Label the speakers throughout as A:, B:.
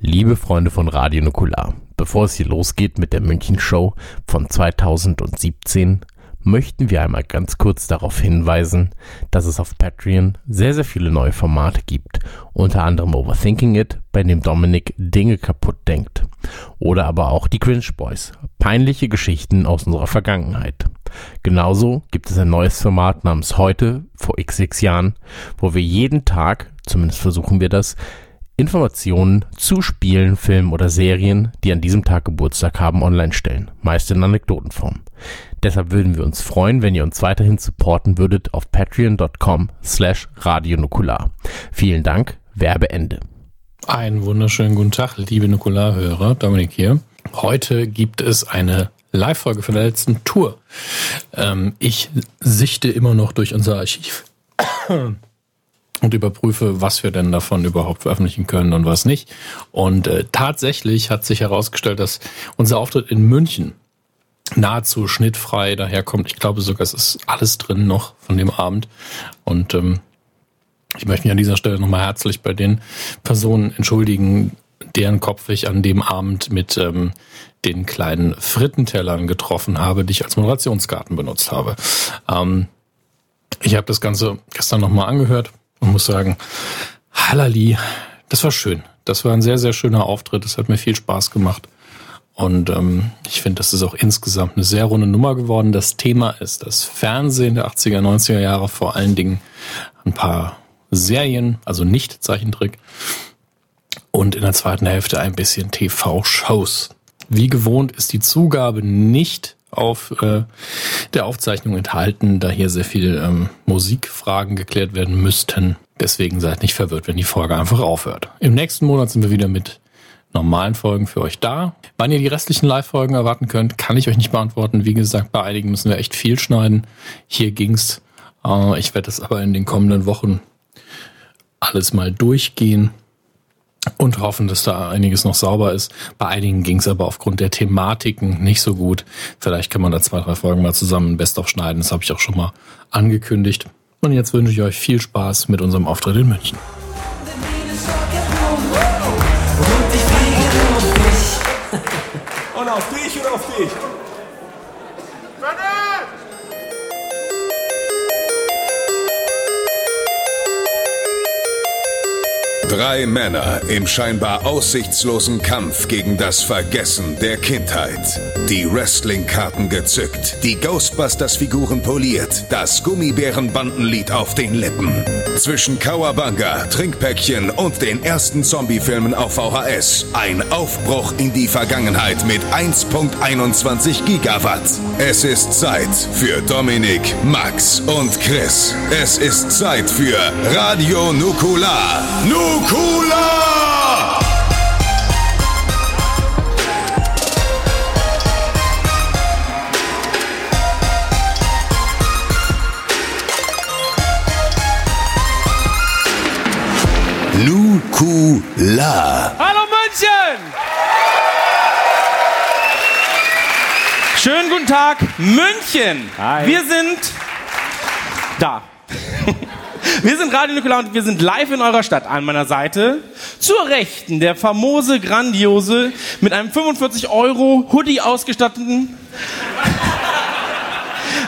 A: Liebe Freunde von Radio Nukular, bevor es hier losgeht mit der München Show von 2017, möchten wir einmal ganz kurz darauf hinweisen, dass es auf Patreon sehr, sehr viele neue Formate gibt, unter anderem Overthinking It, bei dem Dominik Dinge kaputt denkt, oder aber auch die Cringe Boys, peinliche Geschichten aus unserer Vergangenheit. Genauso gibt es ein neues Format namens Heute vor xx Jahren, wo wir jeden Tag, zumindest versuchen wir das, Informationen zu Spielen, Filmen oder Serien, die an diesem Tag Geburtstag haben, online stellen, meist in Anekdotenform. Deshalb würden wir uns freuen, wenn ihr uns weiterhin supporten würdet auf patreon.com slash radionukular. Vielen Dank, Werbeende.
B: Einen wunderschönen guten Tag, liebe Nukularhörer, Dominik hier. Heute gibt es eine Live-Folge von der letzten Tour. Ähm, ich sichte immer noch durch unser Archiv und überprüfe, was wir denn davon überhaupt veröffentlichen können und was nicht. Und äh, tatsächlich hat sich herausgestellt, dass unser Auftritt in München nahezu schnittfrei daherkommt. Ich glaube sogar, es ist alles drin noch von dem Abend. Und ähm, ich möchte mich an dieser Stelle nochmal herzlich bei den Personen entschuldigen, deren Kopf ich an dem Abend mit ähm, den kleinen Frittentellern getroffen habe, die ich als Moderationskarten benutzt habe. Ähm, ich habe das Ganze gestern nochmal angehört und muss sagen, halali, das war schön. Das war ein sehr, sehr schöner Auftritt. Das hat mir viel Spaß gemacht. Und ähm, ich finde, das ist auch insgesamt eine sehr runde Nummer geworden. Das Thema ist das Fernsehen der 80er, 90er Jahre, vor allen Dingen ein paar Serien, also nicht Zeichentrick. Und in der zweiten Hälfte ein bisschen TV-Shows. Wie gewohnt ist die Zugabe nicht auf äh, der Aufzeichnung enthalten, da hier sehr viel ähm, Musikfragen geklärt werden müssten. Deswegen seid nicht verwirrt, wenn die Folge einfach aufhört. Im nächsten Monat sind wir wieder mit normalen Folgen für euch da. Wann ihr die restlichen Live-Folgen erwarten könnt, kann ich euch nicht beantworten. Wie gesagt, bei einigen müssen wir echt viel schneiden. Hier ging's. Äh, ich werde es aber in den kommenden Wochen alles mal durchgehen und hoffen, dass da einiges noch sauber ist. Bei einigen ging es aber aufgrund der Thematiken nicht so gut. Vielleicht kann man da zwei, drei Folgen mal zusammen best aufschneiden. Das habe ich auch schon mal angekündigt. Und jetzt wünsche ich euch viel Spaß mit unserem Auftritt in München.
C: Und ich fliege nur auf dich. Und auf dich und auf dich.
D: Drei Männer im scheinbar aussichtslosen Kampf gegen das Vergessen der Kindheit. Die Wrestling-Karten gezückt, die Ghostbusters-Figuren poliert, das Gummibärenbandenlied auf den Lippen. Zwischen Kawabanga, Trinkpäckchen und den ersten Zombie-Filmen auf VHS ein Aufbruch in die Vergangenheit mit 1.21 Gigawatt. Es ist Zeit für Dominik, Max und Chris. Es ist Zeit für Radio Nukular. Nukular! Nukula! Nukula.
E: Hallo München! Schönen guten Tag, München!
F: Hi.
E: Wir sind da. Wir sind Radio Nukular und wir sind live in eurer Stadt. An meiner Seite zur Rechten der famose, grandiose, mit einem 45 Euro Hoodie ausgestatteten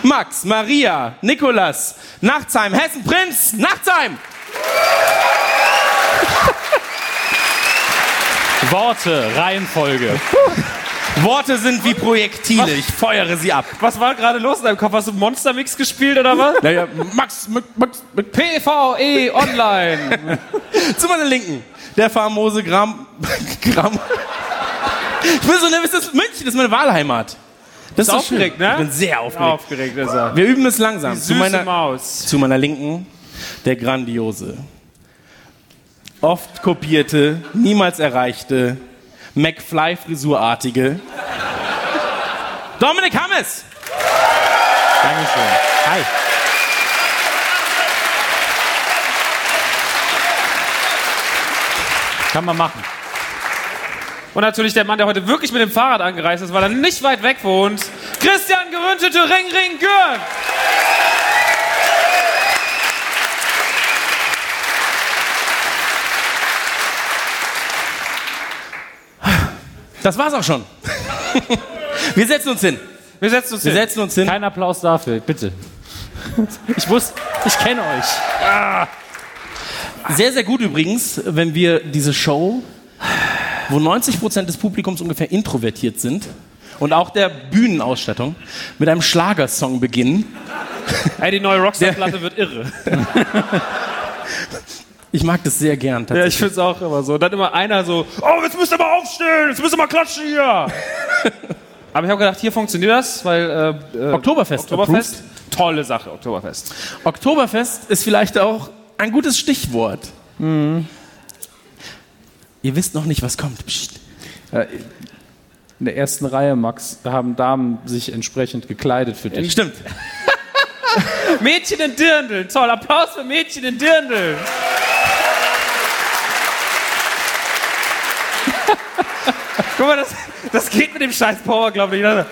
E: Max, Maria, Nikolas, Nachtsheim, Hessen, Prinz, Nachtsheim!
F: Worte, Reihenfolge.
E: Worte sind wie Projektile, ich feuere sie ab.
F: Was war gerade los in deinem Kopf? Hast du Monstermix gespielt oder was?
E: Naja, Max, mit, Max, mit
F: PVE E Online.
E: Zu meiner Linken, der famose Gramm. Gramm. Ich bin so nervös, das ist München, das ist meine Wahlheimat. Das ist so schön.
F: aufgeregt, ne?
E: Ich bin sehr aufgeregt.
F: Aufgeregt ist er.
E: Wir üben es langsam. Zu
F: Süße
E: meiner,
F: Maus.
E: zu meiner Linken, der grandiose, oft kopierte, niemals erreichte, McFly-Frisurartige Dominik Hammes!
F: Dankeschön. Hi. Kann man machen. Und natürlich der Mann, der heute wirklich mit dem Fahrrad angereist ist, weil er nicht weit weg wohnt. Christian Gerünte Ring Ring Gürn.
E: Das war's auch schon. Wir setzen uns hin.
F: Wir setzen uns
E: Wir
F: hin.
E: setzen uns hin.
G: Kein Applaus dafür, bitte. Ich muss, ich kenne euch.
E: Sehr, sehr gut übrigens, wenn wir diese Show, wo 90% des Publikums ungefähr introvertiert sind und auch der Bühnenausstattung, mit einem Schlagersong beginnen.
F: Ey, die neue Rockstar-Platte wird irre.
E: Ich mag das sehr gern.
F: Ja,
E: Tatsächlich.
F: ich find's auch immer so. Dann immer einer so, oh, jetzt müsst ihr mal aufstehen, jetzt müsst ihr mal klatschen hier. Aber ich habe gedacht, hier funktioniert das, weil äh, äh,
E: Oktoberfest.
F: Oktoberfest, tolle Sache, Oktoberfest.
E: Oktoberfest ist vielleicht auch ein gutes Stichwort.
G: Mhm.
E: Ihr wisst noch nicht, was kommt. Psst.
G: In der ersten Reihe, Max, haben Damen sich entsprechend gekleidet
F: Äh,
G: für dich.
E: Stimmt.
F: Mädchen in Dirndeln, toll, Applaus für Mädchen in Dirndeln. Guck mal, das, das geht mit dem scheiß Power, glaube ich. nicht.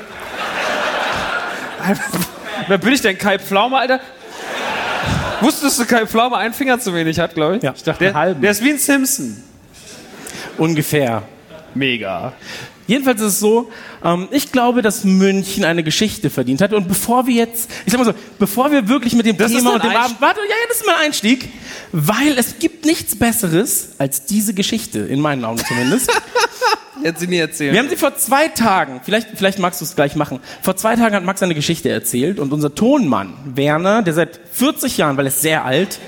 F: Wer bin ich denn? Kai Pflaume, Alter? Wusstest du, Kai Pflaume einen Finger zu wenig hat, glaube ich? Ja, ich dachte, der,
G: einen halben.
F: der ist wie ein Simpson.
E: Ungefähr.
F: Mega.
E: Jedenfalls ist es so, ähm, ich glaube, dass München eine Geschichte verdient hat. Und bevor wir jetzt, ich sag mal so, bevor wir wirklich mit dem
F: Das ist
E: Thema
F: ein
E: und dem
F: Einst-
E: Abend, warte, ja, ja, das ist mein Einstieg, weil es gibt nichts Besseres als diese Geschichte, in meinen Augen zumindest.
F: Jetzt sie mir erzählen.
E: Wir haben sie vor zwei Tagen, vielleicht, vielleicht magst du es gleich machen, vor zwei Tagen hat Max eine Geschichte erzählt und unser Tonmann, Werner, der seit 40 Jahren, weil er ist sehr alt,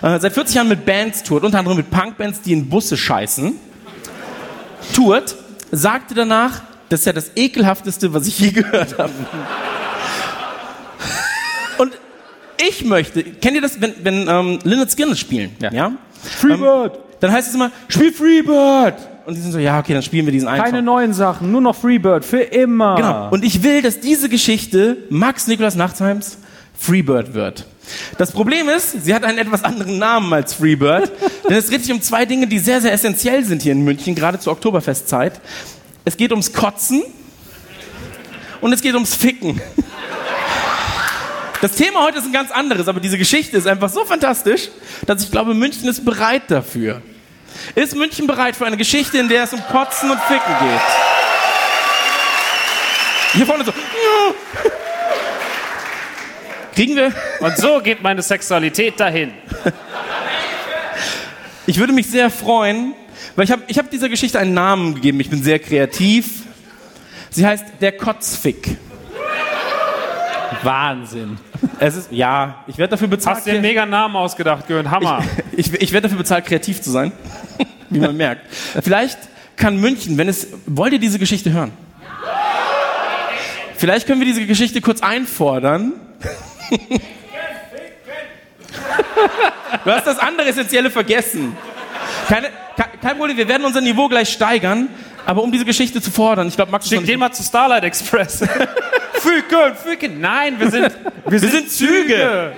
E: äh, seit 40 Jahren mit Bands tourt, unter anderem mit Punkbands, die in Busse scheißen, tourt, sagte danach, das ist ja das ekelhafteste, was ich je gehört habe. Und ich möchte, kennt ihr das, wenn, wenn ähm, Lynyrd Skinner spielen? Ja. Ähm,
G: Freebird!
E: Dann heißt es immer, spiel Freebird! Und die sind so, ja, okay, dann spielen wir diesen einfach.
G: Keine neuen Sachen, nur noch Freebird, für immer.
E: Genau. Und ich will, dass diese Geschichte Max Nikolaus Nachtheims Freebird wird. Das Problem ist, sie hat einen etwas anderen Namen als Freebird, denn es dreht sich um zwei Dinge, die sehr, sehr essentiell sind hier in München, gerade zur Oktoberfestzeit. Es geht ums Kotzen und es geht ums Ficken. Das Thema heute ist ein ganz anderes, aber diese Geschichte ist einfach so fantastisch, dass ich glaube, München ist bereit dafür. Ist München bereit für eine Geschichte, in der es um Kotzen und Ficken geht? Hier vorne so. Kriegen wir?
F: Und so geht meine Sexualität dahin.
E: Ich würde mich sehr freuen, weil ich habe ich hab dieser Geschichte einen Namen gegeben. Ich bin sehr kreativ. Sie heißt Der Kotzfick.
G: Wahnsinn.
E: Es ist, ja, ich werde dafür bezahlt.
F: Hast dir einen mega Namen ausgedacht, Gönn. Hammer.
E: ich, ich werde dafür bezahlt, kreativ zu sein. Wie man merkt. Vielleicht kann München, wenn es. Wollt ihr diese Geschichte hören? Vielleicht können wir diese Geschichte kurz einfordern. Du hast das andere Essentielle vergessen. Keine, ke- kein Problem, wir werden unser Niveau gleich steigern. Aber um diese Geschichte zu fordern, ich glaube, Max ist noch
F: Schick den mal zu Starlight Express. Fücken, fücken. Nein, wir sind, wir sind, Züge.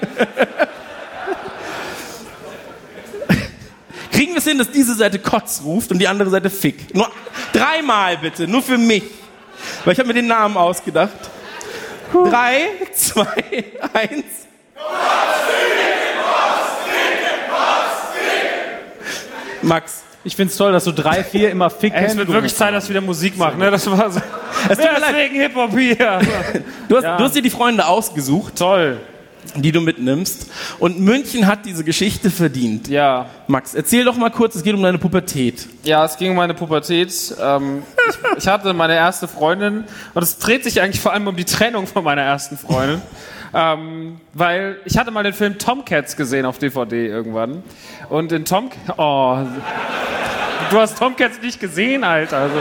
E: Kriegen wir es hin, dass diese Seite Kotz ruft und die andere Seite Fick? Nur dreimal bitte, nur für mich. Weil ich habe mir den Namen ausgedacht. Drei, zwei, eins. Max,
G: Ich find's toll, dass du drei, vier immer ficken
F: Ey, es wird wirklich Zeit, dass wir wieder Musik machen. Ne? Das war so.
E: Es tut mir leid.
F: Deswegen Hip-Hop hier.
E: du hast, du hast dir die Freunde ausgesucht,
F: Toll.
E: die du mitnimmst. Und München hat diese Geschichte verdient.
F: Ja.
E: Max, erzähl doch mal kurz, es geht um deine Pubertät.
F: Ja, es ging um meine Pubertät. Ähm, ich, ich hatte meine erste Freundin und es dreht sich eigentlich vor allem um die Trennung von meiner ersten Freundin. Ähm, weil ich hatte mal den Film Tomcats gesehen auf DVD irgendwann. Und in Tom... Oh. Du hast Tomcats nicht gesehen, Alter. Also.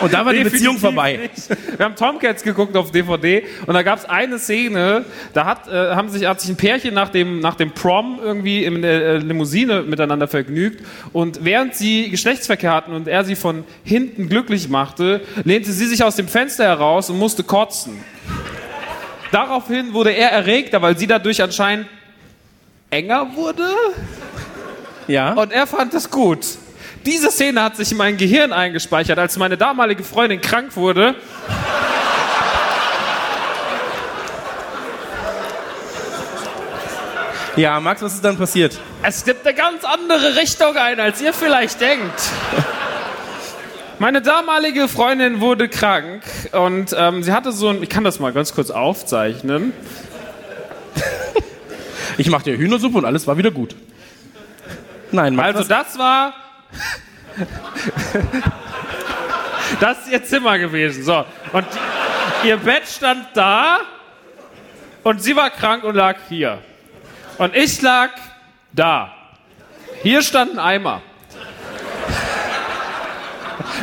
E: Und da war die
F: Definitiv
E: Beziehung vorbei.
F: nicht. Wir haben Tomcats geguckt auf DVD und da gab es eine Szene, da hat, äh, haben sich, hat sich ein Pärchen nach dem, nach dem Prom irgendwie in der äh, Limousine miteinander vergnügt und während sie Geschlechtsverkehr hatten und er sie von hinten glücklich machte, lehnte sie sich aus dem Fenster heraus und musste kotzen. Daraufhin wurde er erregter, weil sie dadurch anscheinend enger wurde.
E: Ja?
F: Und er fand es gut. Diese Szene hat sich in mein Gehirn eingespeichert, als meine damalige Freundin krank wurde.
E: Ja, Max, was ist dann passiert?
F: Es gibt eine ganz andere Richtung ein, als ihr vielleicht denkt. Meine damalige Freundin wurde krank und ähm, sie hatte so ein. Ich kann das mal ganz kurz aufzeichnen.
E: Ich machte Hühnersuppe und alles war wieder gut. Nein, Max,
F: Also,
E: was-
F: das war. das ist ihr Zimmer gewesen. So. Und ihr Bett stand da und sie war krank und lag hier. Und ich lag da. Hier stand ein Eimer.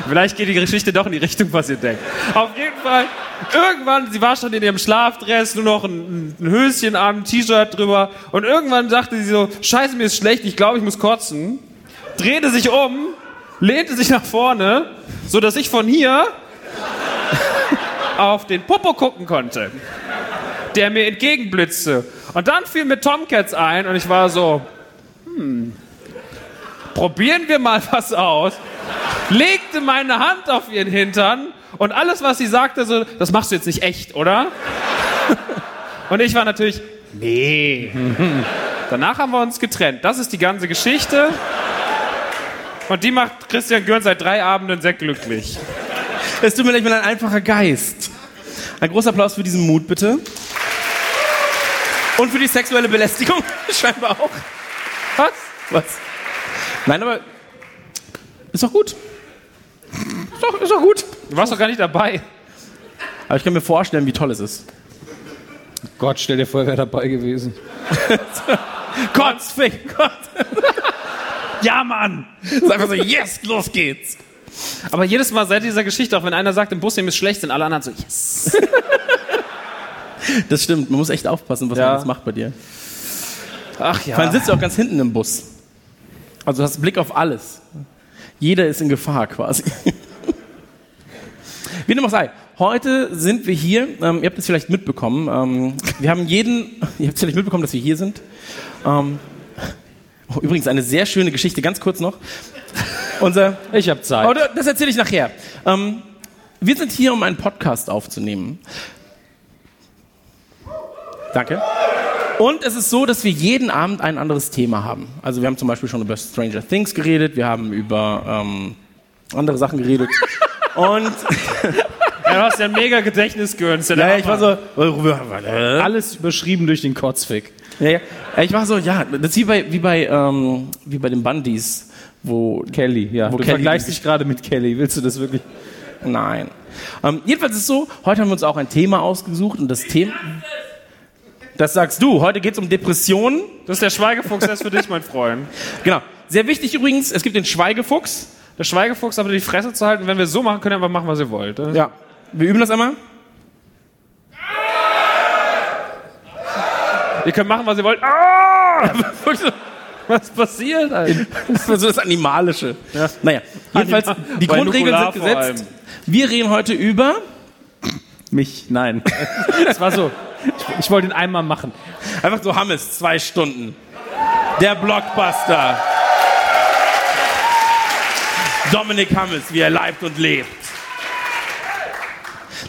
F: Vielleicht geht die Geschichte doch in die Richtung, was ihr denkt. Auf jeden Fall, irgendwann, sie war schon in ihrem Schlafdress, nur noch ein, ein Höschen an, ein T-Shirt drüber. Und irgendwann sagte sie so, scheiße, mir ist schlecht, ich glaube, ich muss kotzen. Drehte sich um, lehnte sich nach vorne, so dass ich von hier auf den Popo gucken konnte, der mir entgegenblitzte. Und dann fiel mir Tomcats ein und ich war so, hm, probieren wir mal was aus legte meine Hand auf ihren Hintern und alles, was sie sagte, so, das machst du jetzt nicht echt, oder? Und ich war natürlich, nee. Danach haben wir uns getrennt. Das ist die ganze Geschichte. Und die macht Christian Gürn seit drei Abenden sehr glücklich.
E: es tut mir leid, ich bin ein einfacher Geist. Ein großer Applaus für diesen Mut, bitte. Und für die sexuelle Belästigung, scheinbar auch.
F: Was?
E: Was? Nein, aber ist doch gut. Ist doch, ist doch gut.
F: Du warst doch gar nicht dabei.
E: Aber ich kann mir vorstellen, wie toll es ist.
G: Gott, stell dir vor, wer dabei gewesen.
E: Kotzfick, Gott. ja, Mann. Ist einfach so, yes, los geht's.
F: Aber jedes Mal seit dieser Geschichte, auch wenn einer sagt, im Bus, dem ist schlecht, sind alle anderen so, yes.
E: Das stimmt, man muss echt aufpassen, was
F: Ja.
E: man jetzt macht bei dir.
F: Ach
E: Vor allem
F: ja.
E: sitzt du auch ganz hinten im Bus. Also du hast Blick auf alles. Jeder ist in Gefahr quasi. Wie dem auch sei, heute sind wir hier. Ähm, ihr habt es vielleicht mitbekommen. Ähm, wir haben jeden, ihr habt es vielleicht mitbekommen, dass wir hier sind. Ähm, oh, übrigens eine sehr schöne Geschichte, ganz kurz noch. Unser
G: Ich hab Zeit.
E: aber das erzähle ich nachher. Ähm, wir sind hier, um einen Podcast aufzunehmen. Danke. Und es ist so, dass wir jeden Abend ein anderes Thema haben. Also wir haben zum Beispiel schon über Stranger Things geredet, wir haben über ähm, andere Sachen geredet. Und
F: Ja, du hast ja ein mega Gedächtnis, Gürn. Ist Ja, der
E: ja, ich war
F: Hammer.
E: so,
G: Alles überschrieben durch den Kotzfick.
E: ja, ja. ich war so, ja, das ist wie bei wie bei ähm, wie bei den Bundys, wo
G: Kelly, ja.
E: Wo
G: du
E: Kelly
G: vergleichst
E: die-
G: dich gerade mit Kelly. Willst du das wirklich?
E: Nein. Ähm, jedenfalls ist es so, heute haben wir uns auch ein Thema ausgesucht und das Thema. Das sagst du. Heute geht es um Depressionen.
F: Das ist der Schweigefuchs, der ist für dich, mein Freund.
E: Genau. Sehr wichtig übrigens, es gibt den Schweigefuchs.
F: Der Schweigefuchs aber die Fresse zu halten, wenn wir so machen, könnt ihr einfach machen, was ihr wollt. Ja.
E: Wir üben das einmal.
F: Ihr könnt machen, was ihr wollt. Ah! Was passiert? Alter?
E: Das ist so das Animalische. Naja, jedenfalls,
F: Anima-
E: die
F: Bei
E: Grundregeln
F: Nukular
E: sind
F: vor allem.
E: gesetzt. Wir reden heute über.
G: Mich? Nein. Es war so. Ich, ich wollte ihn einmal machen.
E: Einfach so Hammes, zwei Stunden. Der Blockbuster. Dominik Hammes, wie er leibt und lebt.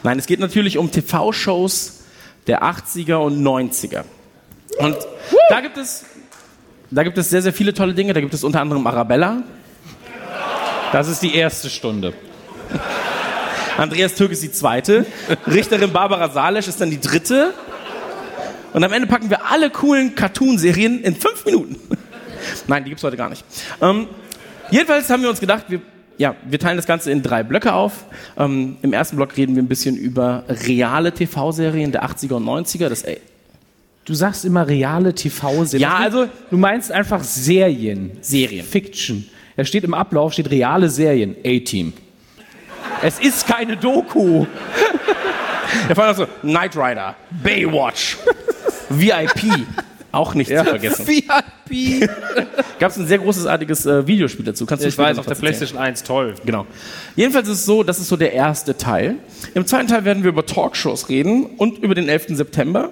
E: Nein, es geht natürlich um TV-Shows der 80er und 90er. Und da gibt es. Da gibt es sehr, sehr viele tolle Dinge. Da gibt es unter anderem Arabella.
G: Das ist die erste Stunde.
E: Andreas Türk ist die zweite. Richterin Barbara Salesch ist dann die dritte. Und am Ende packen wir alle coolen Cartoon-Serien in fünf Minuten. Nein, die gibt's heute gar nicht. Ähm, jedenfalls haben wir uns gedacht, wir, ja, wir teilen das Ganze in drei Blöcke auf. Ähm, Im ersten Block reden wir ein bisschen über reale TV-Serien der 80er und 90er. Das, äh, ey,
G: Du sagst immer reale TV-Serien.
E: Ja, also-
G: Du meinst einfach Serien.
E: Serien.
G: Fiction. Er steht im Ablauf, steht reale Serien. A-Team. Es ist keine Doku.
E: Der Fall so, Knight Rider, Baywatch, VIP. Auch nicht zu vergessen.
G: VIP.
E: Gab es ein sehr großartiges äh, Videospiel dazu. Kannst du
F: Ich
E: später
F: weiß,
E: noch
F: auf der
E: was erzählen?
F: PlayStation 1, toll.
E: Genau. Jedenfalls ist es so, das ist so der erste Teil. Im zweiten Teil werden wir über Talkshows reden und über den 11. September.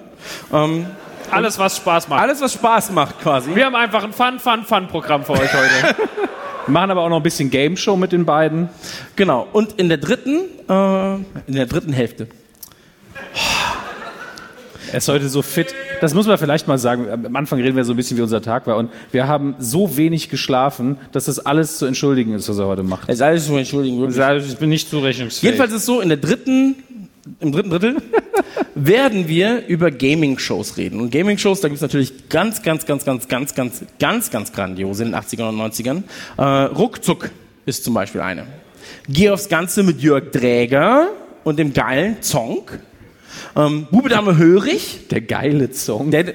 E: Ähm,
F: Alles, was Spaß macht.
E: alles, was Spaß macht quasi.
F: Wir haben einfach ein Fun, Fun, Fun-Programm für euch heute.
G: Wir machen aber auch noch ein bisschen Game Show mit den beiden.
E: Genau. Und in der dritten, äh, in der dritten Hälfte.
G: Er ist heute so fit. das muss man vielleicht mal sagen. Am Anfang reden wir so ein bisschen, wie unser Tag war. Und wir haben so wenig geschlafen, dass das alles zu entschuldigen ist, was er heute macht.
E: Es ist Also, alles zu entschuldigen, wirklich.
F: Ich bin nicht zurechnungsfähig.
E: Jedenfalls ist es so, in der dritten, im dritten Drittel werden wir über Gaming-Shows reden. Und Gaming-Shows, da gibt es natürlich ganz, ganz, ganz, ganz, ganz, ganz, ganz, ganz grandiose in den 80ern und 90ern. Äh, Ruckzuck ist zum Beispiel eine. Geh aufs Ganze mit Jörg Dräger und dem geilen Zonk. Ähm, Bube Dame Hörig.
G: Der geile Song.
E: Der,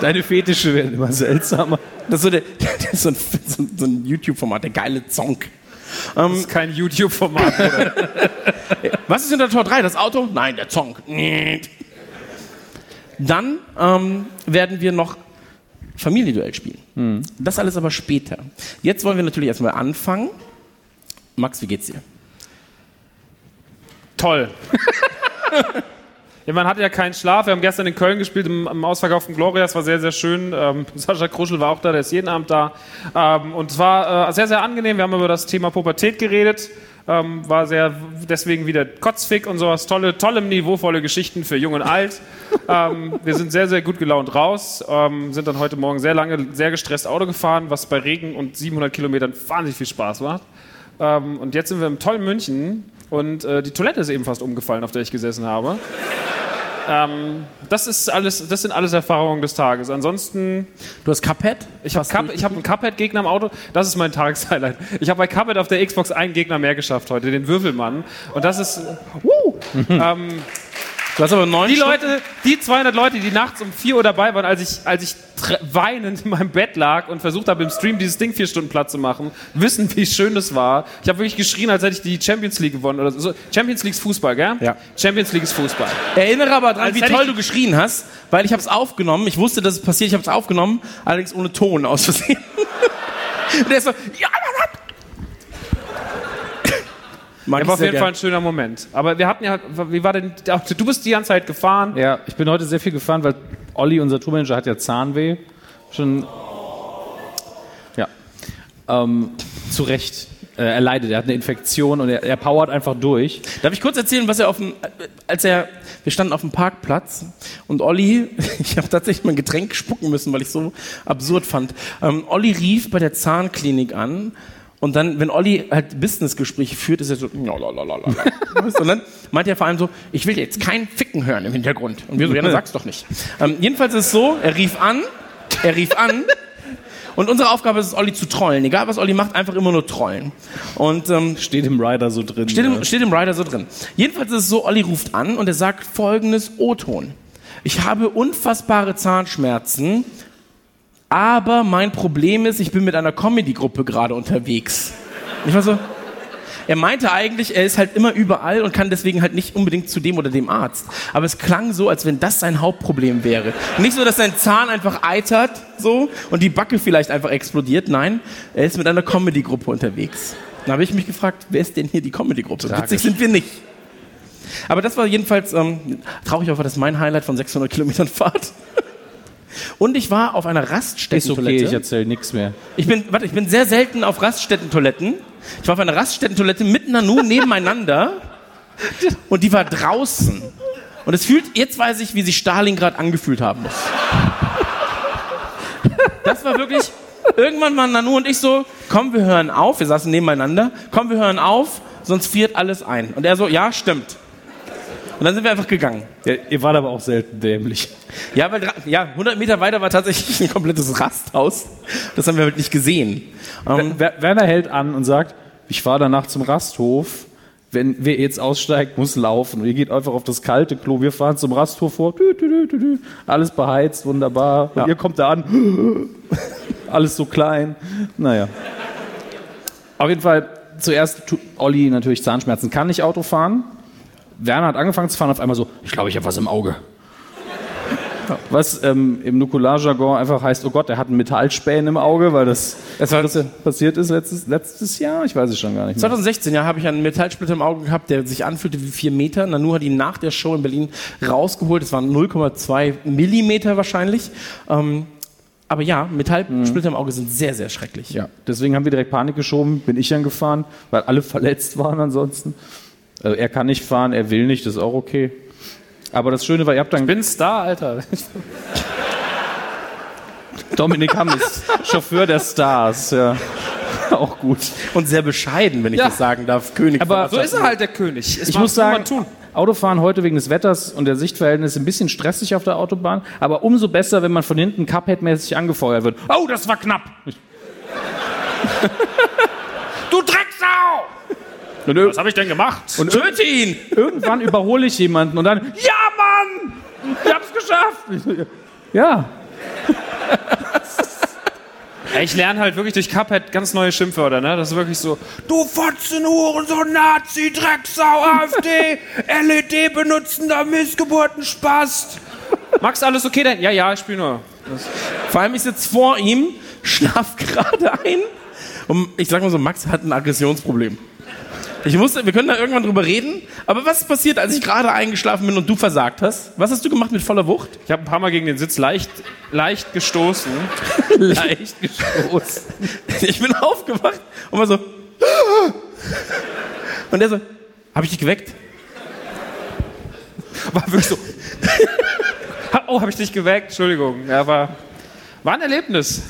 G: Deine Fetische werden immer seltsamer.
E: das ist so, der, das ist so ein, so ein- so ein YouTube-Format, der geile Zonk. Ähm,
F: Das ist kein YouTube-Format.
E: Was ist hinter Tor 3? Das Auto? Nein, der Zonk. Niet. Dann ähm, werden wir noch Familienduell spielen.
F: Hm.
E: Das alles aber später. Jetzt wollen wir natürlich erstmal anfangen. Max, wie geht's dir?
F: Toll. Ja, man hat ja keinen Schlaf. Wir haben gestern in Köln gespielt im, im ausverkauften Gloria. Es war sehr, sehr schön. Ähm, Sascha Kruschel war auch da, der ist jeden Abend da. Ähm, und es war äh, sehr, sehr angenehm. Wir haben über das Thema Pubertät geredet. Ähm, war sehr deswegen wieder kotzfick und sowas. Tolle, tolle, niveauvolle Geschichten für Jung und Alt. ähm, wir sind sehr, sehr gut gelaunt raus. Ähm, sind dann heute Morgen sehr lange, sehr gestresst Auto gefahren, was bei Regen und 700 Kilometern wahnsinnig viel Spaß macht. Ähm, und jetzt sind wir im tollen München und äh, die Toilette ist eben fast umgefallen, auf der ich gesessen habe. ähm, das ist alles, das sind alles Erfahrungen des Tages. Ansonsten,
E: Du hast Cuphead?
F: ich habe Cup, ich hab einen Cuphead-Gegner im Auto. Das ist mein Tageshighlight. Ich habe bei Cuphead auf der Xbox einen Gegner mehr geschafft heute, den Würfelmann. Und das ist, uh, ähm,
E: Du hast aber neun
F: die Leute, die 200 Leute, die nachts um 4 Uhr dabei waren, als ich, als ich tr- weinend in meinem Bett lag und versucht habe, im Stream dieses Ding vier Stunden platt zu machen, wissen, wie schön das war. Ich habe wirklich geschrien, als hätte ich die Champions League gewonnen. Oder so. Champions League ist Fußball, gell?
E: Ja.
F: Champions League ist Fußball.
E: Erinnere aber dran,
F: Als
E: wie
F: hätte
E: toll
F: ich-
E: du geschrien hast, weil ich habe es aufgenommen. Ich wusste, dass es passiert. Ich habe es aufgenommen, allerdings ohne Ton aus Versehen. Und der ist so, ja, Mann, Mann. Mag ich
F: Aber auf
E: sehr
F: jeden
E: gern.
F: Fall ein schöner Moment. Aber wir hatten ja, wie war denn, du bist die ganze Zeit gefahren.
G: Ja, ich bin heute sehr viel gefahren, weil Olli, unser Tourmanager, hat ja Zahnweh. Schon. Ja. Ähm, zu Recht. Äh, er leidet, er hat eine Infektion und er, er powert einfach durch.
E: Darf ich kurz erzählen, was er auf dem, als er, wir standen auf dem Parkplatz und Olli, ich habe tatsächlich mein Getränk spucken müssen, weil ich so absurd fand. Ähm, Olli rief bei der Zahnklinik an und dann, wenn Olli halt Businessgespräche führt, ist er so, ja, la, la, la, la, la. Weißt du, und dann meint er vor allem so, ich will jetzt keinen Ficken hören im Hintergrund. Und wir so, ja, dann sag's doch nicht. Ähm, jedenfalls ist es so, er rief an, er rief an. Und unsere Aufgabe ist es, Olli zu trollen. Egal, was Olli macht, einfach immer nur trollen. Und ähm,
G: Steht im Rider so drin.
E: Steht im, steht im Rider so drin. Jedenfalls ist es so, Olli ruft an und er sagt folgendes O-Ton. Ich habe unfassbare Zahnschmerzen, aber mein Problem ist, ich bin mit einer Comedy-Gruppe gerade unterwegs. Und ich war so, er meinte eigentlich, er ist halt immer überall und kann deswegen halt nicht unbedingt zu dem oder dem Arzt. Aber es klang so, als wenn das sein Hauptproblem wäre. Nicht so, dass sein Zahn einfach eitert, so, und die Backe vielleicht einfach explodiert. Nein, er ist mit einer Comedy-Gruppe unterwegs. Da habe ich mich gefragt, wer ist denn hier die Comedy-Gruppe? Witzig sind wir nicht. Aber das war jedenfalls, ähm, traurig war das mein Highlight von 600 Kilometern Fahrt. Und ich war auf einer
G: Ist okay,
E: Raststättentoilette.
G: ich erzähle nichts mehr.
E: Ich bin, warte, ich bin sehr selten auf Raststättentoiletten. Ich war auf einer Raststättentoilette mit Nanu nebeneinander und die war draußen. Und es fühlt, jetzt weiß ich, wie sich Stalingrad angefühlt haben muss. Das war wirklich, irgendwann waren Nanu und ich so, komm, wir hören auf, wir saßen nebeneinander, komm, wir hören auf, sonst friert alles ein. Und er so, ja, stimmt. Und dann sind wir einfach gegangen.
G: Ja, ihr wart aber auch selten dämlich.
E: Ja, weil dra- ja, 100 Meter weiter war tatsächlich ein komplettes Rasthaus. Das haben wir halt nicht gesehen. Ähm,
G: Wer- Werner hält an und sagt, ich fahre danach zum Rasthof. Wenn wer jetzt aussteigt, muss laufen. Und ihr geht einfach auf das kalte Klo. Wir fahren zum Rasthof vor. Dü, dü, dü, dü, dü. Alles beheizt, wunderbar. Und ihr kommt da an. Alles so klein. Naja. Auf jeden Fall, zuerst tut Olli natürlich Zahnschmerzen. Kann nicht Auto fahren. Werner hat angefangen zu fahren. Auf einmal so, ich glaube, ich habe was im Auge. Was ähm, im Nukular-Jargon einfach heißt, oh Gott, er hat einen Metallspähen im Auge, weil das,
E: Ähm,
G: das passiert ist letztes, letztes Jahr. Ich weiß es schon gar nicht mehr.
E: 2016, ja, habe ich einen Metallsplitter im Auge gehabt, der sich anfühlte wie vier Meter. Nanu hat ihn nach der Show in Berlin rausgeholt. Es waren 0,2 Millimeter wahrscheinlich. Ähm, aber ja, Metallsplitter im Auge sind sehr, sehr schrecklich.
G: Ja, deswegen haben wir direkt Panik geschoben, bin ich dann gefahren, weil alle verletzt waren ansonsten. Also er kann nicht fahren, er will nicht, das ist auch okay. Aber das Schöne war, ihr habt dann
F: Bin Star, Alter.
G: Dominik Hammes, Chauffeur der Stars. Ja. Auch gut.
E: Und sehr bescheiden, wenn ich
F: Ja.
E: das sagen darf. König
G: Aber
E: von
F: So ist er halt der König. Es
G: Ich
F: macht-
G: muss
F: kann
G: sagen,
F: man tun.
G: Autofahren heute wegen des Wetters und der Sichtverhältnisse ein bisschen stressig auf der Autobahn, aber umso besser, wenn man von hinten Cuphead-mäßig angefeuert wird. Oh, das war knapp!
F: Du Drecksau! Was habe ich denn gemacht?
E: Und töte ihn!
G: Irgendwann überhole ich jemanden und dann,
F: ja, Mann! Ich hab's geschafft!
G: ja,
F: Ich lerne halt wirklich durch Cuphead ganz neue Schimpfwörter, ne? Das ist wirklich so. Du Fotzen, Hurensohn, Nazi, Drecksau, AfD, LED benutzender Missgeburtenspast. Max, alles okay denn? Ja, ja, ich spiele nur.
E: Vor allem, ich sitze vor ihm, schlaf gerade ein. Und ich sag mal so, Max hat ein Aggressionsproblem. Ich wusste, wir können da irgendwann drüber reden. Aber was ist passiert, als ich gerade eingeschlafen bin und du versagt hast? Was hast du gemacht mit voller Wucht?
F: Ich habe ein paar Mal gegen den Sitz leicht, leicht gestoßen.
E: Leicht gestoßen. Ich bin aufgewacht und war so. Und der so, hab ich dich geweckt?
F: War wirklich so. Ha- Oh, habe ich dich geweckt? Entschuldigung. Ja, war, war ein Erlebnis.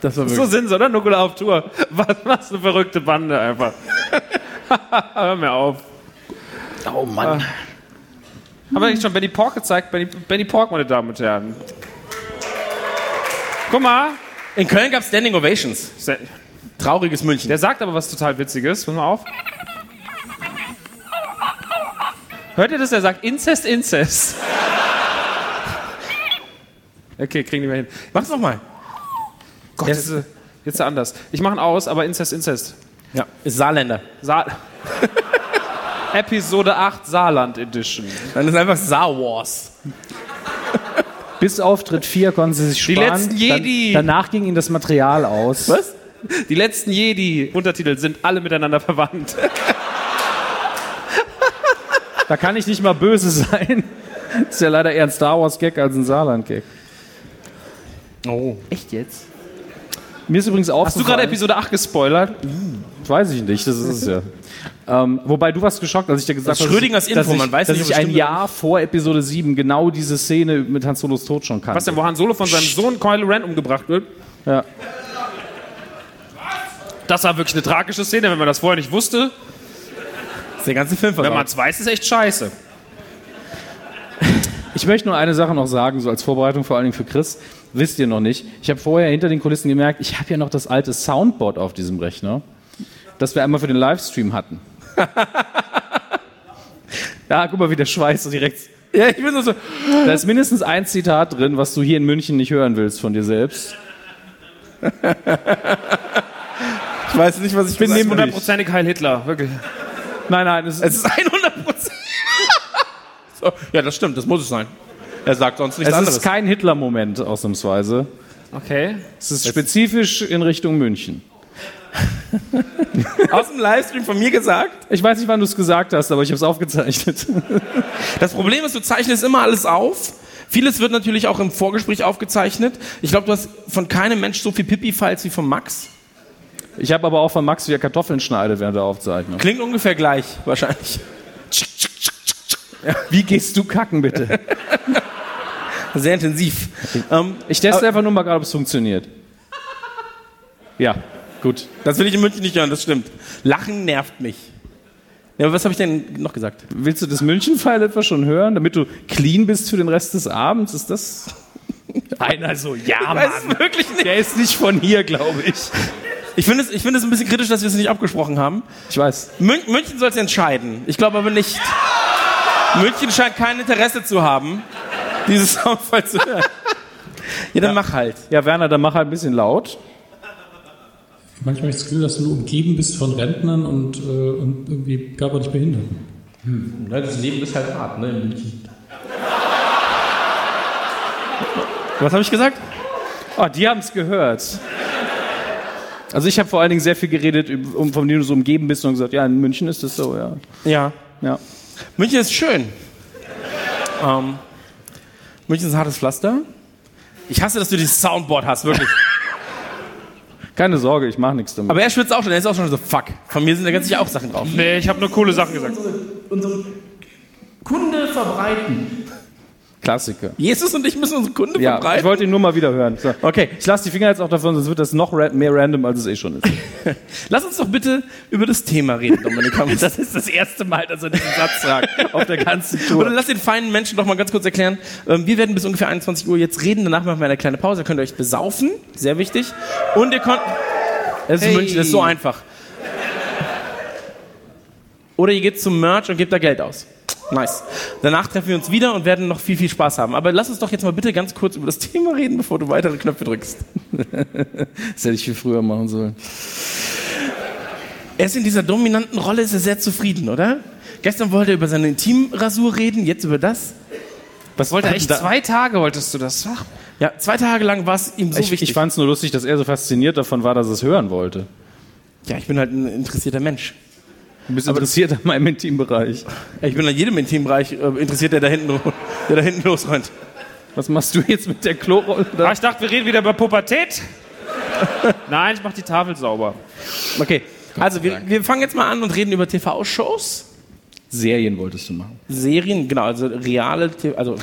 E: Das war
F: So sind sie, oder? Nukula auf Tour. Was, was eine verrückte Bande einfach. Hör mir auf.
E: Oh Mann.
F: Haben wir eigentlich schon Benny Pork gezeigt? Benny, Benny Pork, meine Damen und Herren. Guck mal.
E: In Köln gab es Standing Ovations.
F: Se-
E: Trauriges München.
F: Der sagt aber was total Witziges. Pass mal auf. Hört ihr das? Er sagt Inzest, Inzest. Okay, kriegen die mal hin.
E: Mach's doch mal.
F: Gott, jetzt, ist, jetzt ist er anders. Ich mache ihn aus, aber Inzest, Inzest.
E: Ja. Ist Saarländer.
F: Saar Episode 8 Saarland Edition.
E: Dann ist einfach Saar Wars.
G: bis Auftritt 4 konnten sie sich
F: Die
G: sparen.
F: letzten Jedi.
G: Dann, danach ging ihnen das Material aus.
E: Was?
F: Die letzten Jedi Untertitel sind alle miteinander verwandt.
G: Da kann ich nicht mal böse sein. Ist ja leider eher ein Star Wars-Gag als ein Saarland-Gag.
E: Oh.
F: Echt jetzt?
G: Mir ist übrigens
F: Hast du gerade
G: aufgefallen.
F: Episode 8 gespoilert?
G: Weiß ich nicht, das ist es ja. ähm, wobei du warst geschockt, als ich dir gesagt
E: Das ist
G: habe,
E: Schrödingers
G: dass
E: Info,
G: ich,
E: man weiß
G: dass
E: nicht, ob
G: ich
E: es
G: ein
E: stimmt oder
G: Jahr vor Episode 7 genau diese Szene mit Han Solos Tod schon kannte.
F: Was denn, wo Han Solo von seinem Sohn Kylo Ren umgebracht wird?
G: Ja.
F: Das war wirklich eine tragische Szene, wenn man das vorher nicht wusste.
E: Ist der ganze Film
F: Wenn man
E: versaut.
F: es weiß, ist echt scheiße.
G: Ich möchte nur eine Sache noch sagen, so als Vorbereitung vor allen Dingen für Chris. Wisst ihr noch nicht, ich habe vorher hinter den Kulissen gemerkt, ich habe ja noch das alte Soundboard auf diesem Rechner, das wir einmal für den Livestream hatten. Ja, guck mal, wie der Schweiß so direkt.
E: Ja, ich bin so, so
G: Da ist mindestens ein Zitat drin, was du hier in München nicht hören willst von dir selbst.
E: ich weiß nicht, was ich bin.
G: neben-
E: Nein,
F: Hundertprozentig Heil Hitler, wirklich.
G: Nein, nein, es ist
E: es ist 100 so. Ja, das stimmt, das muss es sein. Er sagt sonst nichts
G: Es
E: anderes.
G: ist kein Hitler-Moment ausnahmsweise.
F: Okay.
G: Es ist spezifisch in Richtung München.
E: Aus dem Livestream von mir gesagt.
G: Ich weiß nicht, wann du es gesagt hast, aber ich habe es aufgezeichnet.
E: Das Problem ist, du zeichnest immer alles auf. Vieles wird natürlich auch im Vorgespräch aufgezeichnet. Ich glaube, du hast von keinem Mensch so viel Pipi-Files wie von Max.
G: Ich habe aber auch von Max, wie er Kartoffeln schneidet während der Aufzeichnung.
E: Klingt ungefähr gleich, wahrscheinlich.
G: Wie gehst du kacken, bitte?
E: Sehr intensiv. Ähm,
G: Ich teste einfach nur mal gerade, ob es funktioniert. Ja, gut.
E: das will ich in München nicht hören, das stimmt. Lachen nervt mich. Ja, aber was habe ich denn noch gesagt?
G: Willst du das München-Pfeil etwa schon hören, damit du clean bist für den Rest des Abends? Ist das... Einer so, ja,
E: Ich weiß es wirklich nicht.
G: Der ist nicht von hier, glaube ich.
E: Ich finde es, ich finde es ein bisschen kritisch, dass wir es nicht abgesprochen haben.
G: Ich weiß.
E: Mün München soll es entscheiden. Ich glaube aber nicht. München scheint kein Interesse zu haben, dieses Soundfall zu hören. Ja, dann mach halt.
G: Ja, Werner, dann mach halt ein bisschen laut.
H: Manchmal habe ich das Gefühl, dass du umgeben bist von Rentnern und, äh, und irgendwie körperlich Behinderten.
I: Das Leben ist halt hart, ne, in München.
E: Was habe ich gesagt?
G: Ah, die haben es gehört. Also ich habe vor allen Dingen sehr viel geredet, üb- um, von dem du so umgeben bist und gesagt, ja, in München ist das so, ja.
E: Ja.
G: ja.
E: München ist schön. Ähm, München ist ein hartes Pflaster. Ich hasse, dass du dieses Soundboard hast, wirklich.
G: Keine Sorge, ich mache nichts damit.
E: Aber er schwitzt auch schon, er ist auch schon so, fuck. Von mir sind da ganz sicher auch Sachen drauf.
F: Nee, ich habe nur coole Sachen gesagt.
I: Unsere
E: Kunde verbreiten.
G: Klassiker.
E: Jesus und ich müssen unseren Kunde
G: Ja, ich
E: verbreiten.
G: wollte ihn nur mal wieder hören. So.
E: Okay.
G: Ich lasse die Finger jetzt auch davon, sonst wird das noch ra mehr random, als es eh schon ist.
E: Lass uns doch bitte über das Thema reden, Dominik. Hammes. das ist das erste Mal, dass er diesen Satz sagt auf der ganzen Tour. Oder lass den feinen Menschen doch mal ganz kurz erklären. Ähm, Wir werden bis ungefähr 21 Uhr jetzt reden. Danach machen wir eine kleine Pause. Da könnt ihr euch besaufen. Sehr wichtig. Und ihr könnt... Es ist
F: Hey.
E: München, das ist so einfach. Oder ihr geht zum Merch und gebt da Geld aus. Nice. Danach treffen wir uns wieder und werden noch viel, viel Spaß haben. Aber lass uns doch jetzt mal bitte ganz kurz über das Thema reden, bevor du weitere Knöpfe drückst.
G: Das hätte ich viel früher machen sollen.
E: Er ist in dieser dominanten Rolle, ist er sehr zufrieden, oder? Gestern wollte er über seine Intimrasur reden, jetzt über das.
G: Was
F: Wollte echt zwei Tage wolltest du das machen?
E: Ja, zwei Tage lang war es ihm so
G: Ich,
E: wichtig.
G: ich fand es nur lustig, dass er so fasziniert davon war, dass er es hören wollte.
E: ja, ich bin halt ein interessierter Mensch.
G: Du bist interessiert an meinem Intimbereich.
E: Ich bin an jedem Intimbereich äh, interessiert, der da hinten, ru- der da hinten losrennt.
G: Was machst du jetzt mit der Klorolle?
F: Ah, ich dachte, wir reden wieder über Pubertät. Nein, ich mach die Tafel sauber.
E: Okay, also wir, wir fangen jetzt mal an und reden über TV-Shows.
G: Serien wolltest du machen.
E: Serien, genau, also reale, T- also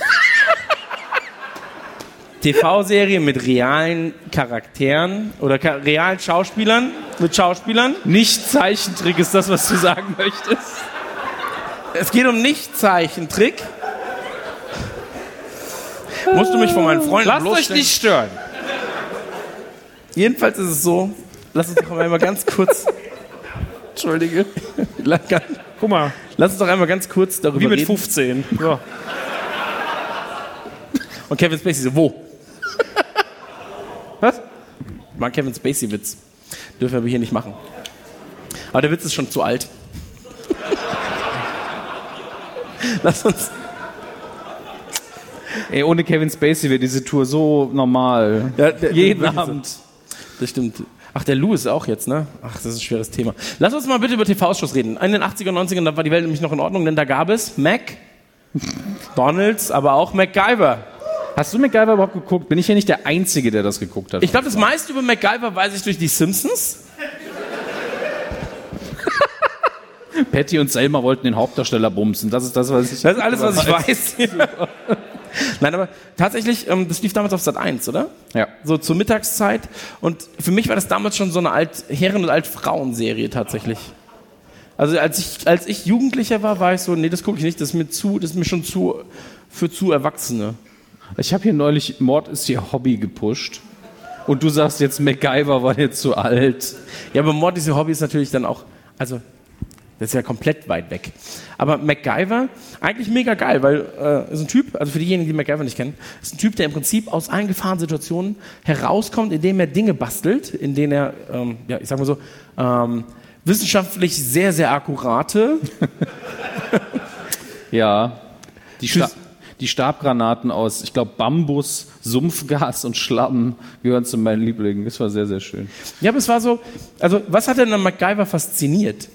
E: TV-Serien mit realen Charakteren oder ka- realen Schauspielern, mit Schauspielern.
G: Nicht Zeichentrick ist das, was du sagen möchtest.
E: Es geht um Nicht-Zeichentrick. Musst du mich von meinen Freunden
F: Lasst euch
E: bloßstellen?
F: nicht stören.
E: Jedenfalls ist es so, lass uns doch einmal ganz kurz... Entschuldige.
F: Guck mal,
E: Lass uns doch einmal ganz kurz darüber
F: wie mit
E: reden.
F: 15. So.
E: Und Kevin Spacey so, wo?
F: Was?
E: Mal Kevin Spacey-Witz. Dürfen wir aber hier nicht machen. Aber der Witz ist schon zu alt. lass uns...
G: Ey, ohne Kevin Spacey wäre diese Tour so normal.
E: Ja, der-
G: Jeden
E: wirklich so.
G: Abend.
E: Das stimmt. Ach, der Lou ist auch jetzt, ne? Ach, das ist ein schweres Thema. Lass uns mal bitte über TV-Ausschuss reden. In den 80er und 90ern, da war die Welt nämlich noch in Ordnung, denn da gab es Mac, Donalds, aber auch MacGyver.
G: Hast du MacGyver überhaupt geguckt? Bin ich ja nicht der Einzige, der das geguckt hat.
E: Ich glaube, das meiste über MacGyver weiß ich durch die Simpsons.
G: Patty und Selma wollten den Hauptdarsteller bumsen. Das ist das, was ich.
E: Das ist alles, was ich weiß. Nein, aber tatsächlich, ähm, das lief damals auf Sat 1, oder?
G: Ja.
E: So zur Mittagszeit. Und für mich war das damals schon so eine Altherren- und Altfrauen-Serie tatsächlich. Also als ich, als ich Jugendlicher war, war ich so, nee, das gucke ich nicht, das ist mir zu, das ist mir schon zu für zu Erwachsene.
G: Ich habe hier neulich Mord ist ihr Hobby gepusht. Und du sagst jetzt, MacGyver war jetzt zu alt.
E: Ja, aber Mord ist ihr Hobby ist natürlich dann auch, also das ist ja komplett weit weg. Aber MacGyver, eigentlich mega geil, weil äh, ist ein Typ, also für diejenigen, die MacGyver nicht kennen, ist ein Typ, der im Prinzip aus allen Gefahrensituationen herauskommt, indem er Dinge bastelt, in denen er, ähm, ja, ich sag mal so, ähm, wissenschaftlich sehr, sehr akkurate,
G: Ja. Die, Sta
E: Tschüss.
G: die Stabgranaten aus, ich glaube, Bambus, Sumpfgas und Schlamm gehören zu meinen Lieblingen. Das war sehr, sehr schön.
E: Ja, aber es war so, also was hat denn an MacGyver fasziniert?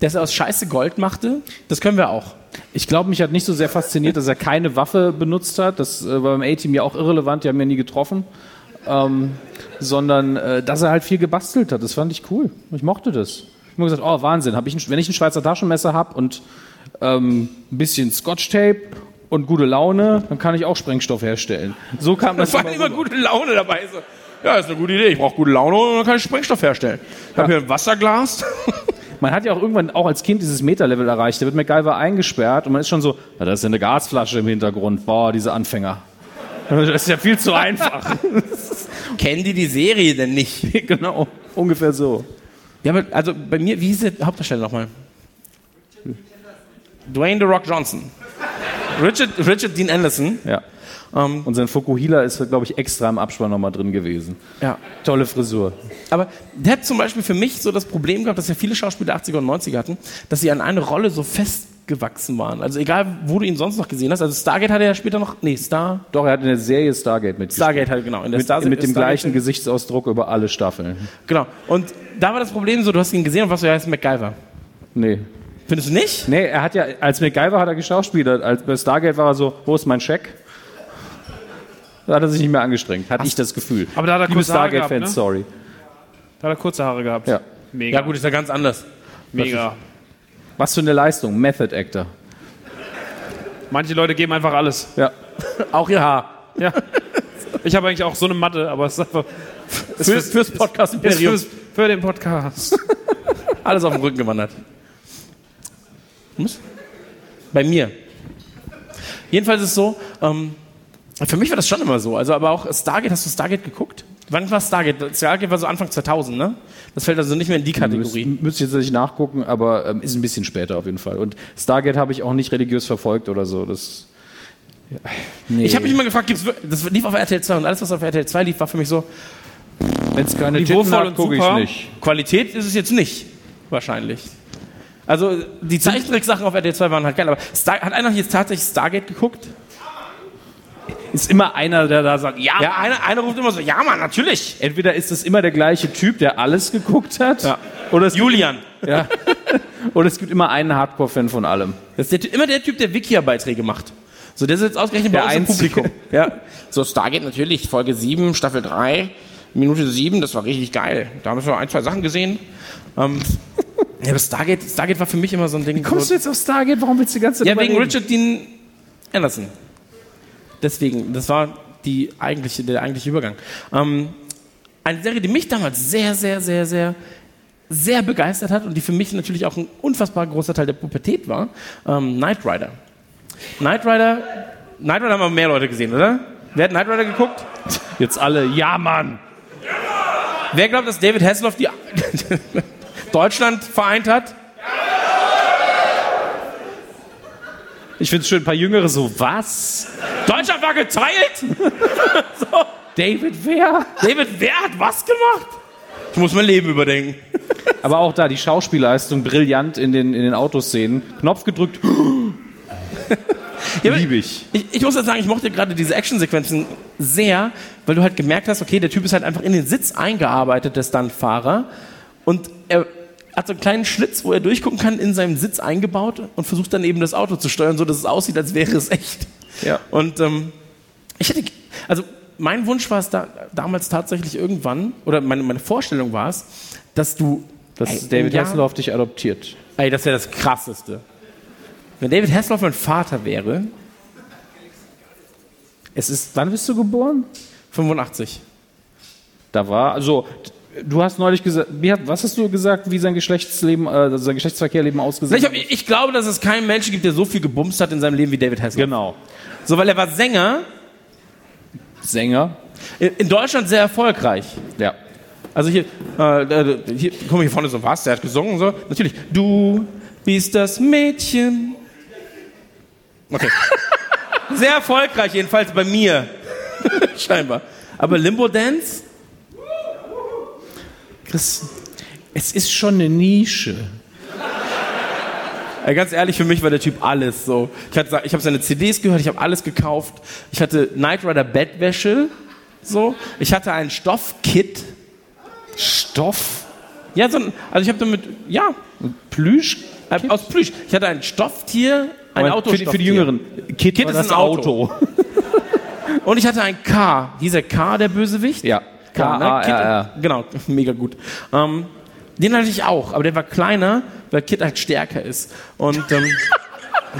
E: Dass er aus Scheiße Gold machte, das können wir auch.
G: Ich glaube, mich hat nicht so sehr fasziniert, dass er keine Waffe benutzt hat. Das äh, war beim A-Team ja auch irrelevant, die haben ja nie getroffen. Ähm, sondern, äh, dass er halt viel gebastelt hat. Das fand ich cool. Ich mochte das. Ich habe mir gesagt, oh Wahnsinn, hab ich ein, wenn ich ein Schweizer Taschenmesser habe und ähm, ein bisschen Scotch-Tape und gute Laune, dann kann ich auch Sprengstoff herstellen. So kam das
E: Vor allem immer gute Laune dabei. So, ja, ist eine gute Idee, ich brauche gute Laune und dann kann ich Sprengstoff herstellen. Ich habe hier ein Wasserglas.
G: Man hat ja auch irgendwann auch als Kind dieses Meta-Level erreicht. Da wird MacGyver eingesperrt und man ist schon so, na, das ist ja eine Gasflasche im Hintergrund. Boah, diese Anfänger. Das ist ja viel zu einfach.
E: Kennen die die Serie denn nicht?
G: genau, ungefähr so.
E: Ja, aber also bei mir, wie hieß der Hauptdarsteller nochmal? Dwayne The Rock Johnson. Richard, Richard Dean Anderson.
G: Ja.
E: Ähm,
G: Und sein Fukuhila ist, glaube ich, extra im Abspann nochmal drin gewesen.
E: ja.
G: Tolle Frisur.
E: Aber der hat zum Beispiel für mich so das Problem gehabt, dass ja viele Schauspieler 80er und 90er hatten, dass sie an eine Rolle so festgewachsen waren. Also egal, wo du ihn sonst noch gesehen hast. Also Stargate hatte er ja später noch, nee, Star,
G: Doch, er hat in der Serie Stargate mitgespielt.
E: Stargate halt genau. In der Star-
G: Mit, mit dem
E: Stargate-
G: gleichen Gesichtsausdruck über alle Staffeln.
E: Genau. Und da war das Problem so, du hast ihn gesehen und was so, ja, ist MacGyver.
G: Nee.
E: Findest du nicht?
G: Nee, er hat ja, als MacGyver hat er geschauspielert. Als, bei Stargate war er so, wo ist mein Scheck? Da hat er sich nicht mehr angestrengt, hatte ich das Gefühl.
F: Aber da hat er
G: Liebe
F: kurze Haare gehabt,
G: Stargate-Fans,
F: ne?
G: sorry.
F: Da hat er kurze Haare gehabt.
G: Ja.
F: Mega.
E: Ja gut, ist ja ganz anders.
F: mega.
G: Was für eine Leistung, Method Actor.
F: Manche Leute geben einfach alles.
G: Ja.
A: Auch ihr Haar.
F: Ja. Ich habe eigentlich auch so eine Matte, aber es ist einfach. Ist
A: Fürs, fürs
F: ist
A: Podcast-Imperium.
F: fürs, für den Podcast.
A: Alles auf den Rücken gewandert.
E: Muss? Bei mir. Jedenfalls ist es so, ähm, für mich war das schon immer so. Also, aber auch Stargate, hast du Stargate geguckt? Wann war Stargate? Stargate war so Anfang 2000, ne? Das fällt also nicht mehr in die
G: Müsste
E: Kategorie.
G: müsst ich jetzt nicht nachgucken, aber ähm, ist ein bisschen später auf jeden Fall. Und Stargate habe ich auch nicht religiös verfolgt oder so. Das, ja. nee.
E: Ich habe mich immer gefragt, gibt's, wir- das lief auf RTL 2 und alles, was auf RTL 2 lief, war für mich so,
G: wenn es keine Titten
F: Niveauvoll
G: hat,
F: und
G: gucke ich
F: super.
G: nicht.
E: Qualität ist es jetzt nicht, wahrscheinlich. Also die Zeichentricksachen auf RTL 2 waren halt geil, aber Star hat einer hier tatsächlich Stargate geguckt?
G: Ist immer einer, der da sagt, ja.
E: Ja, einer, einer ruft immer so, ja Mann, natürlich.
G: Entweder ist es immer der gleiche Typ, der alles geguckt hat, oder, es,
E: Julian.
G: ja. oder es gibt immer einen Hardcore-Fan von allem.
E: Das ist der, Typ- immer der Typ, der Wikia-Beiträge macht. So, der sitzt ausgerechnet
G: Der
E: bei uns im
G: Einzige.
E: Publikum. Ja. So, Stargate natürlich, Folge 7, Staffel 3, Minute 7, das war richtig geil. Da haben wir ein, zwei Sachen gesehen. Ähm, ja, aber Stargate, Stargate war für mich immer so ein Ding. so,
G: jetzt auf Stargate? Warum willst du die ganze Zeit
E: ja, wegen
G: reden?
E: Richard Dean Anderson. Deswegen, das war die eigentliche, der eigentliche Übergang. Ähm, eine Serie, die mich damals sehr, sehr, sehr, sehr, sehr begeistert hat und die für mich natürlich auch ein unfassbar großer Teil der Pubertät war, ähm, Knight Rider. Knight Rider, Knight Rider haben aber mehr Leute gesehen, oder? Wer hat Knight Rider geguckt?
G: Jetzt alle, ja, Mann.
E: Wer glaubt, dass David Hasselhoff die Deutschland vereint hat?
G: Ich finde es schön, ein paar Jüngere so, was?
E: Deutschland war geteilt?
G: David, wer?
E: David, wer hat was gemacht? Ich muss mein Leben überdenken.
G: Aber auch da die Schauspielleistung brillant in den, in den Autoszenen. Knopf gedrückt,
E: Ja, aber-
G: liebe ich.
E: Ich, ich muss jetzt sagen, ich mochte gerade diese Actionsequenzen sehr, weil du halt gemerkt hast, okay, der Typ ist halt einfach in den Sitz eingearbeitet, der Stuntfahrer. Und er hat so einen kleinen Schlitz, wo er durchgucken kann, in seinem Sitz eingebaut und versucht dann eben das Auto zu steuern, so dass es aussieht, als wäre es echt.
G: Ja.
E: Und ähm, ich hätte, also mein Wunsch war es da, damals tatsächlich irgendwann, oder meine, meine Vorstellung war es, dass du.
G: Dass
E: Ey,
G: David
E: ja.
G: Hasselhoff dich adoptiert.
E: Ey, das wäre das Krasseste. Wenn David Hasselhoff mein Vater wäre,
G: Es ist, wann bist du geboren?
E: 85.
G: Da war, also, du hast neulich gesagt, wie hat, was hast du gesagt, wie sein Geschlechtsleben, äh, also sein Geschlechtsverkehrleben
E: Na,
G: ausgesehen
E: Ich, hab, ich glaube, dass es keinen Menschen gibt, der so viel gebumst hat in seinem Leben wie David Hasselhoff.
G: Genau.
E: So, weil er war Sänger,
G: Sänger.
E: in in Deutschland sehr erfolgreich.
G: Ja.
E: Also hier, äh, äh, hier, guck mal, hier vorne so was, der hat gesungen und so. Natürlich, du bist das Mädchen. Okay. sehr erfolgreich, jedenfalls bei mir. Scheinbar. Aber Limbo Dance?
G: Chris, es ist schon eine Nische.
E: Ey, ganz ehrlich, für mich war der Typ alles so. Ich, hatte, ich habe seine CDs gehört, ich habe alles gekauft. Ich hatte Knight Rider Bettwäsche, so. Ich hatte ein Stoffkit.
G: Stoff?
E: Ja, so ein, also ich habe damit, ja,
G: Plüsch?
E: äh, aus Plüsch. Ich hatte ein Stofftier, ein
G: Moment, für die-
E: Autostofftier.
G: für die Jüngeren.
E: Kit, Kit ist ein Auto. Und ich hatte ein K. Hieß der K der Bösewicht?
G: Ja.
E: K, ne? Kid,
G: K-A-R-R.
E: Genau, mega gut. Ähm, den hatte ich auch, aber der war kleiner, weil Kid halt stärker ist. Und ähm,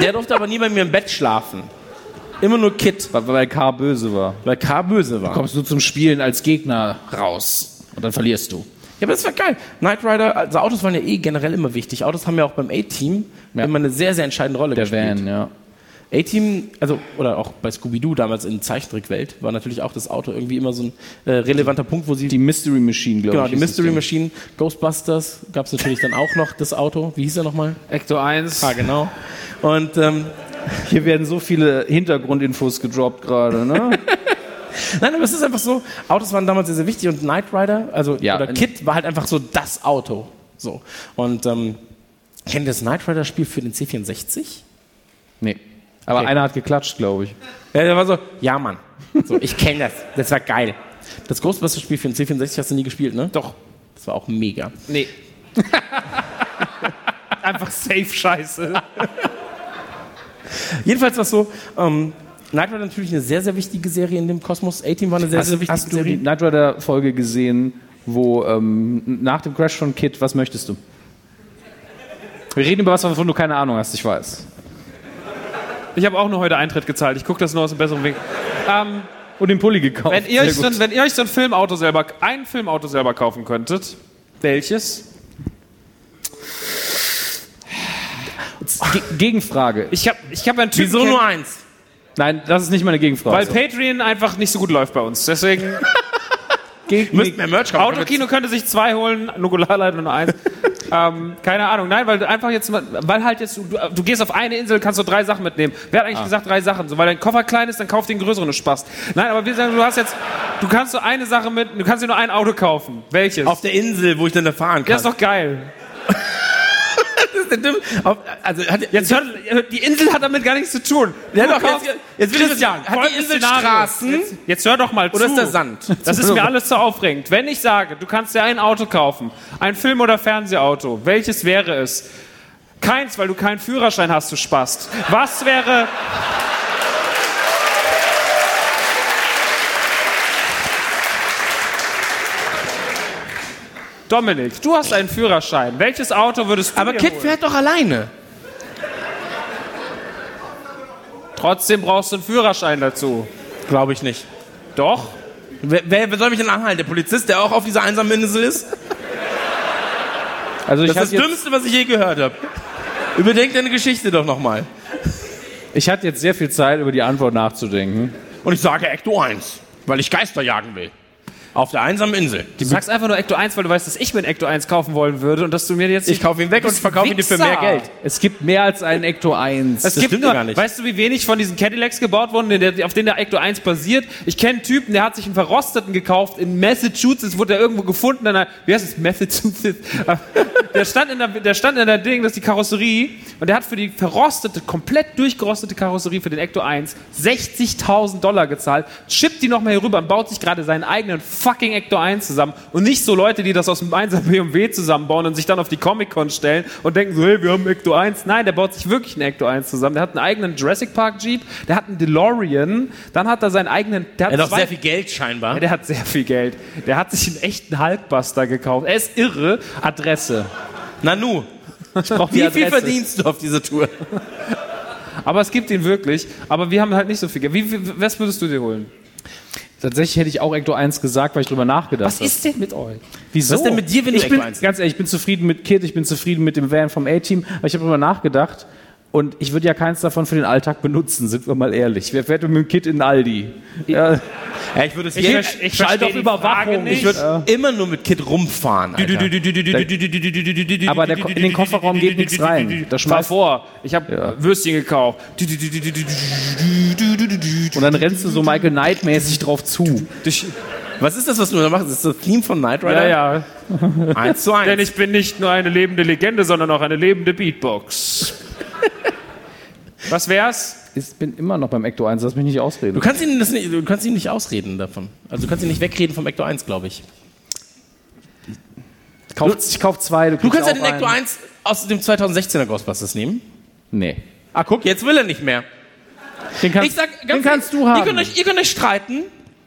E: der durfte aber nie bei mir im Bett schlafen. Immer nur Kid,
G: Weil, weil K böse war.
E: weil K böse war.
G: Kommst du zum Spielen als Gegner raus und dann verlierst du.
E: Ja, aber das war geil. Knight Rider, also Autos waren ja eh generell immer wichtig. Autos haben ja auch beim A-Team
G: Ja.
E: immer eine sehr, sehr entscheidende Rolle
G: Der
E: gespielt.
G: Van, ja.
E: A-Team, also, oder auch bei Scooby-Doo damals in Zeichentrickwelt, war natürlich auch das Auto irgendwie immer so ein äh, relevanter Punkt, wo sie.
G: Die Mystery Machine, glaube
E: genau,
G: ich.
E: die
G: ist das
E: Mystery
G: Ding.
E: Machine, Ghostbusters gab es natürlich dann auch noch, das Auto. Wie hieß er nochmal?
F: Ecto 1.
E: Ah, genau. Und ähm,
G: Hier werden so viele Hintergrundinfos gedroppt gerade, ne?
E: nein, aber es ist einfach so, Autos waren damals sehr, sehr wichtig und Knight Rider, also
G: Ja.
E: oder Kid war halt einfach so das Auto. So. Und ähm, kennt ihr das Knight Rider-Spiel für den C64?
G: nee. Aber
E: Okay.
G: einer hat geklatscht, glaube ich.
E: Ja, der war so, ja, Mann. So, ich kenne das. Das war geil. Das Ghostbusters-Spiel für den C64 hast du nie gespielt, ne? Doch. Das war auch mega.
F: Nee. einfach safe Scheiße.
E: Jedenfalls war es so, ähm, Knight Rider natürlich eine sehr, sehr wichtige Serie in dem Kosmos. A-Team war eine sehr, sehr wichtige
G: Hast du die
E: Serie.
G: Knight Rider Folge gesehen, wo ähm, nach dem Crash von Kid, was möchtest du? Wir reden über was, wovon du keine Ahnung hast, ich weiß.
F: Ich habe auch nur heute Eintritt gezahlt. Ich gucke das nur aus einem besseren Weg. Oh, Ähm,
G: Und den Pulli gekauft.
F: wenn, ihr
G: Sehr
F: euch so,
G: gut.
F: ein- wenn ihr euch so ein Filmauto selber, ein Filmauto selber kaufen könntet, welches?
G: Ge- Gegenfrage.
F: Ich habe ich hab einen Typen.
E: Wieso
F: kenn-
E: nur eins?
G: Nein, das ist nicht meine Gegenfrage.
F: Weil Patreon einfach nicht so gut läuft bei uns. Deswegen,
G: Geg-
E: Müssten mehr Merch kaufen.
F: Autokino könnte sich zwei holen, Nukular leider nur eins. ähm, keine Ahnung, nein, weil du einfach jetzt, mal- weil halt jetzt, du, du gehst auf eine Insel, kannst du drei Sachen mitnehmen. Wer hat eigentlich gesagt drei Sachen? So, weil dein Koffer klein ist, dann kauf den größeren, du Spaß. Nein, aber wir sagen, du hast jetzt, du kannst so eine Sache mit, du kannst dir nur ein Auto kaufen. Welches?
E: Auf der Insel, wo ich dann da fahren kann.
F: das ist doch geil.
E: Das ist der Dumme. Auf, also hat,
F: Jetzt hört, die Insel hat damit gar nichts zu tun.
E: Ja,
F: Du
E: doch,
F: kaufst-
E: jetzt- jetzt will ich das sagen. Hat die
F: folgendes
E: Insel
F: Szenario.
E: Straßen?
F: Jetzt, jetzt hör doch mal zu.
E: oder ist der Sand?
F: Das ist mir alles zu aufregend. Wenn ich sage, du kannst dir ein Auto kaufen, ein Film- oder Fernsehauto, welches wäre es? Keins, weil du keinen Führerschein hast, du Spast. Was wäre. Dominik, du hast einen Führerschein. Welches Auto würdest du
E: Aber
F: dir
E: Kit
F: holen?
E: fährt doch alleine.
F: Trotzdem brauchst du einen Führerschein dazu.
E: Glaube ich nicht.
F: Doch?
E: Wer, wer, wer soll mich denn anhalten? Der Polizist, der auch auf dieser einsamen Insel ist?
G: also
E: Das ist
G: ich hatte,
E: das
G: jetzt,
E: Dümmste, was ich je gehört habe. Überdenk deine Geschichte doch nochmal.
G: ich hatte jetzt sehr viel Zeit, über die Antwort nachzudenken.
E: Und ich sage Ecto 1, weil ich Geister jagen will. Auf der einsamen Insel.
F: Du sagst einfach nur Ecto 1, weil du weißt, dass ich mir einen Ecto 1 kaufen wollen würde und dass du mir jetzt.
E: Ich kaufe ihn weg und verkaufe ihn dir für
F: Wichser.
E: mehr Geld.
G: Es gibt mehr als einen Ecto 1.
F: Es
E: Das
F: gibt
E: stimmt
F: nur,
E: doch gar nicht.
F: Weißt du, wie wenig von diesen Cadillacs gebaut wurden, der- auf denen der Ecto 1 basiert? Ich kenne einen Typen, der hat sich einen Verrosteten gekauft in Massachusetts, wurde der irgendwo gefunden. In der, wie heißt es? Massachusetts. der, stand in der, der stand in der Ding, das ist die Karosserie. Und der hat für die verrostete, komplett durchgerostete Karosserie für den Ecto 1 60.000 Dollar gezahlt, chippt die nochmal hier rüber und baut sich gerade seinen eigenen fucking Ecto 1 zusammen. Und nicht so Leute, die das aus dem einsamen BMW zusammenbauen und sich dann auf die Comic-Con stellen und denken so, hey, wir haben einen Ecto 1. Nein, der baut sich wirklich einen Ecto 1 zusammen. Der hat einen eigenen Jurassic Park Jeep, der hat einen DeLorean, dann hat er seinen eigenen... Der hat,
E: Er hat auch
F: zwei-
E: sehr viel Geld scheinbar.
F: Ja, der hat sehr viel Geld. Der hat sich einen echten Hulkbuster gekauft. Er ist irre. Adresse.
E: Nanu,
F: Ich brauche
E: wie viel verdienst du auf dieser Tour?
F: Aber es gibt ihn wirklich. Aber wir haben halt nicht so viel Geld. Wie, wie, was würdest du dir holen?
G: Tatsächlich hätte ich auch Ecto 1 gesagt, weil ich drüber nachgedacht habe.
F: denn mit euch?
G: Wieso?
E: Was ist denn mit dir, wenn du
G: ich
E: Ecto
G: bin,
E: 1?
G: Ganz ehrlich, ich bin zufrieden mit Kid, ich bin zufrieden mit dem Van vom A-Team, aber ich habe drüber nachgedacht und ich würde ja keins davon für den Alltag benutzen, sind wir mal ehrlich. Wer fährt denn mit dem Kid in Aldi? Ja,
E: Ja, ich würde es
F: Ich, ich, ich schalte auf Überwachung.
E: Ich würde immer nur mit Kid rumfahren. Alter.
G: aber der, Ko- in den Kofferraum geht nichts rein.
F: Fahr
G: Da schmeißt, und
F: vor. Ich habe Würstchen gekauft.
G: dann rennst du so Michael Knight-mäßig drauf zu.
E: Was ist das, was du da machst? Ist das das Theme von Knight
F: Ja,
E: Rider?
F: ja.
E: Eins zu eins.
F: Denn ich bin nicht nur eine lebende Legende, sondern auch eine lebende Beatbox. Was wär's?
G: Ich bin immer noch beim Ecto 1, lass mich nicht ausreden.
E: Du kannst ihn das nicht, du kannst ihn nicht ausreden davon. Also du kannst ihn nicht wegreden vom Ecto 1, glaube ich.
G: kauf, ich kauf zwei,
E: Du
G: kriegst
E: kannst ja den
G: auch
E: Ecto
G: einen.
E: 1 aus dem 2016er Ghostbusters nehmen.
G: Nee.
E: Ah, guck, jetzt will er nicht mehr.
G: Den kannst,
E: Ich sag, ganz
G: den kannst du
E: ehrlich,
G: haben.
E: Ihr könnt euch, ihr könnt euch streiten.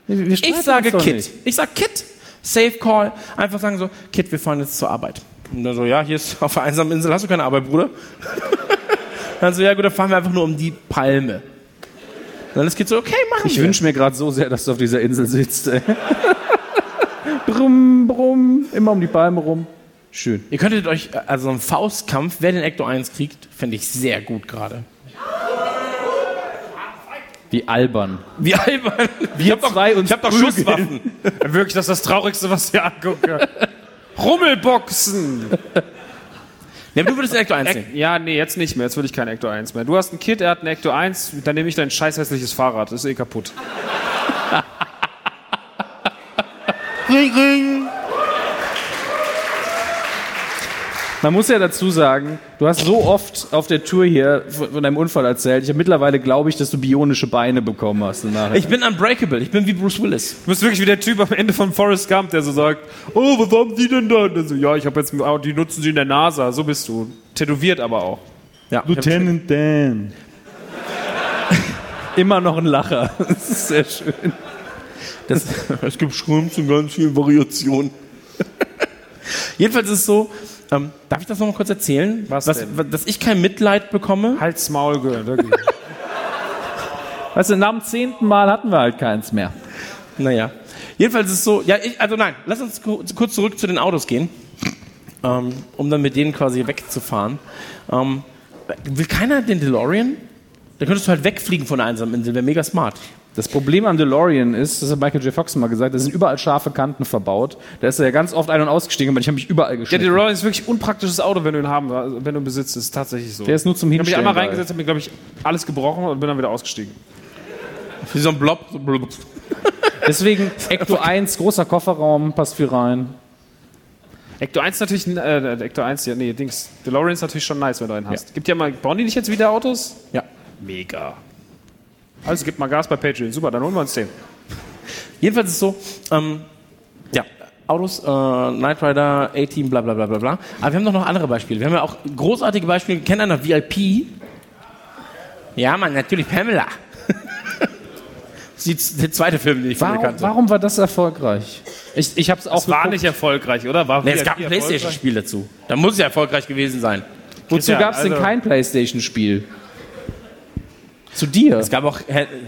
G: Wir- wir streiten
E: Ich
G: uns
E: sage
G: doch
E: Kit.
G: nicht.
E: Ich sag Kit. Safe Call. Einfach sagen so, Kit, wir fahren jetzt zur Arbeit. Und dann so, ja, hier ist auf der einsamen Insel, hast du keine Arbeit, Bruder? dann so, ja gut, dann fahren wir einfach nur um die Palme. Und dann ist Kit so, okay, machen
G: Ich
E: wir.
G: wünsche mir gerade so sehr, dass du auf dieser Insel sitzt. ey. brumm, brumm, immer um die Palme rum. Schön.
E: Ihr könntet euch, also so einen Faustkampf, wer den Ecto 1 kriegt, fände ich sehr gut gerade.
G: Wie albern.
E: Wie albern.
G: Wir zwei und
E: Ich hab doch Schusswaffen.
F: Wirklich, das ist das Traurigste, was ich angucke. Rummelboxen!
E: Ja, aber du würdest den Ecto 1
F: Ec-
E: nehmen.
F: Ja, nee, jetzt nicht mehr. Jetzt will ich keinen Ecto 1 mehr. Du hast einen Kid, er hat einen Ecto 1, dann nehme ich dein scheiß hässliches Fahrrad. Ist eh kaputt.
G: Man muss ja dazu sagen, du hast so oft auf der Tour hier von von deinem Unfall erzählt. Ich hab mittlerweile glaube ich, dass du bionische Beine bekommen hast. Danach.
E: Ich bin unbreakable. Ich bin wie Bruce Willis.
F: Du bist wirklich wie der Typ am Ende von Forrest Gump, der so sagt, oh, was haben die denn da? Und dann so, ja, ich habe jetzt, oh, die nutzen sie in der NASA. So bist du. Tätowiert aber auch.
E: Ja.
G: Lieutenant Dan. Immer noch ein Lacher. Das ist sehr schön.
E: es gibt Schrimps und ganz viel Variation. Jedenfalls ist es so, ähm, darf ich das nochmal kurz erzählen?
F: Was
E: dass,
F: denn?
E: dass ich kein Mitleid bekomme?
F: Halt's Maul, Girl, wirklich.
G: Weißt du, nach dem zehnten Mal hatten wir halt keins mehr.
E: Naja. Jedenfalls ist es so, ja, ich, also nein, lass uns ku- kurz zurück zu den Autos gehen, ähm, um dann mit denen quasi wegzufahren. Ähm, will keiner den DeLorean? Dann könntest du halt wegfliegen von der einsamen Insel, wäre mega smart.
G: Das Problem an DeLorean ist, das hat Michael J. Fox mal gesagt, da sind überall scharfe Kanten verbaut. Da ist er ja ganz oft ein- und ausgestiegen, aber ich habe mich überall
F: Ja,
G: geschnitten.
F: der DeLorean ist wirklich ein unpraktisches Auto, wenn du ihn haben, wenn du ihn besitzt. Das ist tatsächlich so.
G: Der ist nur zum
F: ich habe mich
G: Hinstellen
F: einmal
G: da.
F: reingesetzt, habe mir, glaube ich, alles gebrochen und bin dann wieder ausgestiegen.
E: Wie so ein Blob. So blub.
G: Deswegen Ecto 1, großer Kofferraum, passt viel rein.
F: Ecto 1 natürlich, äh, Ecto 1, ja, nee, Dings. DeLorean ist natürlich schon nice, wenn du einen hast. Gibt ja mal, bauen die nicht jetzt wieder Autos?
E: Ja.
F: Mega. Also gib mal Gas bei Patreon. Super, dann holen wir uns den.
E: Jedenfalls ist es so, ähm, ja, Autos, äh, Knight Rider, A-Team, bla bla bla bla bla. Aber wir haben doch noch andere Beispiele. Wir haben ja auch großartige Beispiele. Kennt einer VIP? Ja, Mann, natürlich Pamela. das ist die- der zweite Film, den ich von ihr
G: Warum,
E: kannte.
G: warum war das erfolgreich? Ich, ich habe es auch
F: War
G: geguckt.
F: nicht erfolgreich, oder? War
E: Nee, es gab ein Playstation-Spiel dazu. Da muss es ja erfolgreich gewesen sein.
G: Wozu
F: Ja,
G: gab es denn
F: also-
G: kein Playstation-Spiel? Zu dir?
E: Es gab auch,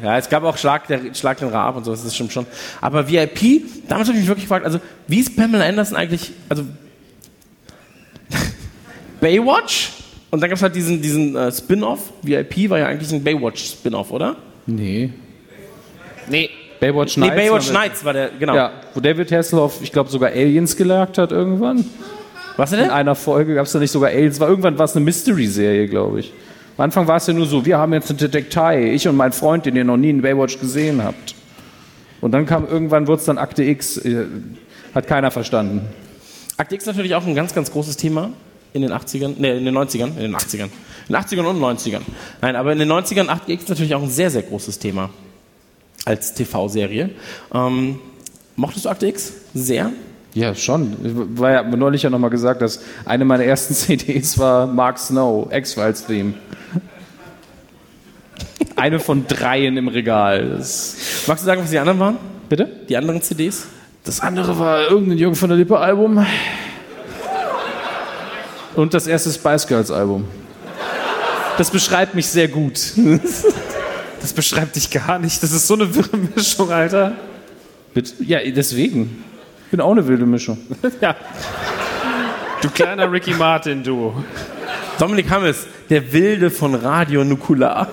E: ja, es gab auch Schlag, der, Schlag den Raab und so, das stimmt schon. Aber VIP, damals habe ich mich wirklich gefragt, also wie ist Pamela Anderson eigentlich, also Baywatch? Und dann gab es halt diesen, diesen äh, Spin-Off. VIP war ja eigentlich ein Baywatch-Spin-Off, oder?
G: Nee.
E: Nee.
G: Baywatch
E: Nee,
G: Nights.
E: Baywatch
G: war-
E: Nights war der, genau.
G: Ja, wo David Hasselhoff, ich glaube, sogar Aliens gelagt hat irgendwann.
E: Was
G: In
E: denn?
G: einer Folge gab es da nicht sogar Aliens. War irgendwann war es eine Mystery-Serie, glaube ich. Am Anfang war es ja nur so, wir haben jetzt eine Detektei, ich und mein Freund, den ihr noch nie in Baywatch gesehen habt. Und dann kam irgendwann, wurde es dann Akte X. Äh, hat keiner verstanden.
E: Akt X natürlich auch ein ganz, ganz großes Thema in den 80ern, nee, in den 90ern, in den 80ern. In den 80ern und 90ern. Nein, aber in den 90ern, 8X natürlich auch ein sehr, sehr großes Thema als TV-Serie. Ähm, mochtest du 8X? Sehr.
G: Ja, schon. War ja neulich ja nochmal gesagt, dass eine meiner ersten CDs war Mark Snow, X-Files-Theme. Eine von dreien im Regal. Das,
E: Magst du sagen, was die anderen waren?
G: bitte?
E: Die anderen CDs?
G: Das andere war irgendein Jürgen von der Lippe Album. Und das erste Spice Girls Album. Das beschreibt mich sehr gut.
F: Das beschreibt dich gar nicht. Das ist so eine wirre Mischung, Alter.
G: Bitte? Ja, deswegen. Ich bin auch eine wilde Mischung.
F: Ja. Du kleiner Ricky Martin, du.
E: Dominik Hammes, der Wilde von Radio Nukular.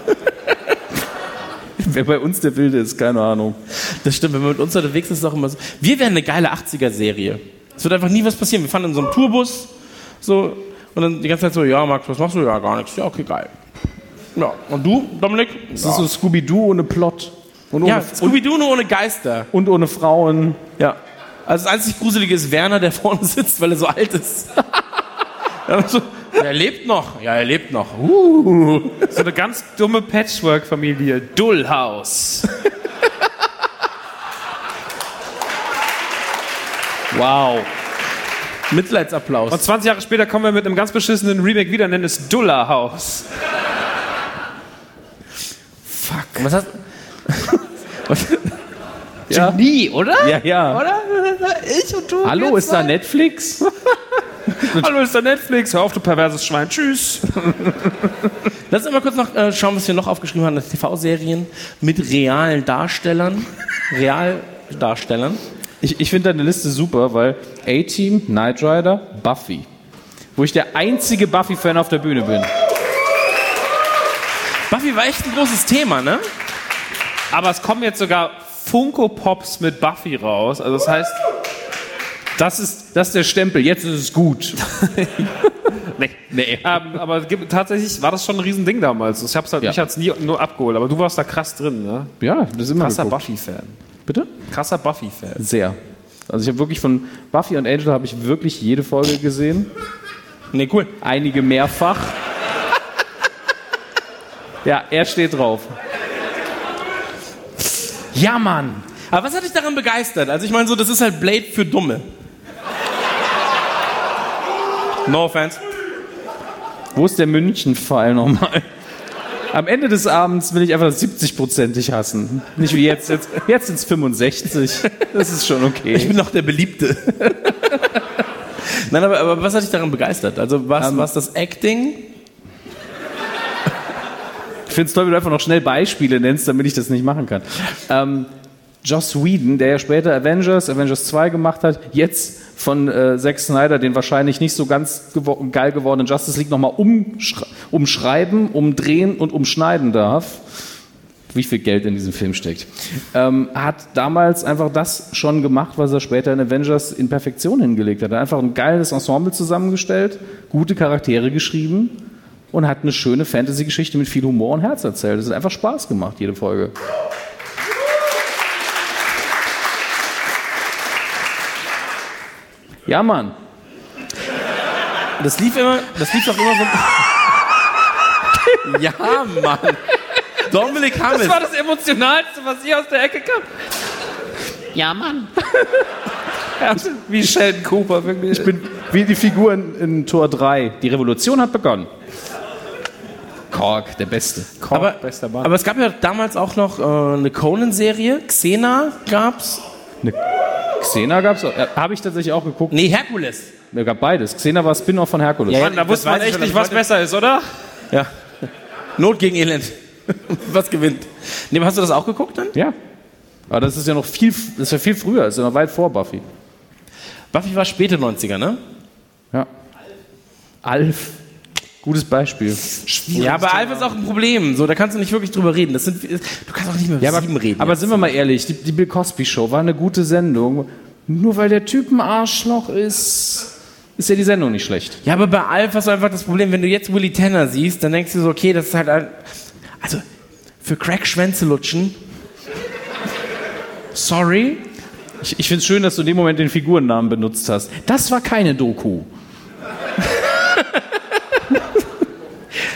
G: Wer bei uns der Wilde ist, keine Ahnung.
E: Das stimmt, wenn man mit uns unterwegs ist, ist es auch immer so. Wir wären eine geile 80er-Serie. Es wird einfach nie was passieren. Wir fahren in so einem Tourbus so, und dann die ganze Zeit so, ja, Max, was machst du? Ja, gar nichts. Ja, okay, geil. Ja, und du, Dominik?
G: Das ist so Scooby-Doo ohne Plot. Und ohne,
E: Ja, Scooby-Doo nur ohne Geister.
G: und ohne Frauen.
E: Ja. Also das einzig Gruselige ist Werner, der vorne sitzt, weil er so alt ist. Ja, so, er lebt noch. Ja, er lebt noch. Uh.
F: So eine ganz dumme Patchwork-Familie. Dullhaus.
G: Wow.
E: Mitleidsapplaus.
F: Und 20 Jahre später kommen wir mit einem ganz beschissenen Remake wieder, nennen es Dullerhaus.
E: Und Was hast
F: Genie, oder?
G: Ja, ja.
F: Ich und du.
G: Hallo, ist da Netflix?
F: Hallo, ist da Netflix? Hör auf, du perverses Schwein. Tschüss.
E: Lass uns mal kurz noch äh, schauen, was wir noch aufgeschrieben haben. Das TV-Serien mit realen Darstellern. Realdarstellern.
G: Ich, ich finde deine Liste super, weil A-Team, Knight Rider, Buffy. Wo ich der einzige Buffy-Fan auf der Bühne bin.
E: Buffy war echt ein großes Thema, ne?
F: Aber es kommen jetzt sogar Funko Pops mit Buffy raus. Also das heißt, das ist.
G: Das ist der Stempel, jetzt ist es gut.
F: Nee. nee. Ähm, aber es gibt- tatsächlich war das schon ein Riesending damals. Ich hab's halt,
G: Ja.
F: mich hat's nie nur abgeholt, aber du warst da krass drin, ne?
G: Ja, das ist immer
F: Krasser
G: geguckt.
F: Buffy-Fan.
G: Bitte?
F: Krasser Buffy-Fan.
G: Sehr. Also ich habe wirklich von Buffy und Angel habe ich wirklich jede Folge gesehen.
E: Ne, cool.
G: Einige mehrfach. Ja, er steht drauf. Ja, Mann.
E: Aber was hat dich daran begeistert? Also ich meine so, das ist halt Blade für Dumme. No offense.
G: Wo ist der München-Fall nochmal? Am Ende des Abends will ich einfach 70-prozentig hassen. Nicht wie jetzt. Jetzt, jetzt sind es 65. Das ist schon
E: Ich
G: okay.
E: bin noch der Beliebte. Nein, aber, aber was Ähm. hat dich daran begeistert? Also was, was das Acting?
G: Ich finde es toll, wenn du einfach noch schnell Beispiele nennst, damit ich das nicht machen kann. Ähm, Joss Whedon, der ja später Avengers, Avengers 2 gemacht hat, jetzt von äh, Zack Snyder den wahrscheinlich nicht so ganz gewo geil gewordenen Justice League nochmal umschre umschreiben, umdrehen und umschneiden darf wie viel Geld in diesem Film steckt. Ähm, hat damals einfach das schon gemacht, was er später in Avengers in Perfektion hingelegt hat. Er hat einfach ein geiles Ensemble zusammengestellt, gute Charaktere geschrieben und hat eine schöne Fantasy-Geschichte mit viel Humor und Herz erzählt. Es hat einfach Spaß gemacht, jede Folge. Ja, Mann.
E: Das lief immer, das lief doch immer so. ja, Mann. Dominik Hammel.
F: Das war das Emotionalste, was ich aus der Ecke kam.
E: Ja, Mann.
F: Wie Sheldon Cooper wirklich.
G: Ich bin wie die Figuren in Tor 3. Die Revolution hat begonnen. Kork, der Beste. Kork,
E: Aber, aber es gab ja damals auch noch äh, eine Conan-Serie. Xena gab's.
G: Xena gab's auch. Äh, Habe ich tatsächlich auch geguckt.
E: Nee, Herkules.
G: Es gab beides. Xena war Spin-off von Herkules.
E: Ja,
F: Mann, da
E: das
F: wusste man
E: weiß ich
F: echt
E: schon,
F: nicht,
E: das
F: was
E: wollte-
F: besser ist, oder?
E: Ja. Not gegen Elend. Was gewinnt? Nee, aber hast du das auch geguckt dann?
G: Ja. Aber das ist ja noch viel, das ist ja viel früher, das ist ja noch weit vor Buffy.
E: Buffy war späte 90er, ne?
G: Ja. Alf. Gutes Beispiel.
E: Ja, aber Alf ist auch ein Problem. So, da kannst du nicht wirklich drüber reden. Das sind, du kannst auch nicht mehr über
G: Ja, aber,
E: sieben reden.
G: aber sind wir mal ehrlich, die, die Bill Cosby Show war eine gute Sendung. Nur weil der Typ ein Arschloch ist, ist ja die Sendung nicht schlecht.
E: Ja, aber bei Alf hast du einfach das Problem, wenn du jetzt Willy Tanner siehst, dann denkst du so, okay, das ist halt ein. Also, für Crack-Schwänze lutschen. Sorry.
G: Ich, ich finde es schön, dass du in dem Moment den Figurennamen benutzt hast. Das war keine Doku.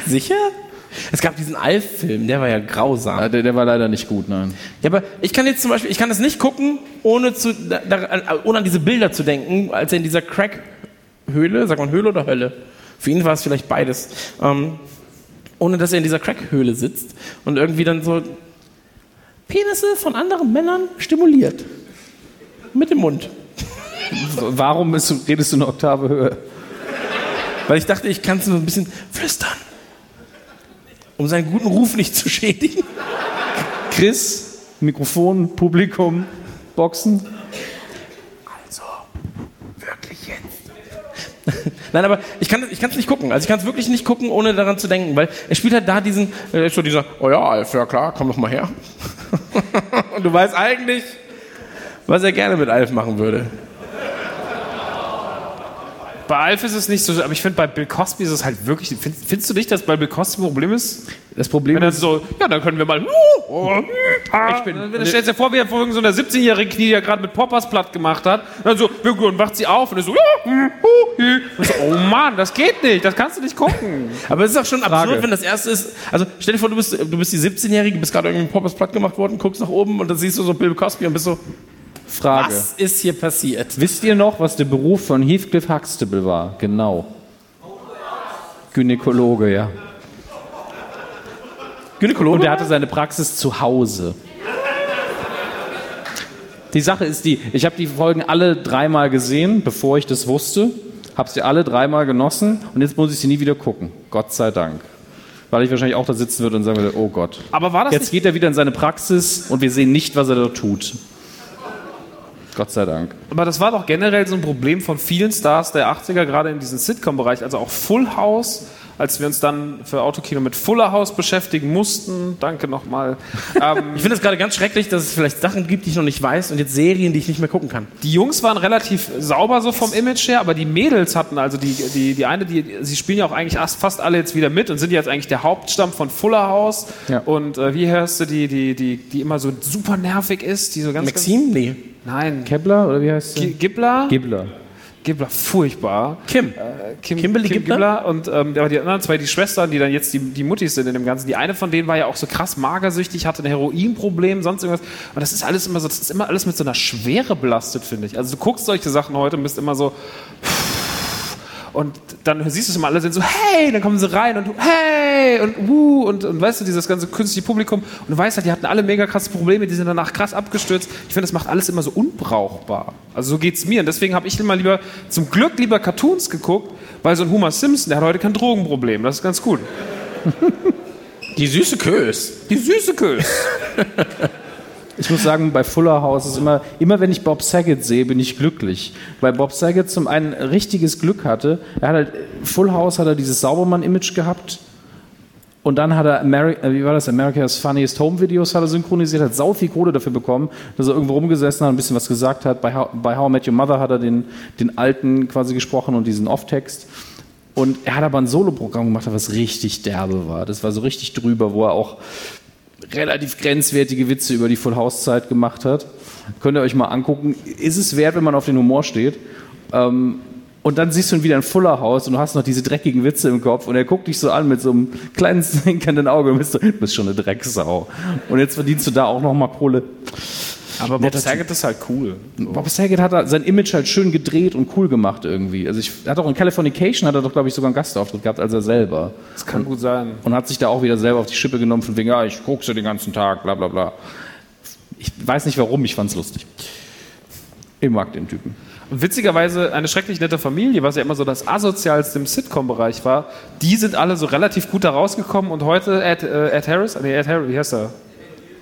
E: Sicher? Es gab diesen Alf-Film, der war ja grausam.
G: Ah, Der, der war leider nicht gut, nein.
E: Ja, aber ich kann jetzt zum Beispiel, ich kann das nicht gucken, ohne, zu, da, da, ohne an diese Bilder zu denken, als er in dieser Crack-Höhle, sagt man Höhle oder Hölle? Für ihn war es vielleicht beides. Ähm, ohne dass er in dieser Crack-Höhle sitzt und irgendwie dann so Penisse von anderen Männern stimuliert. Mit dem Mund.
G: W- Warum bist du- redest du eine Oktave höher?
E: Weil ich dachte, ich kann es so ein bisschen flüstern. Um seinen guten Ruf nicht zu schädigen.
G: Chris, Mikrofon, Publikum, Boxen.
E: So, wirklich jetzt. Nein, aber ich kann es ich kann's nicht gucken. Also ich kann es wirklich nicht gucken, ohne daran zu denken, weil er spielt halt da diesen, äh, so dieser, oh ja, Alf, ja klar, komm doch mal her. Und du weißt eigentlich, was er gerne mit Alf machen würde.
F: Bei Alf ist es nicht so, aber ich finde, bei Bill Cosby ist es halt wirklich. Find, findest du nicht, dass bei Bill Cosby ein Problem ist?
G: Das Problem
F: Wenn er
G: ist,
F: so, ja, dann können wir mal. Ich bin. Dann stellst du dir vor, wie er vor so einer 17-jährigen Knie, die er gerade mit Poppers platt gemacht hat. Und dann so, und wacht sie auf und ist so, uh, und so, oh Mann, das geht nicht, das kannst du nicht gucken.
E: Aber es ist auch schon absurd,
G: Frage.
E: wenn das erste ist. Also stell dir vor, du bist, du bist die 17-Jährige, bist gerade irgendwie Poppers platt gemacht worden, guckst nach oben und dann siehst du so Bill Cosby und bist so,
G: Frage.
E: was ist hier passiert?
G: Wisst ihr noch, was der Beruf von Heathcliff Huxtable war? Genau. Gynäkologe, ja.
E: Gynäkologe?
G: Und er hatte seine Praxis zu Hause. Die Sache ist die, ich habe die Folgen alle dreimal gesehen, bevor ich das wusste, habe sie alle dreimal genossen und jetzt muss ich sie nie wieder gucken. Gott sei Dank. Weil ich wahrscheinlich auch da sitzen würde und sagen würde, oh Gott.
F: Aber war das
G: Jetzt geht er wieder in seine Praxis und wir sehen nicht, was er dort tut. Gott sei Dank.
F: Aber das war doch generell so ein Problem von vielen Stars der 80er, gerade in diesem Sitcom-Bereich, also auch Full House, als wir uns dann für Autokino mit Fuller House beschäftigen mussten. Danke nochmal. Ähm,
E: ich finde es gerade ganz schrecklich, dass es vielleicht Sachen gibt, die ich noch nicht weiß und jetzt Serien, die ich nicht mehr gucken kann.
F: die Jungs waren relativ sauber so vom Image her, aber die Mädels hatten, also die, die, die eine, die, sie spielen ja auch eigentlich erst fast alle jetzt wieder mit und sind jetzt eigentlich der Hauptstamm von Fuller House.
G: Ja.
F: Und äh, wie hörst du die, die, die, die immer so super nervig ist, die so ganz.
E: Maxim? Nee.
F: Ganz, nein.
G: Kepler oder wie heißt
F: G- Gibbler?
G: Gibbler.
F: Gibbler, furchtbar. Äh,
E: Kim.
F: Kim,
E: Kimberly
F: Kim
E: Gibbler?
F: Gibbler und ähm, aber die anderen zwei, die Schwestern, die dann jetzt die, die Muttis sind in dem Ganzen, die eine von denen war ja auch so krass magersüchtig, hatte ein Heroinproblem, sonst irgendwas. Und das ist alles immer so, das ist immer alles mit so einer Schwere belastet, finde ich. Also du guckst solche Sachen heute und bist immer so. Und dann siehst du es immer, alle sind so, hey, dann kommen sie rein und hey und wuh und, und weißt du, dieses ganze künstliche Publikum. Und du weißt halt, die hatten alle mega krasse Probleme, die sind danach krass abgestürzt. Ich finde, das macht alles immer so unbrauchbar. Also so geht's mir. Und deswegen habe ich immer lieber, zum Glück lieber Cartoons geguckt, weil so ein Homer Simpson, der hat heute kein Drogenproblem. Das ist ganz gut.
J: Die süße Kös.
F: Die süße Kös.
G: Ich muss sagen, bei Fuller House ist immer, immer wenn ich Bob Saget sehe, bin ich glücklich. Weil Bob Saget zum einen richtiges Glück hatte. Er hat halt, Full House hat er dieses Saubermann-Image gehabt. Und dann hat er, Ameri äh, wie war das, America's Funniest Home Videos hat er synchronisiert, hat sau viel Kohle dafür bekommen, dass er irgendwo rumgesessen hat, ein bisschen was gesagt hat. Bei How, bei How I Met Your Mother hat er den, den alten quasi gesprochen und diesen Off-Text. Und er hat aber ein Solo-Programm gemacht, was richtig derbe war. Das war so richtig drüber, wo er auch relativ grenzwertige Witze über die Full House Zeit gemacht hat. Könnt ihr euch mal angucken. Ist es wert, wenn man auf den Humor steht? Ähm, und dann siehst du ihn wieder in Fuller House und du hast noch diese dreckigen Witze im Kopf und er guckt dich so an mit so einem kleinen zwinkernden Auge und bist so, du bist schon eine Drecksau. Und jetzt verdienst du da auch nochmal Kohle.
J: Aber Bob Saget ist halt cool.
G: Bob Saget hat da sein Image halt schön gedreht und cool gemacht irgendwie. Also ich er hat auch in Californication hat er doch glaube ich sogar einen Gastauftritt gehabt als er selber
F: Das kann gut sein.
G: und hat sich da auch wieder selber auf die Schippe genommen von wegen ja ich guck so den ganzen Tag bla bla bla. Ich weiß nicht warum, ich fand's lustig. Ich mag den Typen.
F: Und witzigerweise eine schrecklich nette Familie, was ja immer so das asozialste im Sitcom-Bereich war, die sind alle so relativ gut da rausgekommen und heute Ed, äh, Ed Harris, nee, Ed Harris, wie heißt er?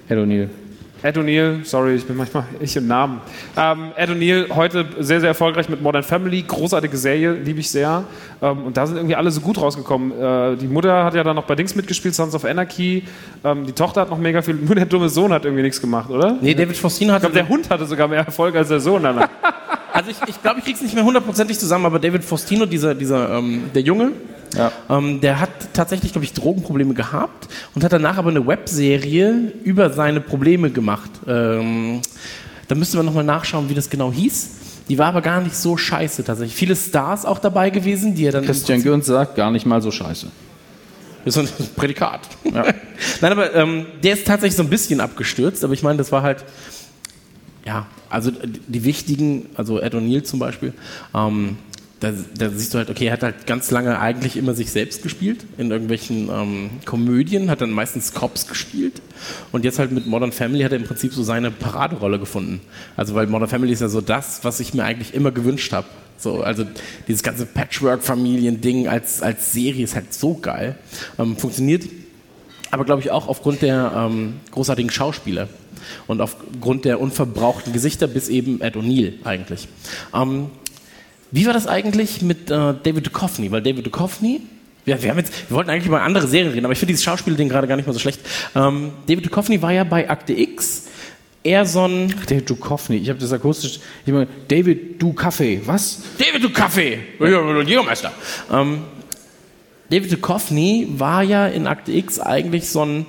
G: Ed O'Neill.
F: Ed O'Neill, sorry, ich bin manchmal ich im Namen. Ähm, Ed O'Neill heute sehr, sehr erfolgreich mit Modern Family, großartige Serie, liebe ich sehr. Ähm, und da sind irgendwie alle so gut rausgekommen. Äh, die Mutter hat ja dann noch bei Dings mitgespielt, Sons of Anarchy. Ähm, die Tochter hat noch mega viel, nur der dumme Sohn hat irgendwie nichts gemacht, oder?
E: Nee, David Faustino hat.
F: Ich glaube, der Hund hatte sogar mehr Erfolg als der Sohn danach.
E: also ich, ich glaube, ich krieg's nicht mehr hundertprozentig zusammen, aber David Faustino, dieser, dieser, ähm, der Junge, ähm, der hat tatsächlich, glaube ich, Drogenprobleme gehabt und hat danach aber eine Webserie über seine Probleme gemacht. Ähm, da müssen wir nochmal nachschauen, wie das genau hieß. Die war aber gar nicht so scheiße tatsächlich. Viele Stars auch dabei gewesen, die er dann.
G: Christian Gürns sagt gar nicht mal so scheiße.
E: Das ist ein Prädikat. Nein, aber ähm, der ist tatsächlich so ein bisschen abgestürzt, aber ich meine, das war halt, ja, also die wichtigen, also Ed O'Neill zum Beispiel, ähm, da, da siehst du halt, okay, er hat halt ganz lange eigentlich immer sich selbst gespielt in irgendwelchen ähm, Komödien, hat dann meistens Cops gespielt und jetzt halt mit Modern Family hat er im Prinzip so seine Paraderolle gefunden. Also weil Modern Family ist ja so das, was ich mir eigentlich immer gewünscht habe. So, also dieses ganze Patchwork-Familien-Ding als, als Serie ist halt so geil. Ähm, funktioniert, aber glaube ich auch aufgrund der ähm, großartigen Schauspieler und aufgrund der unverbrauchten Gesichter bis eben Ed O'Neill eigentlich. Ähm, wie war das eigentlich mit äh, David Duchovny? Weil David Duchovny, wir, wir, haben jetzt, wir wollten eigentlich über andere Serien reden, aber ich finde dieses Schauspielding gerade gar nicht mal so schlecht. Ähm, David Duchovny war ja bei Akte X eher so ein
G: David Duchovny, ich habe das akustisch. Ich meine, David Du Kaffee, was?
E: David Duchovny, Jägermeister. Ähm, David Duchovny war ja in Akte X eigentlich so ein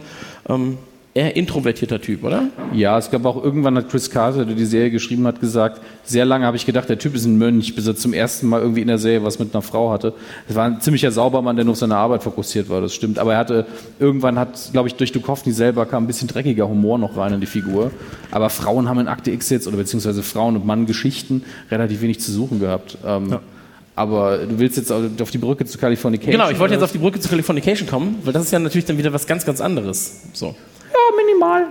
E: ähm, eher introvertierter Typ, oder?
G: Ja, es gab auch irgendwann hat Chris Carter, der die Serie geschrieben hat, gesagt, sehr lange habe ich gedacht, der Typ ist ein Mönch, bis er zum ersten Mal irgendwie in der Serie was mit einer Frau hatte. Es war ein ziemlicher Saubermann, der nur auf seine Arbeit fokussiert war, das stimmt. Aber er hatte, irgendwann hat, glaube ich, durch Duchovny selber kam ein bisschen dreckiger Humor noch rein in die Figur. Aber Frauen haben in Akte X jetzt, oder beziehungsweise Frauen und Mann Geschichten, relativ wenig zu suchen gehabt. Ähm, Aber du willst jetzt auf die Brücke zu Californication.
E: Genau, ich wollte jetzt
G: oder?
E: auf die Brücke zu Californication kommen, weil das ist ja natürlich dann wieder was ganz, ganz anderes. So.
G: Ja, minimal.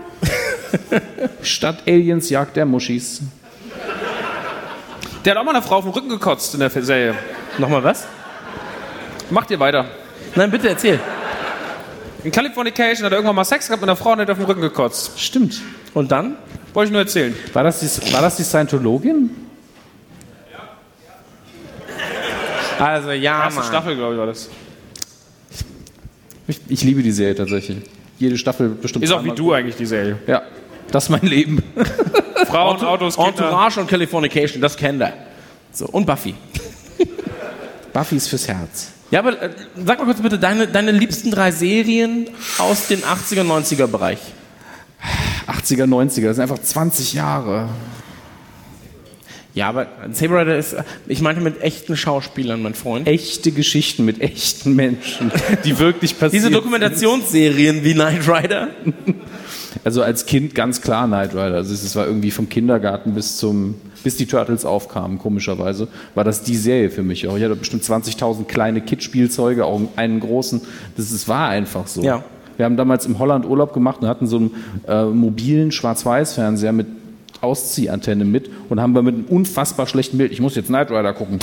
G: Statt Aliens jagt er Muschis.
F: Der hat auch mal eine Frau auf den Rücken gekotzt in der Serie.
E: Nochmal was?
F: Macht ihr weiter.
E: Nein, bitte erzähl.
F: In Californication hat er irgendwann mal Sex gehabt mit einer Frau und hat auf den Rücken gekotzt.
G: Stimmt.
E: Und dann?
F: Wollte ich nur erzählen.
G: War das die, war das die Scientologin?
E: Also ja,
F: Erste Staffel, glaube ich, war das.
G: Ich, ich liebe die Serie tatsächlich. Jede Staffel bestimmt.
F: Ist auch wie
G: zweimal.
F: du eigentlich die Serie.
G: Ja. Das ist mein Leben.
F: Frauen, Autos, Kinder.
E: Entourage und Californication, das kennt er. So, und Buffy.
G: Buffy ist fürs Herz.
E: Ja, aber äh, sag mal kurz bitte deine, deine liebsten drei Serien aus den 80er, 90er Bereich.
G: 80er, 90er, das sind einfach 20 Jahre.
E: Ja, aber Saber Rider ist, äh, ich meinte mit echten Schauspielern, mein Freund.
G: Echte Geschichten mit echten Menschen, die wirklich passieren.
E: Diese Dokumentationsserien wie Knight Rider.
G: Also als Kind ganz klar Knight Rider. Also es war irgendwie vom Kindergarten bis zum bis die Turtles aufkamen, komischerweise, war das die Serie für mich auch. Ich hatte bestimmt 20.000 kleine Kidspielzeuge, auch einen großen. Das ist, war einfach so.
E: Ja.
G: Wir haben damals im Holland Urlaub gemacht und hatten so einen äh, mobilen Schwarz-Weiß-Fernseher mit Ausziehantenne mit und haben wir mit einem unfassbar schlechten Bild, ich muss jetzt Knight Rider gucken.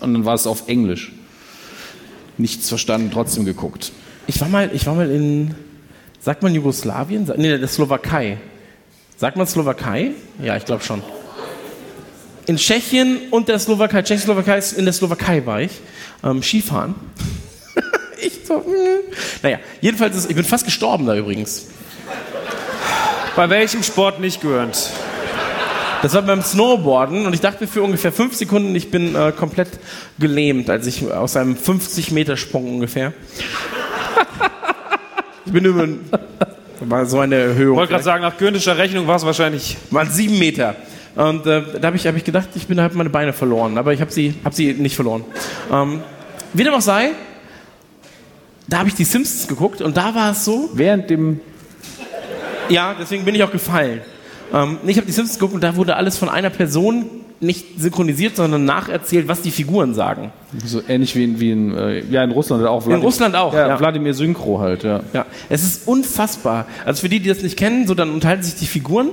G: Und dann war es auf Englisch. Nichts verstanden, trotzdem geguckt.
E: Ich war mal, ich war mal in, sagt man Jugoslawien? Sa- Nee, der Slowakei. Sagt man Slowakei? Ja, ich glaube schon. In Tschechien und der Slowakei. Tschechoslowakei ist in der Slowakei war ich. Ähm, Skifahren. ich so, mm. Naja, jedenfalls ist, ich bin fast gestorben da übrigens.
F: Bei welchem Sport nicht gehört?
E: Das war beim Snowboarden und ich dachte für ungefähr fünf Sekunden, ich bin äh, komplett gelähmt, als ich aus einem 50-Meter-Sprung ungefähr. ich bin über war so eine
F: Ich
E: Erhöhung.
F: wollte gerade sagen, nach gönischer Rechnung war es wahrscheinlich.
E: Waren sieben Meter. Und äh, da habe ich, hab ich gedacht, ich bin halt meine Beine verloren, aber ich habe sie, hab sie nicht verloren. Ähm, wie dem auch sei, da habe ich die Simpsons geguckt und da war es so,
G: Während dem.
E: ja, deswegen bin ich auch gefallen. Ähm, ich habe die Simpsons geguckt und da wurde alles von einer Person nicht synchronisiert, sondern nacherzählt, was die Figuren sagen.
G: So ähnlich wie in, wie in, äh, ja, in Russland auch. Vladim-
E: Russland auch,
G: Ja,
E: ja.
G: Wladimir Synchro halt, ja.
E: Ja, es ist unfassbar. Also für die, die das nicht kennen, so dann unterhalten sich die Figuren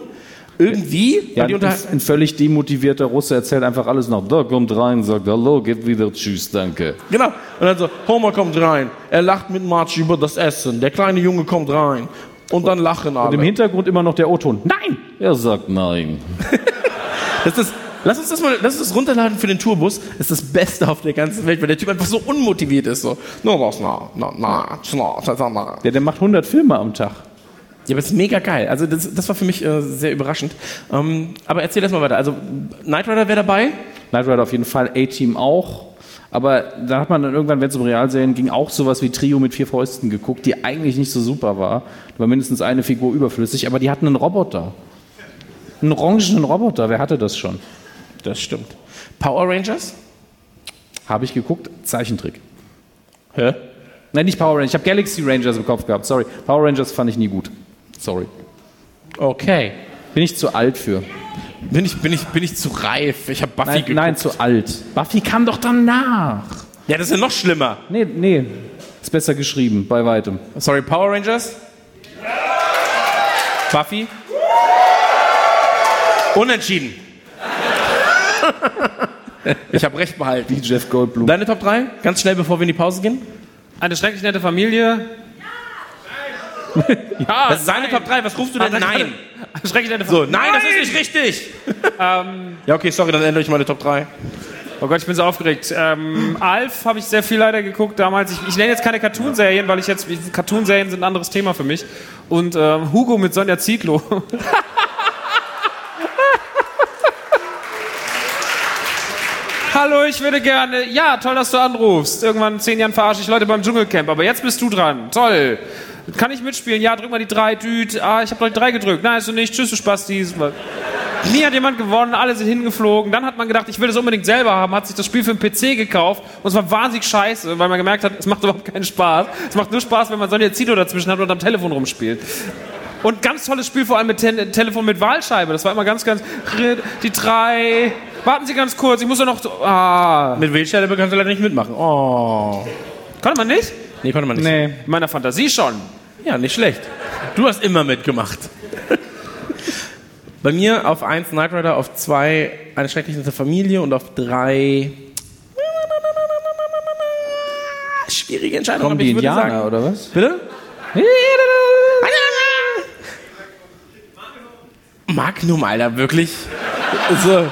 E: irgendwie.
G: Ja,
E: weil die
G: ein,
E: unter
G: ein völlig demotivierter Russe erzählt einfach alles noch. Da kommt rein, sagt Hallo, geht wieder, tschüss, danke.
E: genau. Und dann so, Homer kommt rein. Er lacht mit Marge über das Essen. Der kleine Junge kommt rein. Und dann lachen alle.
G: Im Hintergrund immer noch der O-Ton. Nein! Er sagt nein.
E: Das ist, lass uns das mal, lass uns das runterladen für den Tourbus. Das ist das Beste auf der ganzen Welt, weil der Typ einfach so unmotiviert ist. So, no, no, no, no, no, no, no, no.
G: Ja, der macht 100 Filme am Tag.
E: Ja, aber das ist mega geil. Also das, das war für mich äh, sehr überraschend. Ähm, aber erzähl das mal weiter. Also Knight Rider wäre dabei.
G: Knight Rider auf jeden Fall, A-Team auch. Aber da hat man dann irgendwann, wenn es um Realserien ging, auch sowas wie Trio mit vier Fäusten geguckt, die eigentlich nicht so super war. Da war mindestens eine Figur überflüssig, aber die hatten einen Roboter. Einen orangenen Roboter, wer hatte das schon?
E: Das stimmt. Power Rangers?
G: Habe ich geguckt, Zeichentrick. Hä? Nein, nicht Power Rangers, ich habe Galaxy Rangers im Kopf gehabt, sorry. Power Rangers fand ich nie gut. Sorry.
E: Okay.
G: Bin ich zu alt für.
E: Bin ich, bin ich, bin ich zu reif? Ich habe Buffy
G: Nein,
E: geguckt.
G: nein, zu alt. Buffy kam doch danach.
E: Ja, das ist ja noch schlimmer.
G: Nee, nee. Ist besser geschrieben, bei weitem.
E: Sorry, Power Rangers? Buffy? Unentschieden. ich habe recht behalten.
G: Wie Jeff Goldblum.
E: Deine Top 3? Ganz schnell, bevor wir in die Pause gehen.
F: Eine schrecklich nette Familie.
E: Ah, das ist seine Top 3. Was rufst du denn? nein.
F: Eine schrecklich nette
E: So,
F: Familie.
E: nein, Ähm. das ist nicht richtig. ja, okay, sorry, dann ändere ich meine Top 3.
F: Oh Gott, ich bin so aufgeregt. Ähm, Alf habe ich sehr viel leider geguckt damals. Ich, ich nenne jetzt keine Cartoonserien, weil ich jetzt. Cartoonserien sind ein anderes Thema für mich. Und ähm, Hugo mit Sonja Zietlow. Hallo, ich würde gerne. Ja, toll, dass du anrufst. Irgendwann in zehn Jahren verarsche ich Leute beim Dschungelcamp, aber jetzt bist du dran. Toll. Kann ich mitspielen? Ja, drück mal die drei, Düt. Ah, ich habe die drei gedrückt. Nein, hast du nicht. Tschüss, du Spastis. Nie hat jemand gewonnen, alle sind hingeflogen. Dann hat man gedacht, ich will das unbedingt selber haben, hat sich das Spiel für den PC gekauft und es war wahnsinnig scheiße, weil man gemerkt hat, es macht überhaupt keinen Spaß. Es macht nur Spaß, wenn man Sonja Zito dazwischen hat und am Telefon rumspielt. Und ganz tolles Spiel, vor allem mit Ten Telefon mit Wahlscheibe. Das war immer ganz, ganz. Die drei. Warten Sie ganz kurz, ich muss doch noch. Ah.
E: Mit Wildstelle kannst du leider nicht mitmachen. Oh.
F: Konnte man nicht?
E: Nee, konnte man nicht.
F: Nee. In meiner Fantasie schon.
E: Ja, nicht schlecht. Du hast immer mitgemacht. Bei mir auf 1 Knight Rider, auf 2 eine schrecklich nette Familie und auf 3 schwierige Entscheidung,
G: Kommen
E: aber
G: die
E: ich würde
G: Indianer
E: sagen.
G: oder was?
E: Bitte? Magnum, Alter, wirklich? So.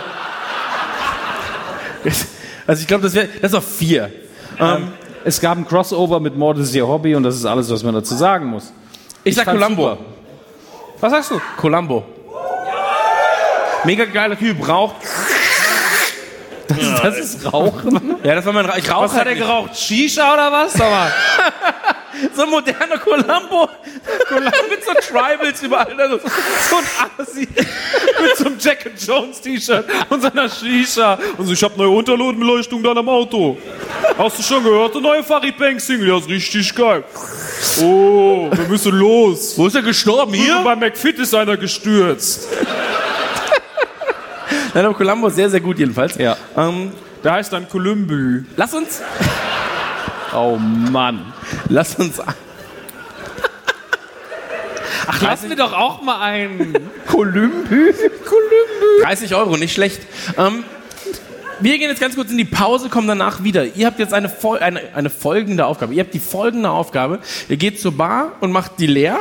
E: Also ich glaube, das wäre das ist auf 4. Ähm,
G: Es gab ein Crossover mit Mord ist ihr Hobby und das ist alles, was man dazu sagen muss.
E: ich sag
G: fand's
E: Columbo.
G: super.
F: Was sagst du?
E: Columbo. Mega geiler Typ, raucht.
G: Das ist Rauchen.
E: Ja, das war mein Ra Ich rauche
F: Was hat er
E: halt nicht.
F: geraucht? Shisha oder was? Sag mal.
E: So ein moderner Columbo. Columbo mit so Tribals überall. Also, so ein Assi.
F: mit so einem Jack and Jones T-Shirt und seiner Shisha. Und so, ich hab neue Unterbodenbeleuchtung dann am Auto. Hast du schon gehört? Die neue Farid Bang Single, ja, ist richtig geil. Oh, wir müssen los.
E: Wo ist er gestorben?
F: Hier? Bei McFit ist einer gestürzt.
E: Nein, aber Columbo ist sehr, sehr gut jedenfalls.
G: Ja.
E: Ähm,
F: Der heißt dann Columbu.
E: lass uns.
G: Oh Mann.
E: Lass uns.
F: Ach, lass mir doch auch mal einen.
E: Kolumbü? 30 Euro, nicht schlecht. Ähm, wir gehen jetzt ganz kurz in die Pause, kommen danach wieder. Ihr habt jetzt eine, Fol eine, eine folgende Aufgabe. Ihr habt die folgende Aufgabe. Ihr geht zur Bar und macht die leer.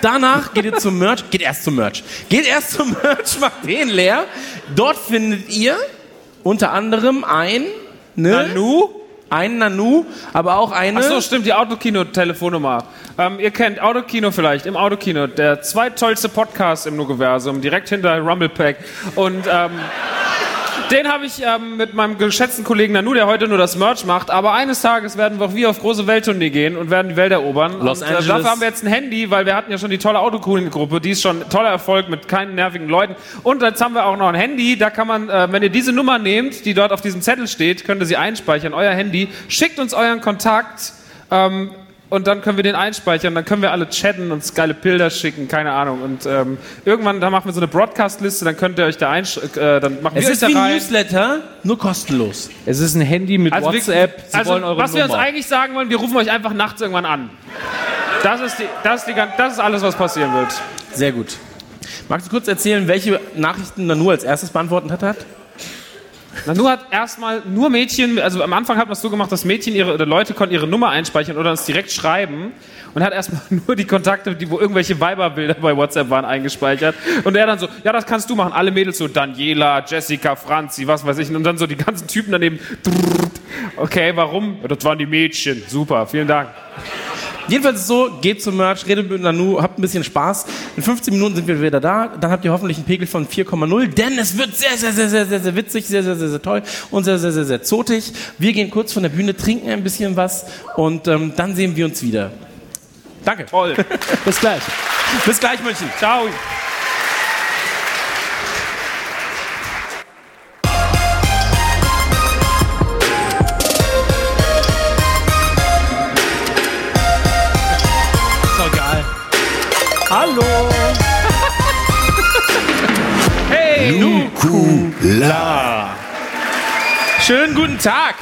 E: Danach geht ihr zum Merch. Geht erst zum Merch. Geht erst zum Merch, macht den leer. Dort findet ihr unter anderem ein... Ne? Nanu? Ein Nanu, aber auch eine...
F: Ach so, stimmt, die Autokino-Telefonnummer. Ähm, ihr kennt Autokino vielleicht, im Autokino, der zweitollste Podcast im Nugeversum, direkt hinter Rumble Pack. Und ähm, den habe ich ähm, mit meinem geschätzten Kollegen Nanu, der heute nur das Merch macht. Aber eines Tages werden wir auch wir auf große Welttournee gehen und werden die Welt erobern.
E: Los
F: und äh,
E: Angeles.
F: dafür haben wir jetzt ein Handy, weil wir hatten ja schon die tolle Autokino-Gruppe, die ist schon ein toller Erfolg mit keinen nervigen Leuten. Und jetzt haben wir auch noch ein Handy, da kann man, äh, wenn ihr diese Nummer nehmt, die dort auf diesem Zettel steht, könnt ihr sie einspeichern, euer Handy. Schickt uns euren Kontakt. Ähm, und dann können wir den einspeichern, dann können wir alle chatten, uns geile Bilder schicken, keine Ahnung. Und ähm, irgendwann, da machen wir so eine Broadcast-Liste, dann könnt ihr euch da einsch... Äh, dann machen
E: es
F: wir
E: ist
F: euch da
E: wie ein
F: rein.
E: Newsletter, nur kostenlos.
G: Es ist ein Handy mit
F: Also wir-
G: WhatsApp. Sie
F: also
G: wollen eure
F: was wir uns
G: Nummer.
F: eigentlich sagen wollen, wir rufen euch einfach nachts irgendwann an. Das ist, die, das, ist die, gan- das ist alles, was passieren wird.
E: Sehr gut. Magst du kurz erzählen, welche Nachrichten Nanu als erstes beantwortet hat? hat?
F: Nanu hat erstmal nur Mädchen, also am Anfang hat man es so gemacht, dass Mädchen ihre, oder Leute konnten ihre Nummer einspeichern oder uns direkt schreiben und hat erstmal nur die Kontakte, die, wo irgendwelche Weiberbilder bei WhatsApp waren, eingespeichert. Und er dann so, ja, das kannst du machen. Alle Mädels so, Daniela, Jessica, Franzi, was weiß ich. Und dann so die ganzen Typen daneben. Okay, warum? Ja, Das waren die Mädchen. Super, vielen Dank.
E: Jedenfalls ist es so, geht zum Merch, redet mit Nanu, habt ein bisschen Spaß. In 15 Minuten sind wir wieder da, dann habt ihr hoffentlich einen Pegel von 4,0, denn es wird sehr, sehr, sehr, sehr, sehr, sehr witzig, sehr, sehr, sehr, sehr toll und sehr, sehr, sehr, sehr zotig. Wir gehen kurz von der Bühne, trinken ein bisschen was und ähm, dann sehen wir uns wieder. Danke.
F: Toll.
E: Bis gleich. Bis gleich, München.
F: Ciao.
E: Ist doch geil.
F: Hallo. Hey, nu.
D: Nukula.
E: Schönen guten Tag.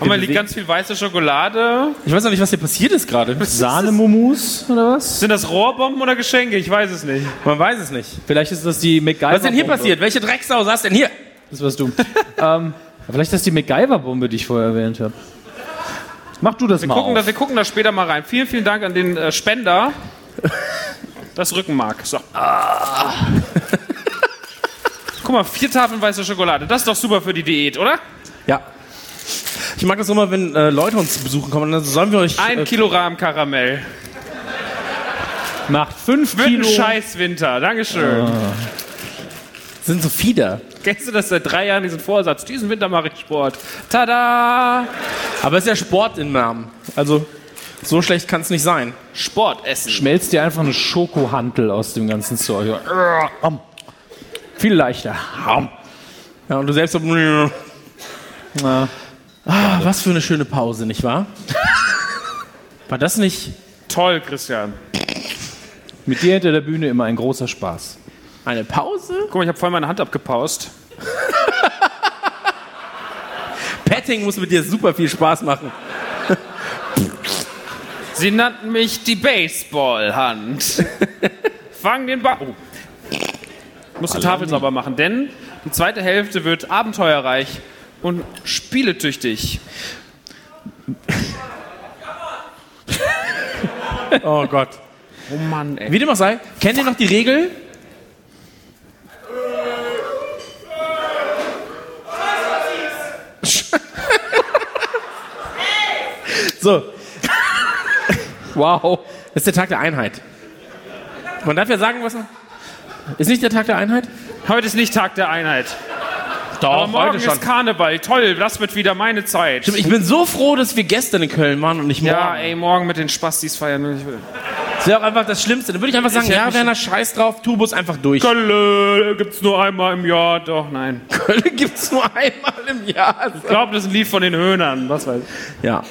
F: Und man liegt ganz viel weiße Schokolade.
E: Ich weiß noch nicht, was hier passiert ist gerade.
G: Sahnemumus oder was?
F: Sind das Rohrbomben oder Geschenke? Ich weiß es nicht.
E: Man weiß es nicht.
G: Vielleicht ist das die MacGyver.
E: Was ist denn hier passiert? Welche Drecksau saß denn hier?
G: Das warst du. ähm, vielleicht ist das die MacGyver-Bombe, die ich vorher erwähnt habe. Mach du das
F: Wir
G: mal.
F: gucken,
G: auf.
F: da, wir gucken da später mal rein. Vielen, vielen Dank an den äh, Spender. Das Rückenmark. So.
G: Ah.
F: Guck mal, vier Tafeln weiße Schokolade. Das ist doch super für die Diät, oder?
E: Ja. Ich mag das immer, wenn äh, Leute uns besuchen kommen. Dann sollen wir euch.
F: Ein
E: äh,
F: Kilo Rahmkaramell.
G: Macht fünf
F: Wird ein
G: Kilo. Ah.
F: scheiß Winter. Dankeschön.
E: sind so Fieder.
F: Kennst du das seit drei Jahren, diesen Vorsatz? Diesen Winter mache ich Sport. Ah. Tada!
E: Aber es ist ja Sport im Namen. Also, so schlecht kann es nicht sein.
F: Sport essen.
G: Schmelzt dir einfach eine Schokohantel aus dem ganzen Zeug. Äh, am. Viel leichter. Am.
E: Ja, und du selbst so.
G: Na,
E: Ah, was für eine schöne Pause, nicht wahr? War das nicht
F: Toll, Christian.
G: Mit dir hinter der Bühne immer ein großer Spaß.
E: eine Pause?
F: Guck mal, ich habe vorhin meine Hand abgepaust.
E: Petting muss mit dir super viel Spaß machen.
F: Sie nannten mich die Baseballhand. Fang den Ball. Oh. Ich muss die Tafel sauber machen, denn die zweite Hälfte wird abenteuerreich und spieletüchtig.
E: Oh Gott.
F: Oh Mann, ey.
E: Wie dem auch sei, kennt ihr noch die Regel? so. Wow. Das ist der Tag der Einheit. Man darf ja sagen, was. man- Ist nicht der Tag der Einheit?
F: Heute ist nicht Tag der Einheit.
E: Doch,
F: Aber morgen ist Karneval. Toll, das wird wieder meine Zeit.
E: Ich bin so froh, dass wir gestern in Köln waren und nicht morgen.
F: Ja, ey, morgen mit den Spastis feiern. Ich will-
E: Das wäre auch einfach das Schlimmste. Dann würde ich einfach sagen,
F: hätte
E: ja,
F: mich-
E: Werner, scheiß drauf, Turbus einfach durch.
F: Kölle gibt's nur einmal im Jahr. Doch, nein.
E: Köln gibt's nur einmal im Jahr.
F: Ich glaube, das ist ein Lied von den Höhnern. Was weiß ich.
E: Ja.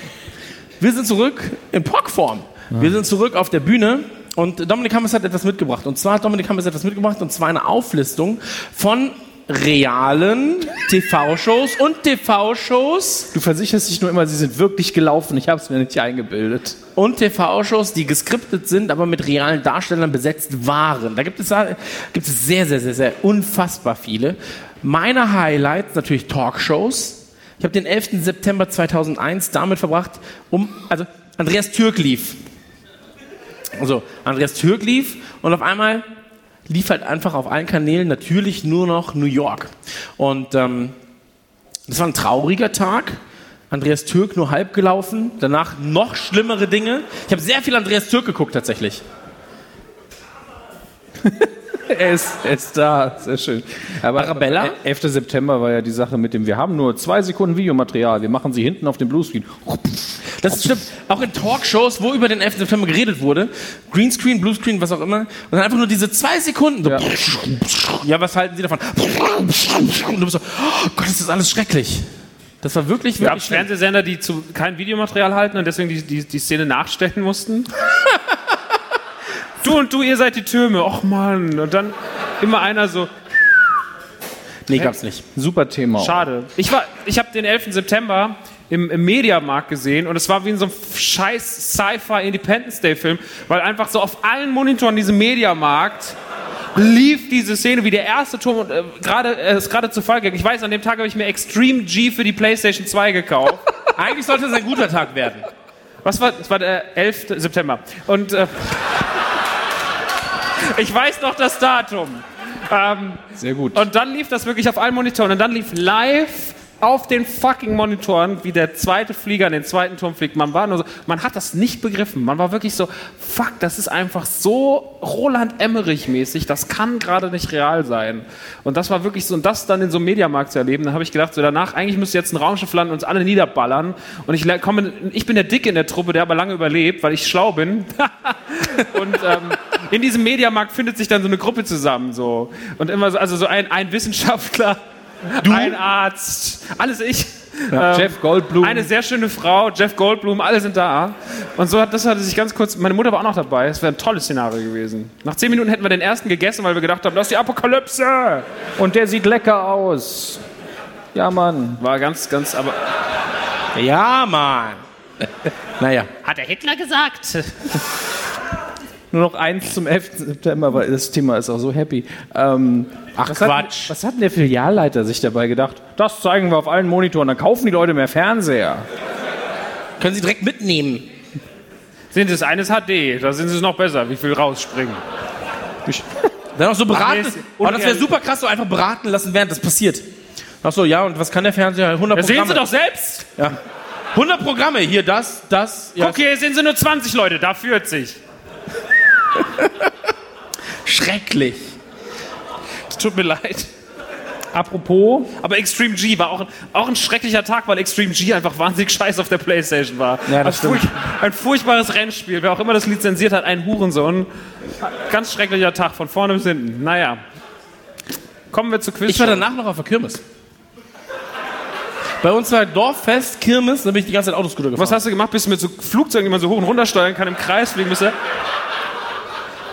E: Wir sind zurück in Pockform. Wir sind zurück auf der Bühne und Dominik Hammers hat etwas mitgebracht. Und zwar hat Dominik Hammers etwas mitgebracht und zwar eine Auflistung von realen TV-Shows und TV-Shows
G: Du versicherst dich nur immer, sie sind wirklich gelaufen. Ich habe es mir nicht eingebildet.
E: und TV-Shows, die geskriptet sind, aber mit realen Darstellern besetzt waren. Da gibt es, da gibt es sehr, sehr, sehr, sehr unfassbar viele. Meine Highlights natürlich Talkshows. Ich habe den 11. September 2001 damit verbracht, um, also Andreas Türk lief. Also Andreas Türk lief und auf einmal lief halt einfach auf allen Kanälen natürlich nur noch New York. Und ähm, das war ein trauriger Tag. Andreas Türk nur halb gelaufen, danach noch schlimmere Dinge. Ich habe sehr viel Andreas Türk geguckt tatsächlich.
G: Er ist, er ist da, sehr schön. Aber
E: Arabella?
G: 11. September war ja die Sache mit dem, wir haben nur zwei Sekunden Videomaterial, wir machen sie hinten auf dem Bluescreen.
E: Das stimmt. Auch in Talkshows, wo über den 11. September geredet wurde, Greenscreen, Bluescreen, was auch immer, und dann einfach nur diese zwei Sekunden. So ja. was halten Sie davon? Und du bist so, oh Gott, ist das alles schrecklich. Das war wirklich,
F: Gab
E: wirklich
F: es
E: schlimm.
F: Fernsehsender, die zu kein Videomaterial halten und deswegen die, die, die Szene nachstellen mussten? du und du, ihr seid die Türme. Och Mann. Und dann immer einer so,
E: Nee, gab's nicht.
G: Super Thema.
F: schade. Ich war, ich habe den 11. September im, im Mediamarkt gesehen und es war wie in so einem scheiß Sci-Fi Independence Day Film, weil einfach so auf allen Monitoren diesem Mediamarkt lief diese Szene wie der erste Turm und äh, gerade äh, ist gerade zu Fall gegangen. Ich weiß, an dem Tag habe ich mir Extreme G für die PlayStation 2 gekauft.
E: Eigentlich sollte es ein guter Tag werden.
F: Was war, das war der 11. September. Und äh, ich weiß noch das Datum. Ähm,
G: Sehr gut.
F: und dann lief das wirklich auf allen Monitoren. Und dann lief live auf den fucking Monitoren, wie der zweite Flieger in den zweiten Turm fliegt. Man war nur so, man hat das nicht begriffen. Man war wirklich so, fuck, das ist einfach so Roland Emmerich-mäßig. Das kann gerade nicht real sein. Und das war wirklich so, und das dann in so einem Mediamarkt zu erleben, da habe ich gedacht, so danach, eigentlich müsste jetzt ein Raumschiff landen und uns alle niederballern. Und ich le- komme, ich bin der Dicke in der Truppe, der aber lange überlebt, weil ich schlau bin. Und ähm, in diesem Mediamarkt findet sich dann so eine Gruppe zusammen so und immer so, also so ein, ein Wissenschaftler, ein Arzt, alles ich. Ähm,
G: Jeff Goldblum.
F: Eine sehr schöne Frau, Jeff Goldblum, alle sind da. Und so hat das hatte sich ganz kurz. Meine Mutter war auch noch dabei. Es wäre ein tolles Szenario gewesen. Nach zehn Minuten hätten wir den ersten gegessen, weil wir gedacht haben, das ist die Apokalypse.
G: Und der sieht lecker aus. Ja, Mann.
F: War ganz, ganz. Aber
E: Ja, Mann. Naja.
F: hat der Hitler gesagt?
G: Nur noch eins zum 11. September, weil das Thema ist auch so happy. Ähm, Ach was
E: Quatsch.
G: Hat, was hat denn der Filialleiter sich dabei gedacht? Das zeigen wir auf allen Monitoren, dann kaufen die Leute mehr Fernseher.
E: Können Sie direkt mitnehmen.
F: Sind es eines HD? Da sind sie es noch besser. Wie viel rausspringen?
E: Dann auch so beraten.
F: Ach, nee, ist
E: Aber das wäre
F: unehrlich.
E: super krass, so einfach beraten lassen, während das passiert. Ach so, ja, und was kann der Fernseher? 100
F: Das sehen
E: Programme.
F: Sie doch selbst.
E: 100 Programme. Hier, das, das. Ja,
F: Guck, hier sind sie nur 20 Leute, da 40.
E: Schrecklich.
F: Das tut mir leid.
G: Apropos,
F: Aber Extreme G war auch, ein- auch ein schrecklicher Tag, weil Extreme G einfach wahnsinnig scheiße auf der Playstation war.
G: Ja, das
F: ein, ein furchtbares Rennspiel. Wer auch immer das lizenziert hat, ein Hurensohn. Ganz schrecklicher Tag, von vorne bis hinten. Naja. Kommen wir zu Quiz.
E: Ich war danach noch auf der Kirmes. Bei uns war Dorffest, Kirmes, da bin ich die ganze Zeit Autoscooter gefahren.
F: Was hast du gemacht? Bist du mit so Flugzeugen, die man so hoch und runter steuern kann, im Kreis fliegen müsste?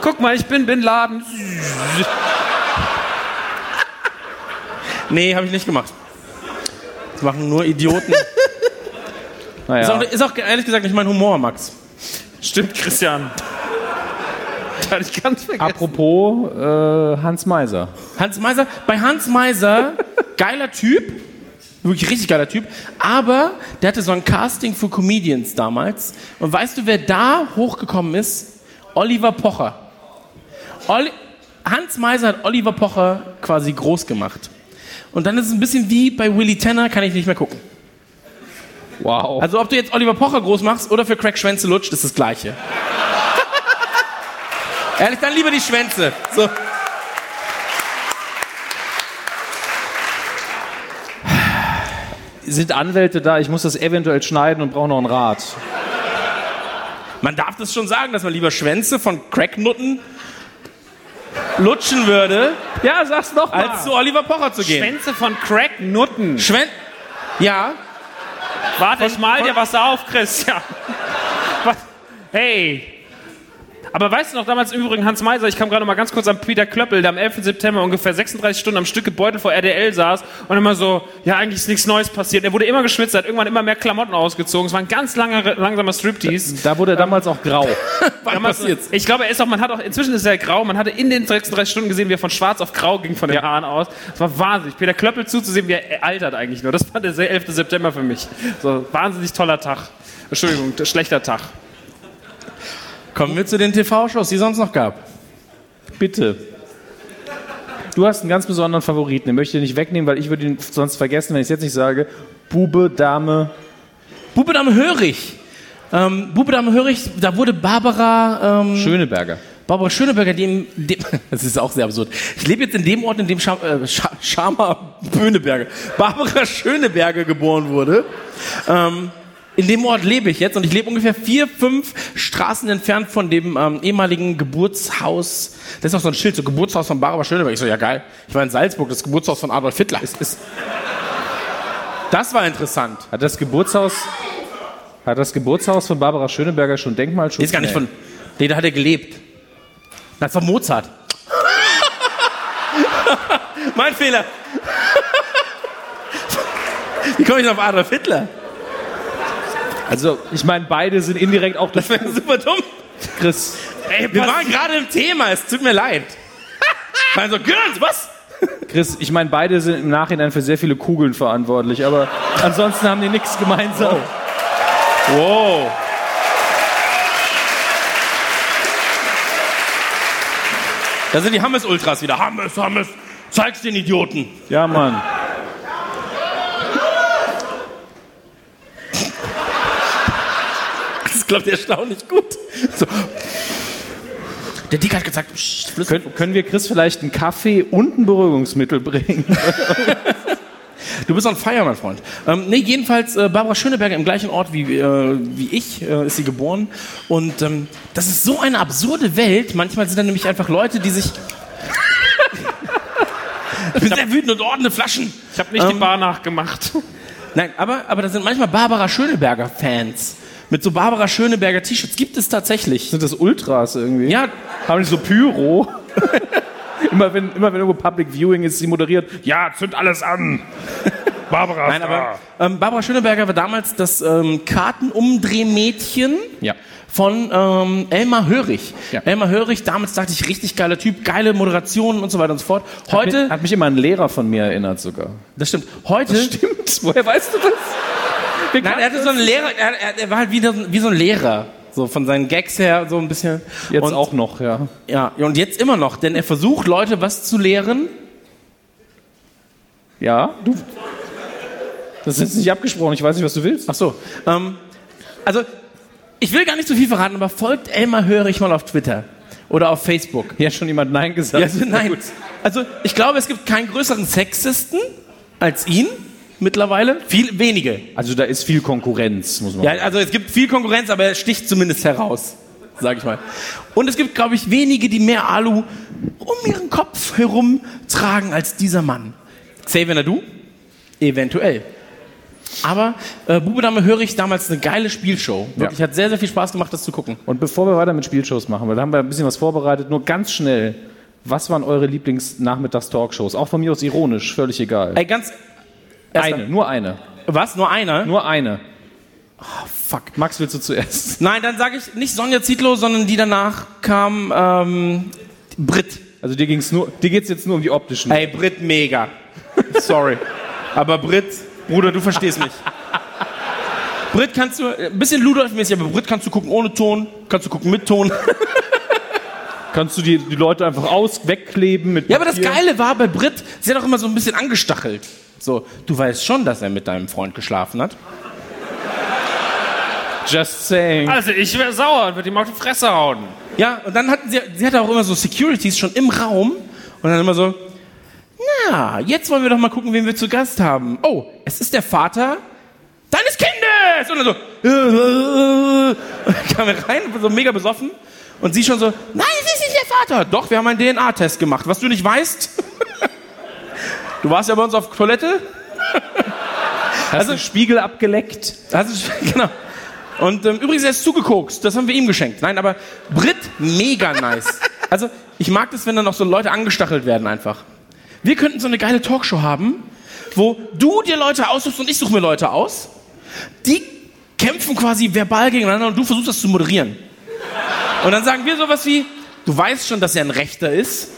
F: Guck mal, ich bin Bin Laden.
E: Nee, habe ich nicht gemacht. Das machen nur Idioten.
G: naja.
E: Ist, auch, ist auch ehrlich gesagt nicht mein Humor, Max.
F: Stimmt, Christian. Da hatte ich ganz vergessen.
G: Apropos äh, Hans Meiser.
E: Hans Meiser, bei Hans Meiser, geiler Typ, wirklich richtig geiler Typ, aber der hatte so ein Casting für Comedians damals. Und weißt du, wer da hochgekommen ist? Oliver Pocher. Oli Hans Meiser hat Oliver Pocher quasi groß gemacht. Und dann ist es ein bisschen wie bei Willy Tanner, kann ich nicht mehr gucken.
G: Wow.
E: Also ob du jetzt Oliver Pocher groß machst oder für Craig Schwänze lutscht, ist das Gleiche. Ehrlich, dann lieber die Schwänze. So.
G: sind Anwälte da? Ich muss das eventuell schneiden und brauche noch einen Rat.
E: Man darf das schon sagen, dass man lieber Schwänze von Cracknutten lutschen würde,
F: Ja, sag's noch mal.
E: als zu Oliver Pocher zu gehen.
F: Schwänze von Crack-Nutten.
E: Schwän ja,
F: Warte, ich mal dir was auf, Christian. Was? Hey, Aber weißt du noch, damals im Übrigen Hans Meiser, ich kam gerade mal ganz kurz an Peter Klöppel, der am 11. September ungefähr 36 Stunden am Stück gebeutelt vor RDL saß und immer so, ja, eigentlich ist nichts Neues passiert. Er wurde immer geschwitzt, hat irgendwann immer mehr Klamotten ausgezogen. Es war ein ganz langer, langsamer Striptease.
G: Da wurde er damals auch grau.
F: Damals, ich glaube, er ist auch, man hat auch, inzwischen ist er grau, man hatte in den 36 Stunden gesehen, wie er von schwarz auf grau ging von den Haaren aus. Das war wahnsinnig. Peter Klöppel zuzusehen, wie er altert eigentlich nur. Das war der 11. September für mich. So, wahnsinnig toller Tag. Entschuldigung, schlechter Tag.
E: Kommen wir zu den TV-Shows, die es sonst noch gab.
G: Bitte. Du hast einen ganz besonderen Favoriten, den möchte ich nicht wegnehmen, weil ich würde ihn sonst vergessen, wenn ich es jetzt nicht sage. Bube, Dame.
E: Bube Dame Hörig. Ähm, Bube Dame Hörig, da wurde Barbara, ähm,
G: Schöneberger.
E: Barbara Schöneberger, die, in dem, das ist auch sehr absurd. Ich lebe jetzt in dem Ort, in dem Scham, äh, Scha Schama Böhneberger, Barbara Schöneberger geboren wurde. Ähm, in dem Ort lebe ich jetzt und ich lebe ungefähr vier, fünf Straßen entfernt von dem ähm, ehemaligen Geburtshaus. Das ist noch so ein Schild, so Geburtshaus von Barbara Schöneberg. Ich so, ja geil. Ich war in Salzburg, das Geburtshaus von Adolf Hitler.
G: Ist, ist,
E: Das war interessant.
G: hat das Geburtshaus. Hat das Geburtshaus von Barbara Schöneberger schon Denkmalschutz?
E: Die ist gar nicht von. Nee, da hat er gelebt. Das war Mozart. mein Fehler. Wie komme ich denn auf Adolf Hitler?
G: Also, ich meine, beide sind indirekt auch durch
E: Das wäre super dumm.
G: Chris.
E: Ey, wir waren gerade im Thema, es tut mir leid. Also, Girls, was?
G: Chris, ich meine, beide sind im Nachhinein für sehr viele Kugeln verantwortlich, aber ansonsten haben die nichts gemeinsam.
E: Wow. Da sind die Hammes-Ultras wieder. Hammes, Hammes, zeig's den Idioten.
G: Ja, Mann.
E: Das klappt erstaunlich gut. So. Der Dick hat gesagt, "Psst, flüssig."
G: Können, können wir Chris vielleicht einen Kaffee und ein Beruhigungsmittel bringen?
E: du bist on fire, mein Freund. Ähm, nee, jedenfalls, äh, Barbara Schöneberger im gleichen Ort wie, äh, wie ich äh, ist sie geboren. Und ähm, das ist so eine absurde Welt. Manchmal sind da nämlich einfach Leute, die sich... ich bin sehr wütend und ordne Flaschen.
F: Ich habe nicht die
E: Ähm.
F: Bar nachgemacht.
E: Nein, aber, aber da sind manchmal Barbara Schöneberger-Fans. Mit so Barbara Schöneberger-T-Shirts gibt es tatsächlich.
G: Sind das Ultras irgendwie?
E: Ja,
G: Haben die so Pyro? immer, wenn, immer wenn irgendwo Public Viewing ist, sie moderiert. Ja, zünd alles an. Barbara
E: nein, aber ähm, Barbara Schöneberger war damals das ähm, Kartenumdrehmädchen
G: Ja.
E: von ähm, Elmar Hörig.
G: Ja.
E: Elmar Hörig, damals dachte ich, richtig geiler Typ, geile Moderationen und so weiter und so fort. Heute,
G: Hat mich immer ein Lehrer von mir erinnert sogar.
E: das stimmt, heute...
G: Stimmt, woher weißt du das? Wir
E: Nein, er hatte so einen Lehrer, er, er, er war halt wie, so- wie so ein Lehrer. So von seinen Gags her, so ein bisschen.
G: Jetzt
E: und,
G: auch noch, ja.
E: Ja, und jetzt immer noch, denn er versucht, Leute was zu lehren.
G: Ja, du. Das ist jetzt nicht abgesprochen, ich weiß nicht, was du willst.
E: Ach so. Ähm, also, ich will gar nicht zu viel verraten, aber folgt Elmar Hörig mal auf Twitter oder auf Facebook.
G: Hier hat schon jemand Nein gesagt.
E: Also, nein. Also, ich glaube, es gibt keinen größeren Sexisten als ihn mittlerweile. Viel wenige.
G: Also da ist viel Konkurrenz, muss man
E: Ja, also es gibt viel Konkurrenz, aber er sticht zumindest heraus, sag ich mal. Und es gibt, glaube ich, wenige, die mehr Alu um ihren Kopf herum tragen als dieser Mann. Xavier Nadu? Eventuell. Aber äh, Bube Dame höre ich damals eine geile Spielshow. Wirklich hat sehr, sehr viel Spaß gemacht, das zu gucken.
G: Und bevor wir weiter mit Spielshows machen, weil da haben wir ein bisschen was vorbereitet, nur ganz schnell. Was waren eure Lieblings-Nachmittags-Talkshows? Auch von mir aus ironisch, völlig egal.
E: Ey, ganz.
G: eine, nur eine.
E: Was? Nur einer?
G: Nur eine. Ah,
E: fuck.
G: Max, willst du zuerst?
E: Nein, dann sage ich nicht Sonja Zietlow, sondern die danach kam ähm, Brit.
G: Also dir ging's nur, dir geht's jetzt nur um die optischen.
E: Ey, Brit mega. Sorry. Aber Brit, Bruder, du verstehst mich. Brit kannst du, ein bisschen Ludolf-mäßig, aber Brit kannst du gucken ohne Ton, kannst du gucken mit Ton.
G: Kannst du die, die Leute einfach aus, wegkleben mit
E: Ja, aber das
G: Papier?
E: Geile war bei Brit, sie hat auch immer so ein bisschen angestachelt. So, du weißt schon, dass er mit deinem Freund geschlafen hat.
G: Just saying.
F: Also, ich wäre sauer und würde ihm auf die Fresse hauen.
E: Ja, und dann hatten sie, sie hatte auch immer so Securities schon im Raum und dann immer so, na, jetzt wollen wir doch mal gucken, wen wir zu Gast haben. Oh, es ist der Vater deines Kindes! Und dann so, äh, äh, äh, kam er rein, so mega besoffen und sie schon so, nein, es ist nicht der Vater. Doch, wir haben einen DNA-Test gemacht. Was du nicht weißt, du warst ja bei uns auf Toilette,
G: Hast du den Spiegel abgeleckt?
E: das ist, Also genau. Und ähm, übrigens, er ist zugekokst. Das haben wir ihm geschenkt. Nein, aber Brit, mega nice. Also, ich mag das, wenn dann noch so Leute angestachelt werden einfach. Wir könnten so eine geile Talkshow haben, wo du dir Leute aussuchst und ich suche mir Leute aus. Die kämpfen quasi verbal gegeneinander und du versuchst das zu moderieren. Und dann sagen wir sowas wie, du weißt schon, dass er ein Rechter ist.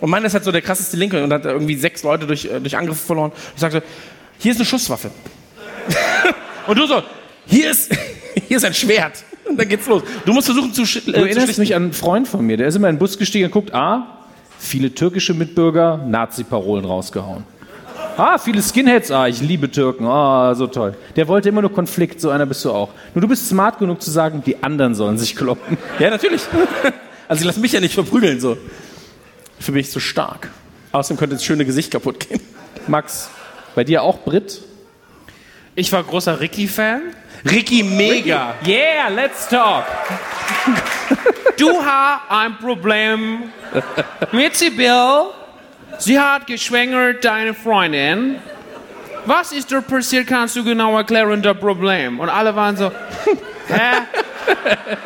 E: Und meiner ist halt so der krasseste Linke und hat irgendwie sechs Leute durch, äh, durch Angriffe verloren. Ich sagte, hier ist eine Schusswaffe. und du so, hier ist, hier ist ein Schwert. Und dann geht's los. Du musst versuchen zu, sch- äh,
G: Du
E: zu
G: erinnerst
E: schlichten.
G: mich an einen Freund von mir, der ist immer in den Bus gestiegen und guckt, ah, viele türkische Mitbürger, Nazi-Parolen rausgehauen. Ah, viele Skinheads, ah, ich liebe Türken, ah, so toll. Der wollte immer nur Konflikt, so einer bist du auch. Nur du bist smart genug zu sagen, die anderen sollen sich kloppen.
E: Ja, natürlich. Also ich lasse mich ja nicht verprügeln so. Für mich so stark. Außerdem könnte das schöne Gesicht kaputt gehen.
G: Max, bei dir auch Brit?
F: Ich war großer Ricky-Fan.
E: Ricky mega.
F: Yeah, let's talk. du hast ein Problem mit Sibyl. Sie hat geschwängert deine Freundin. Was ist da passiert? Kannst du genau erklären, das Problem? Und alle waren so, hä?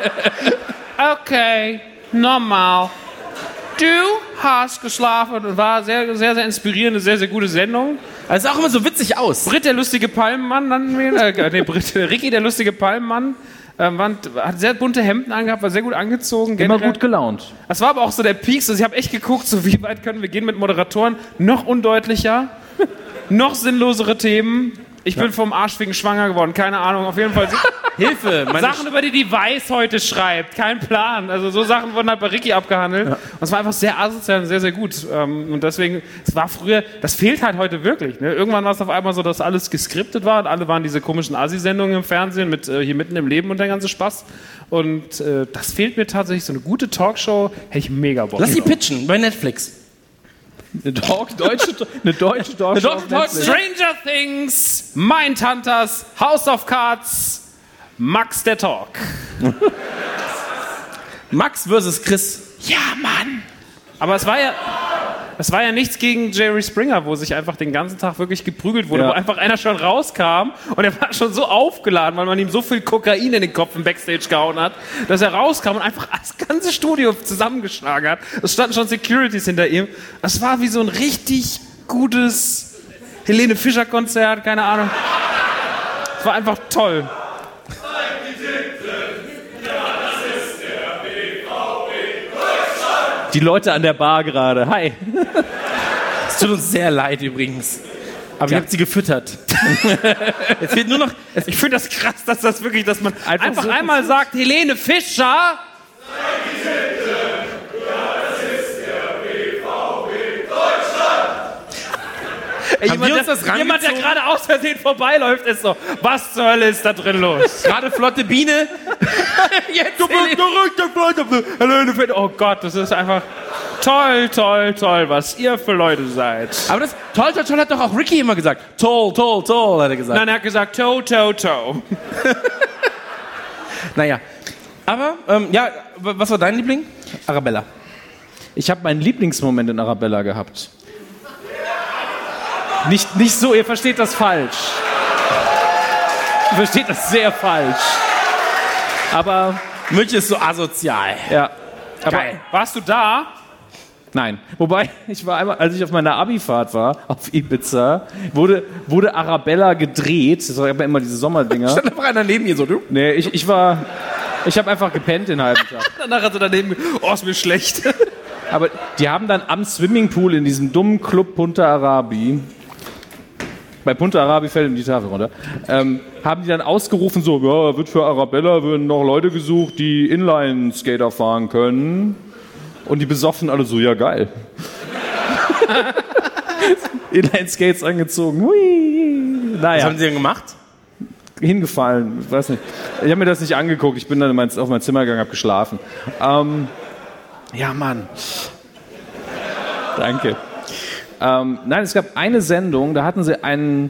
F: okay, normal. Du hast geschlafen und war sehr, sehr, sehr inspirierende, sehr, sehr gute Sendung.
E: Also sah auch immer so witzig aus.
F: Britt der lustige Palmenmann nannten wir ihn. Äh, nee, Britt, Ricky der lustige Palmenmann. Ähm, waren, hat sehr bunte Hemden angehabt, war sehr gut angezogen.
G: Immer
F: generell.
G: gut gelaunt.
F: Das war aber auch so der Peak. So, ich habe echt geguckt, so wie weit können wir gehen mit Moderatoren. Noch undeutlicher, noch sinnlosere Themen. Ich bin vom Arsch wegen schwanger geworden, keine Ahnung. Auf jeden Fall so-
E: Hilfe, meine
F: Sachen, über die die Weiß heute schreibt, kein Plan. Also so Sachen wurden halt bei Ricky abgehandelt. Und es war einfach sehr asozial und sehr, sehr gut. Ähm, Und deswegen, es war früher, das fehlt halt heute wirklich. Ne? Irgendwann war es auf einmal so, dass alles geskriptet war und alle waren diese komischen Asi-Sendungen im Fernsehen mit äh, hier mitten im Leben und der ganze Spaß. Und äh, das fehlt mir tatsächlich. So eine gute Talkshow hätte ich mega Bock.
E: Lass sie pitchen bei Netflix.
G: Eine Talk, deutsche, eine deutsche Talk.
F: Dr. Talk, Stranger Things, Mindhunters, House of Cards, Max der Talk.
E: Max versus Chris.
F: Ja, Mann! Aber es war ja. Es war ja nichts gegen Jerry Springer, wo sich einfach den ganzen Tag wirklich geprügelt wurde,
G: Ja.
F: wo einfach einer schon rauskam und er war schon so aufgeladen, weil man ihm so viel Kokain in den Kopf im Backstage gehauen hat, dass er rauskam und einfach das ganze Studio zusammengeschlagen hat. Es standen schon Securities hinter ihm. Es war wie so ein richtig gutes Helene Fischer Konzert, keine Ahnung. Es war einfach toll.
G: Die Leute an der Bar gerade. Hi.
E: Es tut uns sehr leid übrigens. Aber ihr habt sie gefüttert. Jetzt fehlt nur noch.
F: Ich finde das krass, dass das wirklich, dass man einfach,
E: so
F: einmal sagt, Helene Fischer. Ey,
E: Haben wir
F: Jemand,
E: uns das
F: der, jemand, der
E: rangezogen?
F: gerade aus Versehen vorbeiläuft, ist so, was zur Hölle ist da drin los?
E: Gerade flotte Biene. Jetzt
F: Helene Fischer, oh Gott, das ist einfach toll, toll, toll, was ihr für Leute seid.
E: Aber das toll, toll, toll hat doch auch Ricky immer gesagt. Toll, toll, toll, hat er gesagt.
F: Nein, er hat gesagt, toe, toe, toe.
E: Naja. Aber, ähm, ja, w- was war dein Liebling? Arabella.
G: Ich habe meinen Lieblingsmoment in Arabella gehabt. Nicht, nicht so, ihr versteht das falsch. Ihr versteht das sehr falsch. Aber,
E: München ist so asozial.
G: ja. Aber,
F: Warst du da?
G: Nein. Wobei, ich war einmal, als ich auf meiner Abifahrt war, auf Ibiza, wurde, wurde Arabella gedreht. Das war aber immer diese Sommerdinger.
E: Da war einer neben ihr so, du.
G: Nee, ich, ich war. Ich habe einfach gepennt den halben Tag.
F: Danach hat er daneben, oh, ist mir schlecht.
G: Aber die haben dann am Swimmingpool in diesem dummen Club Punta Arabi, bei Punta Arabi fällt ihm die Tafel runter, ähm, haben die dann ausgerufen so, ja, wird für Arabella werden noch Leute gesucht, die Inline-Skater fahren können. Und die besoffen alle so, ja geil. Inline-Skates angezogen, hui.
E: Was
G: Naja,
E: haben sie denn gemacht?
G: hingefallen, weiß nicht. Ich habe mir das nicht angeguckt, ich bin dann in mein, auf mein Zimmer gegangen, habe geschlafen. Ähm,
F: Ja, Mann.
G: Danke. Ähm, nein, es gab eine Sendung, da hatten sie einen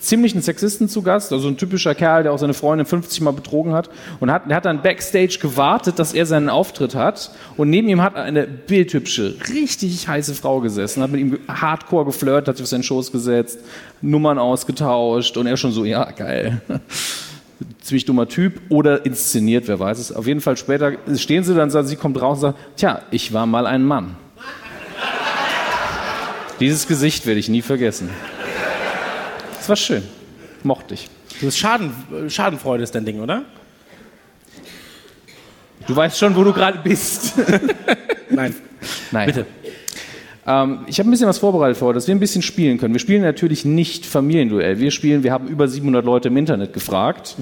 G: ziemlichen Sexisten zu Gast, also ein typischer Kerl, der auch seine Freundin 50 Mal betrogen hat und hat, der hat dann backstage gewartet, dass er seinen Auftritt hat und neben ihm hat eine bildhübsche, richtig heiße Frau gesessen, hat mit ihm ge- hardcore geflirtet, hat sich auf seinen Schoß gesetzt, Nummern ausgetauscht und er schon so, ja, geil. ziemlich dummer Typ oder inszeniert, wer weiß es. Auf jeden Fall später stehen sie dann, sie kommt raus und sagt, tja, ich war mal ein Mann. Dieses Gesicht werde ich nie vergessen. Es war schön. Mochte ich.
E: Das ist Schaden, Schadenfreude ist dein Ding, oder?
G: Du weißt schon, wo du gerade bist.
E: Nein.
G: Nein.
E: Bitte.
G: Ähm, ich habe ein bisschen was vorbereitet für heute, dass wir ein bisschen spielen können. Wir spielen natürlich nicht Familienduell. Wir spielen, wir haben über 700 Leute im Internet gefragt.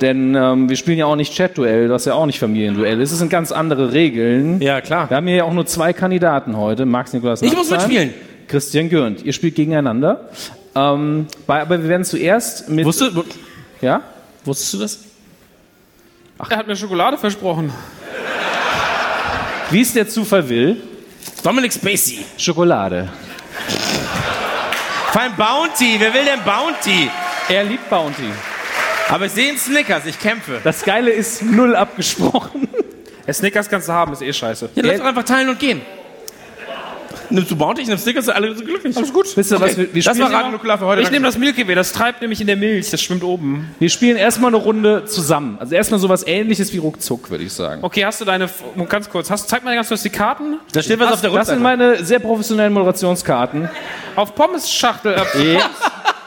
G: Denn ähm, wir spielen ja auch nicht Chat-Duell, was ja auch nicht Familienduell ist. Es sind ganz andere Regeln.
E: Ja, klar.
G: Wir haben hier ja auch nur zwei Kandidaten heute, Max Nikolaus
E: Ich muss
G: Nachtsheim,
E: mitspielen.
G: Christian Gürnt. Ihr spielt gegeneinander. Ähm, bei, aber wir werden zuerst mit...
E: Wusstest, wu-
G: Ja?
E: wusstest du das?
F: Er hat mir Schokolade versprochen.
G: Wie es der Zufall will,
E: Dominic Spacey.
G: Schokolade.
E: Vor allem Bounty. Wer will denn Bounty?
G: Er liebt Bounty.
E: Aber ich sehe einen Snickers. Ich kämpfe.
G: Das Geile ist null abgesprochen.
F: Ja, Snickers kannst du haben, ist eh scheiße.
E: Ja, lass doch einfach teilen und gehen. Nimmst du Bounty, ich nimm Snickers, alle sind glücklich. Alles gut.
G: Wisst ihr was? Wir, wir,
E: Das
G: spielen,
E: war Radio Nukular für heute.
F: Ich nehme das Milky Way, das treibt nämlich in der Milch, das schwimmt oben.
G: wir spielen erstmal eine Runde zusammen. Also erstmal sowas ähnliches wie Ruckzuck, würde ich sagen.
F: Okay, hast du deine. F- oh, Ganz kurz, hast, zeig mal ganz kurz die Karten.
E: Da steht was auf der
G: Das sind
E: Rückseite.
G: meine sehr professionellen Moderationskarten.
F: Auf Pommes-Schachtel, äh,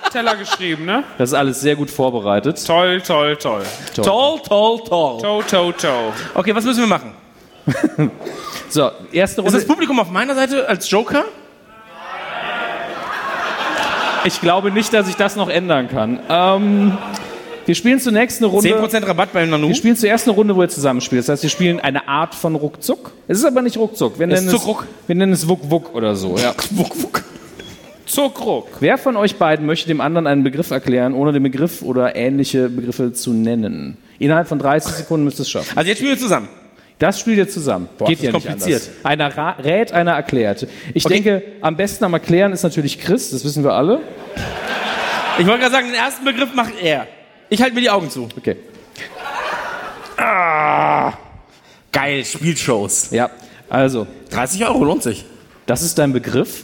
F: Teller geschrieben, ne?
G: Eh, Das ist alles sehr gut vorbereitet.
F: Toll, toll, toll.
E: Toll, toll, toll.
F: Toe, toe, toe.
E: Okay, was müssen wir machen? Also
G: So, erste
E: Ist das
G: Runde.
E: Publikum auf meiner Seite als Joker?
G: Ich glaube nicht, dass ich das noch ändern kann. Ähm, wir spielen zunächst eine Runde.
E: 10% Rabatt bei Nanu.
G: Wir spielen zuerst eine Runde, wo ihr zusammenspielt. Das heißt, wir spielen eine Art von Ruckzuck. Es ist aber nicht Ruckzuck. Wir nennen es,
E: Zuckruck.
G: wir nennen es Wuck-Wuck oder so. Ja.
F: Zuckruck.
G: Wer von euch beiden möchte dem anderen einen Begriff erklären, ohne den Begriff oder ähnliche Begriffe zu nennen? Innerhalb von 30 Sekunden müsst ihr es schaffen.
E: Also jetzt spielen wir zusammen.
G: Das spielt ihr zusammen. Geht
E: das
G: ja
E: ist
G: nicht
E: kompliziert.
G: anders. Einer ra- rät, einer erklärt. Ich denke, am besten am Erklären ist natürlich Chris, das wissen wir alle.
E: Ich wollte gerade sagen, den ersten Begriff macht er. Ich halte mir die Augen zu.
G: Okay.
E: Geil, Spielshows.
G: Ja, also,
E: 30 Euro lohnt sich.
G: das ist dein Begriff.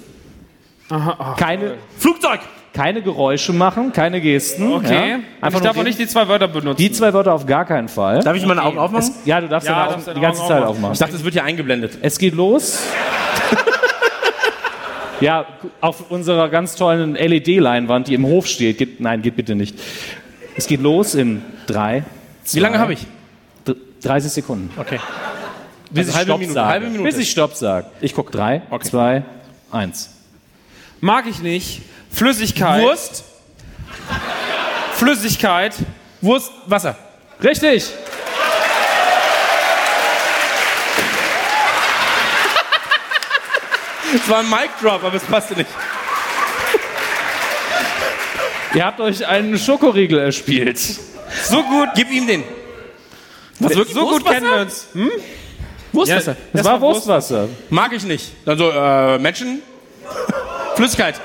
G: keine,
E: Flugzeug!
G: keine Geräusche machen, keine Gesten.
F: Okay.
G: Ja.
F: Und
G: Einfach
F: ich
G: nur
F: darf auch nicht die zwei Wörter benutzen.
G: die zwei Wörter auf gar keinen Fall.
E: Darf ich meine Augen aufmachen?
G: Ja, du darfst
F: Ja,
G: deine Augen
F: darfst deine
G: die ganze
F: Augen
G: Zeit
F: aufmachen.
G: aufmachen.
E: Ich dachte, es wird hier eingeblendet.
G: Es geht los. ja, auf unserer ganz tollen LED-Leinwand, die im Hof steht. Geht, nein, geht bitte nicht. Es geht los in drei,
E: Wie lange habe ich?
G: dr- 30 Sekunden.
E: Okay. Also
G: Bis
E: ich Stopp sage.
G: Halbe Minute. Bis ich Stopp sage. Ich gucke. Drei, zwei, eins.
F: Mag ich nicht. Flüssigkeit.
E: Wurst,
F: Flüssigkeit.
E: Wurst, Wasser.
G: Richtig.
E: Es war ein Mic Drop, aber es passte nicht.
G: Ihr habt euch einen Schokoriegel erspielt.
E: So gut. Gib ihm den. Was wirklich
F: So gut kennen wir uns.
E: Hm? Wurstwasser.
G: Das, war Wurstwasser.
E: Mag ich nicht. Also äh, Menschen. Flüssigkeit.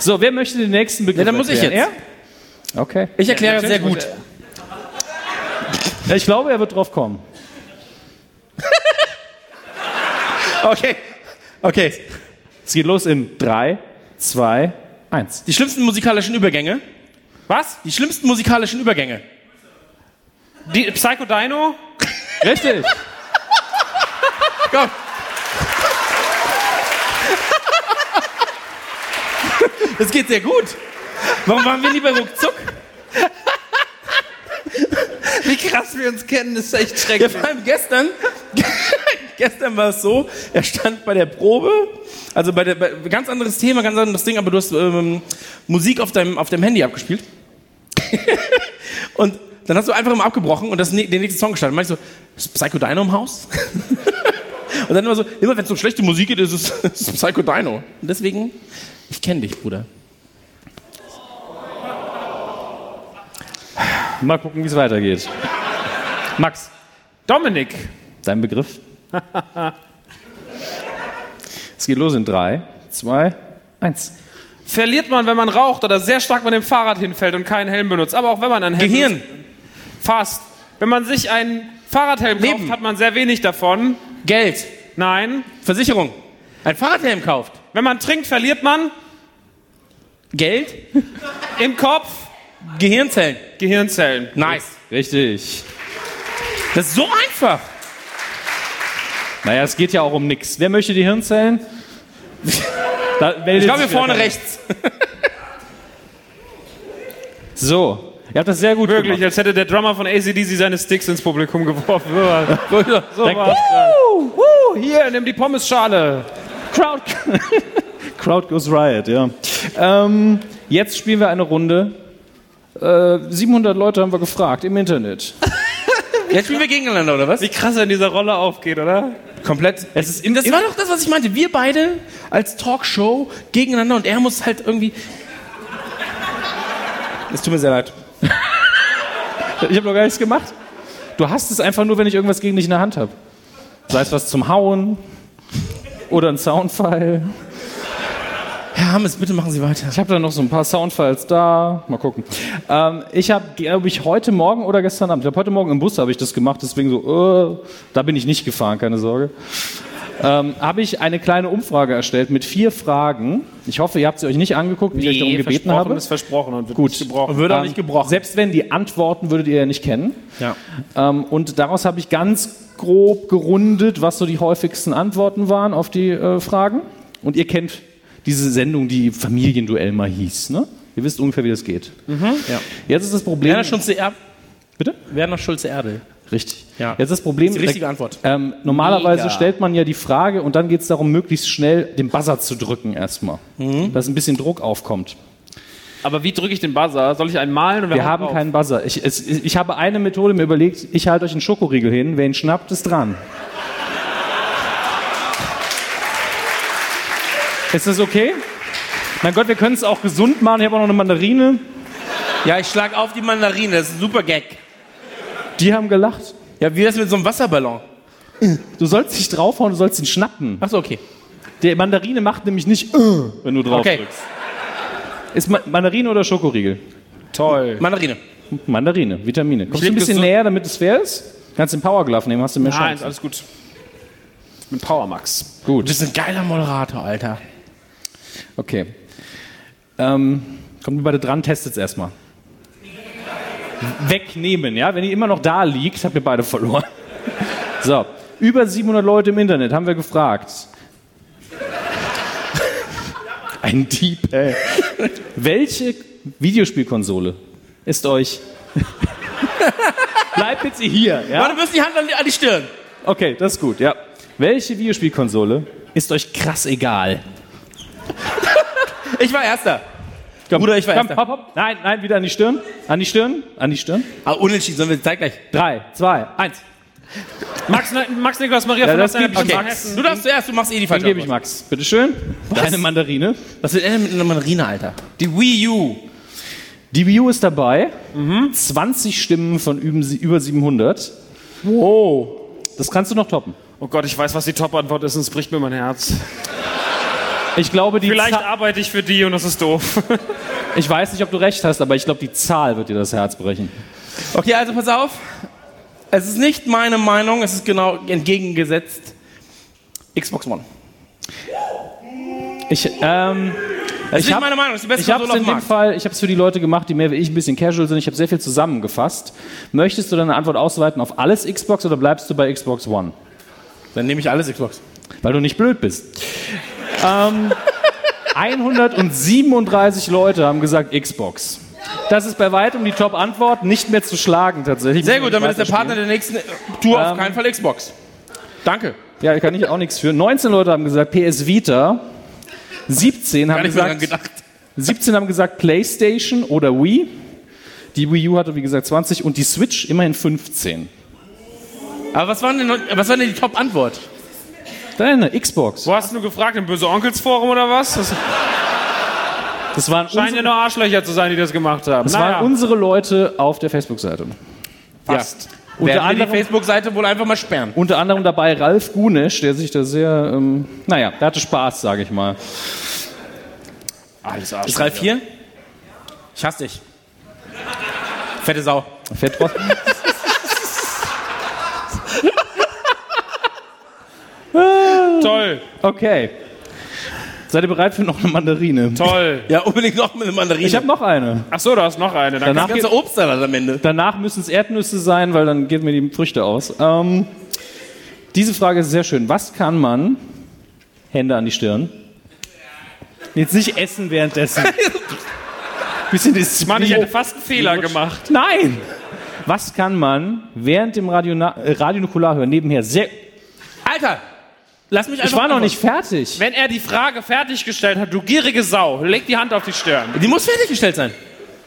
G: So, wer möchte den nächsten Begriff?
E: Ja, dann muss ich jetzt.
G: erklären? Er? Okay.
E: Ich erkläre das sehr gut.
G: Ich, ich glaube, er wird drauf kommen.
E: Okay. Okay.
G: Es geht los in drei, zwei, eins.
E: Die schlimmsten musikalischen Übergänge.
F: Was?
E: Die schlimmsten musikalischen Übergänge.
F: Die Psycho Dino?
G: Richtig.
E: Das geht sehr gut. Warum waren wir nie bei Ruckzuck? Wie krass wir uns kennen, ist echt schrecklich. Ja, vor allem gestern, gestern war es so, er stand bei der Probe, also bei der, bei, ganz anderes Thema, ganz anderes Ding, aber du hast ähm, Musik auf deinem, auf deinem Handy abgespielt. und dann hast du einfach immer abgebrochen und das, ne- den nächsten Song gestartet. Meinst du, ist Psycho Dino im Haus? und dann immer so, immer wenn es um schlechte Musik geht, ist es ist Psycho Dino. Und deswegen, ich kenne dich, Bruder.
G: Mal gucken, wie es weitergeht. Max,
F: Dominik.
G: dein Begriff. es geht los in drei, zwei, eins.
F: Verliert man, wenn man raucht oder sehr stark mit dem Fahrrad hinfällt und keinen Helm benutzt. Aber auch wenn man einen Helm
E: Gehirn.
F: Fast. Wenn man sich einen Fahrradhelm
E: Leben.
F: kauft, hat man sehr wenig davon.
E: Geld.
F: Nein.
E: Versicherung. Ein Fahrradhelm kauft.
F: Wenn man trinkt, verliert man
E: Geld.
F: im Kopf.
E: Gehirnzellen.
F: Gehirnzellen.
E: Nice.
G: Richtig.
E: Das ist so einfach.
G: Naja, es geht ja auch um nichts. Wer möchte die Hirnzellen? Da meldet
E: Ich glaube,
G: sich
E: hier vorne
G: wieder keiner.
E: rechts.
G: So. Ihr habt das sehr gut
F: Wirklich, als hätte der Drummer von ACDC seine Sticks ins Publikum geworfen. So war- So
G: Direkt-
F: war's gerade. Wuhu, wuhu, hier, nimm die Pommesschale.
G: Crowd, Crowd goes riot, ja. Ähm, jetzt spielen wir eine Runde. Äh, 700 Leute haben wir gefragt im Internet.
E: Jetzt spielen wir gegeneinander, oder was?
F: Wie krass er in dieser Rolle aufgeht, oder?
E: Komplett.
G: Es ist in das
E: Das war doch das, was ich meinte. Wir beide als Talkshow gegeneinander und er muss halt irgendwie. Es tut mir sehr leid.
G: Ich habe noch gar nichts gemacht. Du hast es einfach nur, wenn ich irgendwas gegen dich in der Hand habe. Sei es was zum Hauen oder ein Soundfile.
E: Herr Hammes, bitte machen Sie weiter.
G: Ich habe da noch so ein paar Soundfiles da. Mal gucken. Ähm, ich habe, glaube ich, heute Morgen oder gestern Abend, ich glaube, heute Morgen im Bus habe ich das gemacht, deswegen so, äh, da bin ich nicht gefahren, keine Sorge. Ähm, habe ich eine kleine Umfrage erstellt mit vier Fragen. Ich hoffe, ihr habt sie euch nicht angeguckt, wie ich euch darum gebeten
F: versprochen
G: habe.
F: ist versprochen und wird
G: Gut.
F: nicht gebrochen.
E: Würde auch
G: Ähm,
E: nicht gebrochen.
G: Selbst wenn die Antworten würdet ihr ja nicht kennen.
E: Ja.
G: Ähm, und daraus habe ich ganz grob gerundet, was so die häufigsten Antworten waren auf die äh, Fragen. Und ihr kennt diese Sendung, die Familienduell mal hieß. Ne? Ihr wisst ungefähr, wie das geht.
E: Ja.
G: Jetzt ist das Problem.
E: Werner Schulze Erde.
G: Bitte?
E: Werner Schulze Erde.
G: Richtig.
E: Ja.
G: Jetzt ist das Problem.
E: die richtige Antwort.
G: Ähm, normalerweise
E: Mega.
G: stellt man ja die Frage und dann geht es darum, möglichst schnell den Buzzer zu drücken erstmal.
E: Mhm.
G: Dass ein bisschen Druck aufkommt.
F: Aber wie drücke ich den Buzzer? Soll ich einen malen? Und
G: Wir haben
F: drauf?
G: keinen Buzzer. Ich, es, ich habe eine Methode mir überlegt, ich halte euch einen Schokoriegel hin, wer ihn schnappt, ist dran. Ist das okay? Mein Gott, wir können es auch gesund machen. Ich habe auch noch eine Mandarine.
E: Ja, ich schlag auf die Mandarine. Das ist ein super Gag.
G: Die haben gelacht.
E: Ja, wie das mit so einem Wasserballon.
G: Du sollst nicht draufhauen, du sollst ihn schnappen.
E: Achso, okay.
G: Die Mandarine macht nämlich nicht, äh, wenn du drauf
E: Okay.
G: drückst. Ist Ma Mandarine oder Schokoriegel?
F: Toll.
E: Mandarine.
G: Mandarine, Vitamine. Kommst du ein
F: lebe
G: bisschen
F: gesund.
G: näher, damit es fair ist? Kannst den Power Glove nehmen, hast du mehr
F: Nein,
G: Chance.
F: alles gut. Ich bin Powermax.
E: Du bist ein geiler Moderator, Alter.
G: Okay. Ähm, kommt ihr beide dran, testet es erstmal. Wegnehmen, ja? Wenn ihr immer noch da liegt, habt ihr beide verloren. So, über 700 Leute im Internet haben wir gefragt. Ein Dieb, ey. Welche Videospielkonsole ist euch. Bleibt bitte hier, ja?
E: Warte, du wirst die Hand an die, an die Stirn.
G: Okay, das ist gut, ja. Welche Videospielkonsole ist euch krass egal?
E: Ich war Erster.
G: Komm,
E: Bruder, ich war
G: komm,
E: Erster.
G: hopp, hopp. Nein, nein, wieder an die Stirn. An die Stirn, an die Stirn.
E: Ah, unentschieden, sollen wir zeig gleich.
G: Drei, zwei, eins.
F: Max, Max Niklas Maria
G: Ja,
F: von
G: das
F: Lassen,
G: gibt-
F: bitte
G: okay.
F: Max.
E: Du darfst zuerst, du machst eh die
G: Dann
E: falsche
G: gebe ich
E: Antwort.
G: Max. Bitteschön. Deine Mandarine.
E: Was wird denn mit einer Mandarine, Alter? Die Wii U.
G: Die Wii U ist dabei. Mhm. 20 Stimmen von üben- über 700. Wow. Das kannst du noch toppen.
F: Oh Gott, ich weiß, was die Top-Antwort ist und es bricht mir mein Herz.
G: Ich glaube, die
F: Vielleicht
G: Zahl-
F: arbeite ich für die und das ist doof.
G: Ich weiß nicht, ob du recht hast, aber ich glaube, die Zahl wird dir das Herz brechen.
E: Okay, also pass auf. Es ist nicht meine Meinung, es ist genau entgegengesetzt. Xbox One.
G: Ich, ähm,
E: Das ist nicht
G: hab-
E: meine Meinung, das ist die beste
G: ich habe
E: Konsole
G: es
E: auf
G: in
E: dem
G: dem
E: Markt.
G: Fall, ich habe es für die Leute gemacht, die mehr wie ich ein bisschen casual sind. Ich habe sehr viel zusammengefasst. Möchtest du deine Antwort ausweiten auf alles Xbox oder bleibst du bei Xbox One?
E: Dann nehme ich alles Xbox.
G: Weil du nicht blöd bist. ähm, 137 Leute haben gesagt Xbox. Das ist bei weitem die Top-Antwort, nicht mehr zu schlagen tatsächlich.
E: Sehr gut, damit ist der Partner der nächsten Tour auf
G: Ähm.
E: keinen Fall Xbox. Danke.
G: Ja, da kann ich auch nichts für. 19 Leute haben gesagt PS Vita. 17 haben,
E: Gar nicht mehr dran
G: gesagt,
E: gedacht.
G: 17 haben gesagt PlayStation oder Wii. Die Wii U hatte wie gesagt 20 und die Switch immerhin 15.
E: Aber was war denn, was war denn die Top-Antwort?
G: Deine Xbox.
F: Wo hast du gefragt? Im Böse Onkels Forum oder was? Das
G: Das waren,
F: scheinen ja
G: unsere,
F: nur Arschlöcher zu sein, die das gemacht haben.
G: das waren unsere Leute auf der Facebook-Seite.
E: Fast. Werden wir
G: Unter
E: die
G: anderem
E: Facebook-Seite wohl einfach mal sperren.
G: Unter anderem dabei Ralf Gunesch, der sich da sehr, ähm, naja, der hatte Spaß, sage ich mal.
F: alles Arschlöcher.
E: Ist Ralf hier? Ich hasse dich. Fette Sau.
G: Fährt trotzdem.
F: Toll.
G: Okay. Seid ihr bereit für noch eine Mandarine?
F: Toll.
E: Ja, unbedingt noch mit einer Mandarine.
G: Ich habe noch eine.
F: Ach so, du hast noch eine. Dann
E: das
G: Danach,
E: ganze Obstsalat am Ende.
G: danach müssen es Erdnüsse sein, weil dann gehen mir die Früchte aus. Ähm, diese Frage ist sehr schön. Was kann man? Hände an die Stirn. Jetzt nicht essen währenddessen. Bisschen Disziplin.
F: Mann, ich hätte fast einen Fehler gemacht.
G: Nein! Was kann man während dem Radiona- äh, Radionukularhören nebenher sehr.
E: Alter, lass mich einfach.
G: Ich war noch nicht fertig.
F: Wenn er die Frage fertiggestellt hat, du gierige Sau, leg die Hand auf die Stirn.
E: Die muss fertiggestellt sein.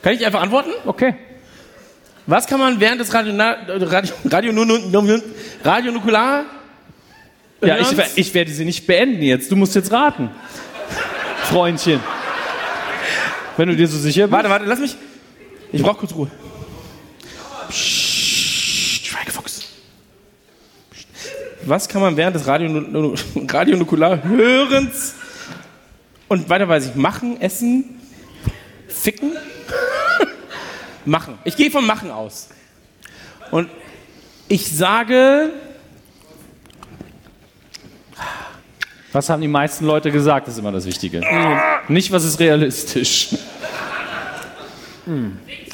E: Kann ich einfach antworten?
G: Okay.
E: Was kann man während des Radio, Na- äh, Radio, Radio, Nu- Nu- Nu- Nu- Radio Nukular?
G: Ja, ich, wer- ich werde sie nicht beenden jetzt. Du musst jetzt raten. Freundchen. Wenn du dir so sicher bist.
E: Warte, warte, lass mich. Ich brauch kurz Ruhe. Psst, Schweigefuchs. Psst. Was kann man während des Radio, Nu- Nu- Radio Nukular hörens und weiter weiß ich machen, essen, ficken? machen. Ich gehe von machen aus. Und ich sage,
G: Was haben die meisten Leute gesagt, ist immer das Wichtige.
E: Ah.
G: Nicht, was ist realistisch.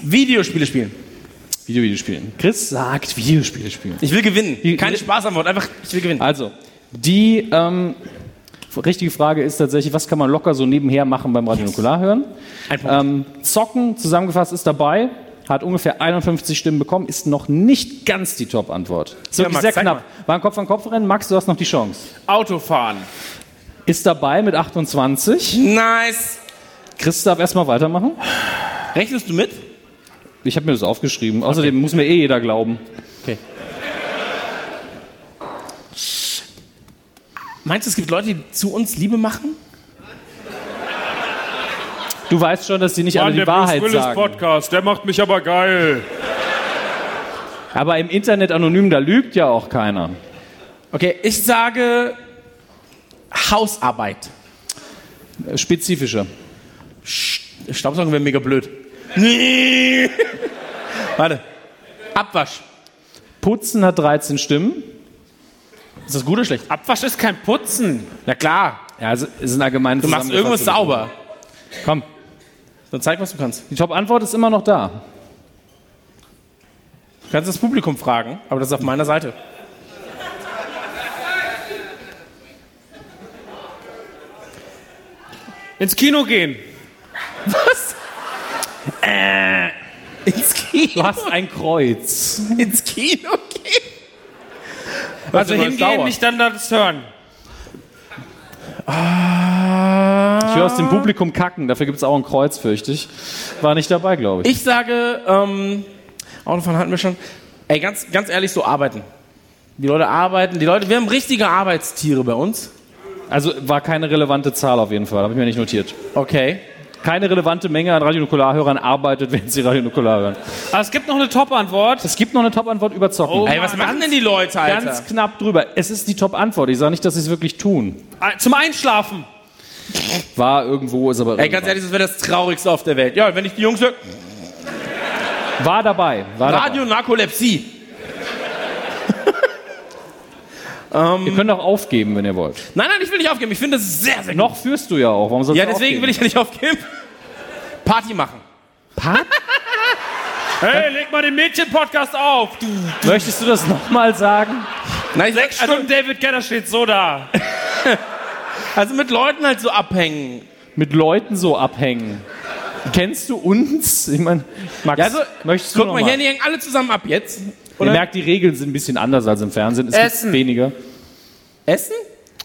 E: Videospiele spielen.
G: Videospiele spielen. Chris sagt Videospiele spielen.
E: Ich will gewinnen.
G: Die-
E: Kein Spaß am Wort, einfach, ich will gewinnen.
G: Also, die ähm, richtige Frage ist tatsächlich, was kann man locker so nebenher machen beim Radionukular hören?
E: Ein Punkt.
G: Ähm, Zocken, zusammengefasst, ist dabei. Hat ungefähr 51 Stimmen bekommen, ist noch nicht ganz die Top-Antwort. Ist wirklich
E: Max,
G: sehr
E: zeig
G: knapp. War ein Kopf-an-Kopf-Rennen. Max, du hast noch die Chance.
F: Autofahren.
G: Ist dabei mit 28.
E: Nice.
G: Chris darf erstmal weitermachen.
E: Rechnest du mit?
G: Ich habe mir das aufgeschrieben. Außerdem muss mir eh jeder glauben.
E: Meinst du, es gibt Leute, die zu uns Liebe machen?
G: Du weißt schon, dass die nicht alle die Wahrheit sagen.
F: Podcast, der macht mich aber geil.
G: Aber im Internet anonym, da lügt ja auch keiner.
E: Okay, ich sage Hausarbeit.
G: Spezifischer.
E: Staubsaugen wäre mega blöd. Nee. Warte. Abwasch.
G: Putzen hat 13 Stimmen.
E: Ist das gut oder schlecht?
F: Abwasch ist kein Putzen.
E: Na klar.
G: Ja, also es sind allgemein
E: Du machst irgendwas sauber.
G: Komm,
E: Dann zeig, was du kannst.
G: die Top-Antwort ist immer noch da.
E: Du kannst das Publikum fragen, aber das ist auf meiner Seite.
F: Ins Kino gehen.
E: Was? Äh. Ins Kino.
G: Du hast ein Kreuz.
E: Ins Kino gehen?
F: Also hingehen, nicht dann das hören.
G: Ich höre aus dem Publikum kacken, dafür gibt es auch ein Kreuz, fürchte ich. War nicht dabei, glaube ich.
E: Ich sage, ähm, Autofahren hatten wir schon. Ey, ganz, ganz ehrlich, so arbeiten. Die Leute arbeiten, die Leute, wir haben richtige Arbeitstiere bei uns.
G: Also war keine relevante Zahl auf jeden Fall, habe ich mir nicht notiert.
E: Okay.
G: Keine relevante Menge an Radionukularhörern arbeitet, wenn sie Radionukular hören.
F: Aber es gibt noch eine Top-Antwort.
G: Es gibt noch eine Top-Antwort über Zocken.
F: Oh.
E: Ey, was machen denn die Leute, Alter?
G: Ganz knapp drüber. Es ist die Top-Antwort. Ich sage nicht, dass sie es wirklich tun.
E: Ah,
F: Äh, Zum Einschlafen.
G: War irgendwo, ist aber
E: Ey, ganz ehrlich, das wäre das Traurigste auf der Welt. Ja, wenn ich die Jungs höre,
G: War dabei. War
E: Radio Narkolepsie.
G: dabei. Ihr könnt auch aufgeben, wenn ihr wollt.
E: Nein, nein, ich will nicht aufgeben. Ich finde, das ist sehr, sehr gut.
G: Noch führst du ja auch. Warum sollst
E: Ja,
G: du
E: deswegen
G: aufgeben?
E: will ich ja nicht aufgeben. Party machen.
F: Hey, leg mal den Mädchen-Podcast auf. Du.
G: Möchtest du das nochmal sagen?
E: Nein, ich,
F: Sechs Stunden David Gedder steht so da.
E: also mit Leuten halt so abhängen.
G: Mit Leuten so abhängen. Kennst du uns? Ich meine, Max,
E: Ja, also,
G: möchtest du
E: guck
G: noch
E: mal,
G: mal?
E: hier die hängen alle zusammen ab jetzt.
G: Ihr merkt, die Regeln sind ein bisschen anders als im Fernsehen. Es
F: Essen.
G: gibt weniger.
E: Essen?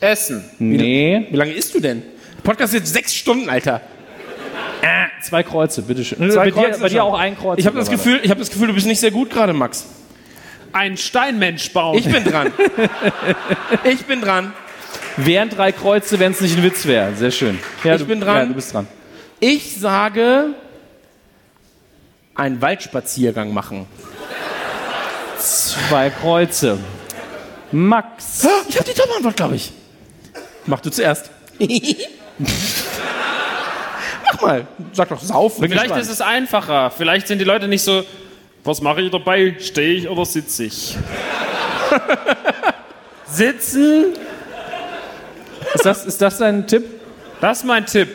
F: Essen.
G: Nee.
E: Wie lange isst du denn? Der Podcast ist jetzt sechs Stunden, Alter.
G: Zwei Kreuze, bitteschön. Äh,
E: Zwei
G: bei,
E: Kreuze
G: dir, bei
E: schon.
G: dir auch ein Kreuz.
E: Ich habe das,
G: mittlerweile.
E: Gefühl, ich hab das Gefühl, du bist nicht sehr gut gerade, Max.
F: Ein Steinmensch bauen.
E: Ich bin dran. ich bin dran.
G: Wären drei Kreuze, wenn es nicht ein Witz wäre. Sehr schön. Ja,
E: Ich
G: du,
E: bin dran.
G: Ja, du bist dran.
E: Ich sage, einen Waldspaziergang machen.
G: Zwei Kreuze. Max.
E: Ich habe die Top-Antwort, glaube ich. Mach du zuerst. Mach mal. Sag doch saufen.
F: Vielleicht ist es einfacher. Vielleicht sind die Leute nicht so, was mache ich dabei? Stehe ich oder sitze ich? Sitzen?
G: Ist das, ist das dein Tipp?
F: Das ist mein Tipp.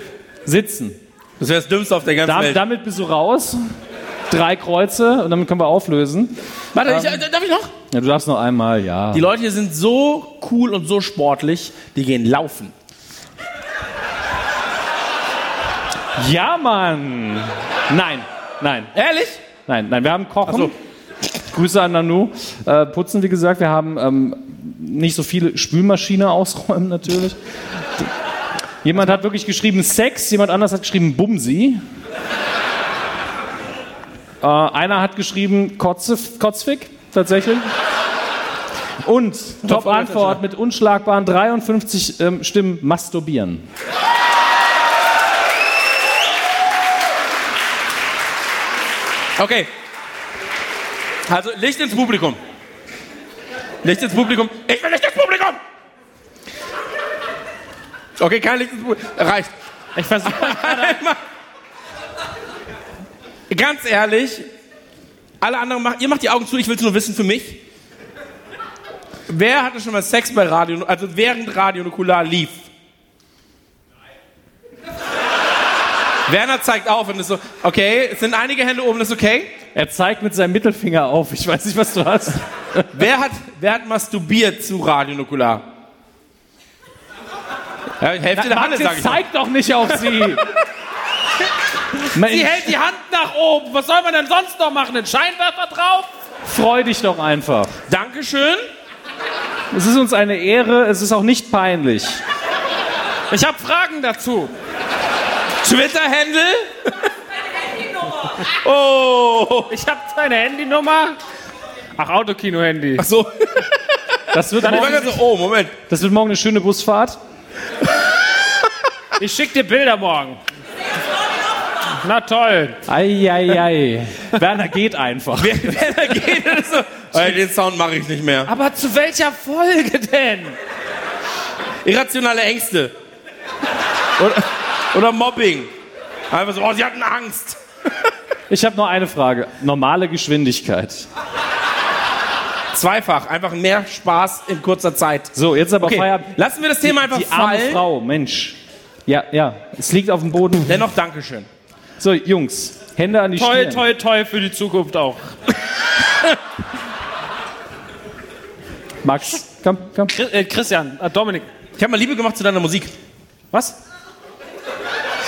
G: Sitzen.
E: Das wäre das Dümmste auf der ganzen
G: Dam-
E: Welt.
G: damit bist du raus. Drei Kreuze und damit können wir auflösen.
E: Warte, ich, äh, darf ich noch?
G: Ja, du darfst noch einmal, ja.
E: Die Leute hier sind so cool und so sportlich, die gehen laufen.
G: Ja, Mann! Nein, nein,
E: Ehrlich?
G: nein, nein. Wir haben Kochen. Grüße an Nanu. Äh, putzen, wie gesagt, wir haben ähm, nicht so viele Spülmaschine ausräumen natürlich. Jemand hat wirklich geschrieben Sex, jemand anders hat geschrieben Bumsi. Äh, einer hat geschrieben Kotze, Kotzfick, tatsächlich. Und Top-Antwort mit unschlagbaren 53 ähm, Stimmen masturbieren.
E: Okay. Also Licht ins Publikum. Licht ins Publikum. Ich will Licht ins Publikum! Okay, kein Licht ins Publikum. Reicht.
G: Ich versuche
E: Ganz ehrlich, alle anderen machen, ihr macht die Augen zu, ich will es nur wissen für mich. Wer hatte schon mal Sex bei Radio, also während Radio Nukular lief? Werner zeigt auf und ist so, okay, es sind einige Hände oben, ist okay.
G: Er zeigt mit seinem Mittelfinger auf. Ich weiß nicht, was du hast.
E: Wer hat, wer hat masturbiert zu Radio Nukular? Ja, Hälfte der Hand,
G: Martin,
E: sag ich. mal.
G: zeig doch nicht auf sie.
F: Die
G: Mensch,
F: hält die Hand nach oben. Was soll man denn sonst noch machen? Den Scheinwerfer drauf?
G: freu dich doch einfach.
E: Dankeschön.
G: Es ist uns eine Ehre. Es ist auch nicht peinlich.
F: Ich habe Fragen dazu.
E: Twitter-Händel. Oh.
F: Ich habe deine Handynummer. Ach, Autokino-Handy.
E: Ach so.
G: Das wird,
E: Ich war
G: morgen,
E: ganz so, oh, Moment.
G: das wird morgen eine schöne Busfahrt.
F: Ich schick dir Bilder morgen. Na toll.
G: Eieiei. Werner geht einfach.
E: Wer, wer da geht, ist so, "Ey, den Sound mache ich nicht mehr.
F: Aber zu welcher Folge denn?
E: Irrationale Ängste. Oder, oder Mobbing. Einfach so, oh, sie hatten Angst.
G: Ich habe nur eine Frage. Normale Geschwindigkeit.
E: Zweifach, einfach mehr Spaß in kurzer Zeit.
G: So, jetzt aber
E: Okay,
G: Feierabend.
E: lassen wir das Thema einfach
G: Die arme
E: fallen.
G: Frau, Mensch. Ja, ja. Es liegt auf dem Boden.
E: Dennoch Dankeschön.
G: So, Jungs. Hände an die
F: Toll,
G: Stirn.
F: toll, Äh, toll für die Zukunft auch.
G: Max, komm, komm.
F: Chris- äh, Christian, äh, Dominik.
E: Ich habe mal Liebe gemacht zu deiner Musik.
G: Was?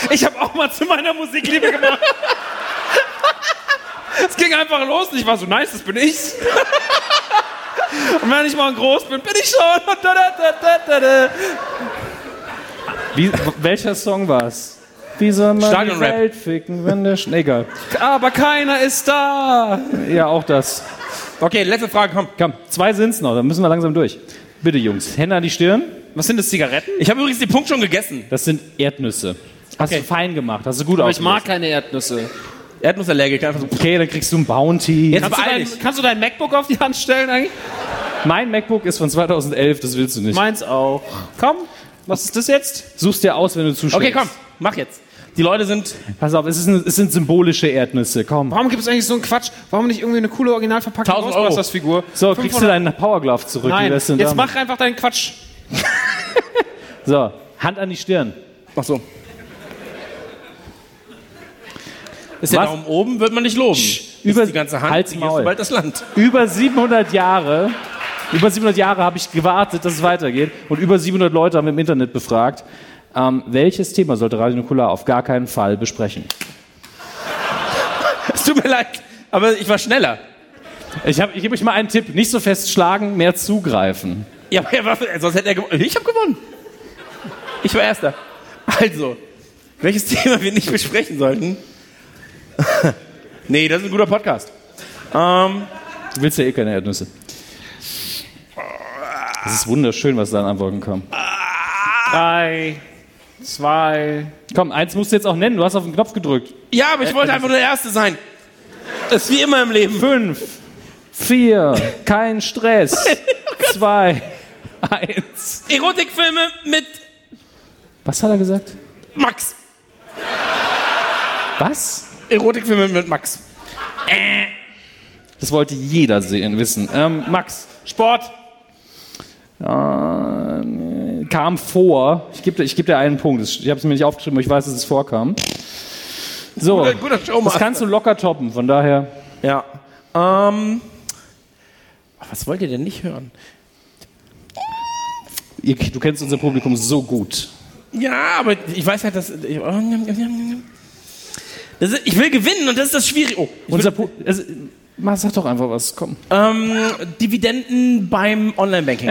F: Ich habe auch mal zu meiner Musik Liebe gemacht. es ging einfach los und ich war so, nice, das bin ich. und wenn ich mal groß bin, bin ich schon. Und da, da, da, da, da, da.
G: Wie, welcher Song war's? Wie soll man die
E: Stadionrap.
G: Welt ficken, wenn der Schnee... Egal.
F: Aber keiner ist da.
G: Ja, auch das.
E: Okay, letzte Frage, komm.
G: Komm, zwei sind's noch, dann müssen wir langsam durch. Bitte, Jungs, Hände an die Stirn.
F: Was sind das, Zigaretten?
E: Ich habe übrigens den Punkt schon gegessen.
G: Das sind Erdnüsse. Hast du fein gemacht, hast du gut
F: Aber ich mag
G: ausgemacht.
F: keine Erdnüsse.
E: Erdnussallergiker. Einfach so.
G: Okay, dann kriegst du ein Bounty.
E: Jetzt
F: Kannst du,
E: beeil
F: dein,
E: dich.
F: kannst du dein MacBook auf die Hand stellen eigentlich?
G: Mein MacBook ist von 2011, das willst du nicht.
F: Meins auch. Komm, was ist das jetzt?
G: Such's dir aus, wenn du zuschlägst.
E: Okay, komm, mach jetzt. Die Leute sind.
G: Pass auf, es, ist ein, es sind symbolische Erdnüsse, komm.
F: Warum gibt es eigentlich so einen Quatsch? Warum nicht irgendwie eine coole, original verpackte
E: 1000 Euro.
F: Ghostbusters-Figur?
G: So, kriegst du deinen Powerglove zurück. wie
F: Nein,
G: wär's denn
F: jetzt
G: damit?
F: mach einfach deinen Quatsch.
G: So, Hand an die Stirn.
E: Ach so. Ist der
G: Was?
E: Daumen oben, wird man nicht loben.
G: über-
E: ist die ganze Hand,
G: halt's
E: hier ist
G: Maul.
E: bald das Land.
G: Über 700 Jahre, über 700 Jahre habe ich gewartet, dass es weitergeht. Und über 700 Leute haben im Internet befragt, ähm, welches Thema sollte Radio Nukular auf gar keinen Fall besprechen?
E: Es tut mir leid, aber ich war schneller.
G: Ich, hab- ich gebe euch mal einen Tipp. Nicht so festschlagen, mehr zugreifen.
E: Ja, aber er war, sonst hätte er gewonnen. Ich habe gewonnen. Ich war Erster. Also, welches Thema wir nicht besprechen sollten? nee, das ist ein guter Podcast. Ähm,
G: Du willst ja eh keine Erdnüsse. Es ist wunderschön, was da an Antworten kam.
F: Drei, zwei.
G: Komm, eins musst du jetzt auch nennen. Du hast auf den Knopf gedrückt.
E: ja, aber ich wollte einfach nur der Erste sein. Das ist wie immer im Leben.
G: Fünf, vier, kein Stress. Zwei, eins.
E: Erotikfilme mit
G: Was hat er gesagt?
E: Max.
G: Was?
E: Erotikfilme mit Max.
G: Das wollte jeder sehen, wissen. Ähm, Max.
F: Sport.
G: Ähm, kam vor. Ich gebe ich geb dir einen Punkt. Ich habe es mir nicht aufgeschrieben, aber ich weiß, dass es vorkam. So,
E: Guter- Äh, guter Showmaster.
G: das kannst du locker toppen, von daher.
E: Ja. Ähm, ach, was wollt ihr denn nicht hören?
G: Ihr, du kennst unser Publikum so gut.
E: Ja, aber ich weiß halt, dass. Ich, das ist, ich will gewinnen und das ist das Schwierige. Oh, ich will,
G: Unser Pu also, mach- sag doch einfach was, komm.
E: ähm, Dividenden beim Online-Banking.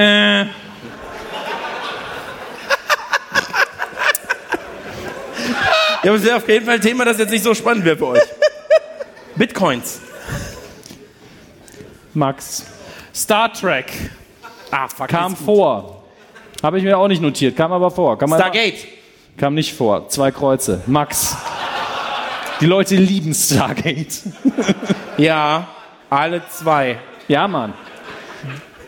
E: Ja, aber es wäre auf jeden Fall ein Thema, das jetzt nicht so spannend wäre für euch. Bitcoins.
G: Max.
F: Star Trek.
E: Ah, fuck.
G: Kam vor. Habe ich mir auch nicht notiert, kam aber vor. Kam, einfach,
E: Stargate.
G: kam nicht vor. Zwei Kreuze. Max. Die Leute lieben Stargate.
E: Ja, alle zwei.
G: Ja, Mann.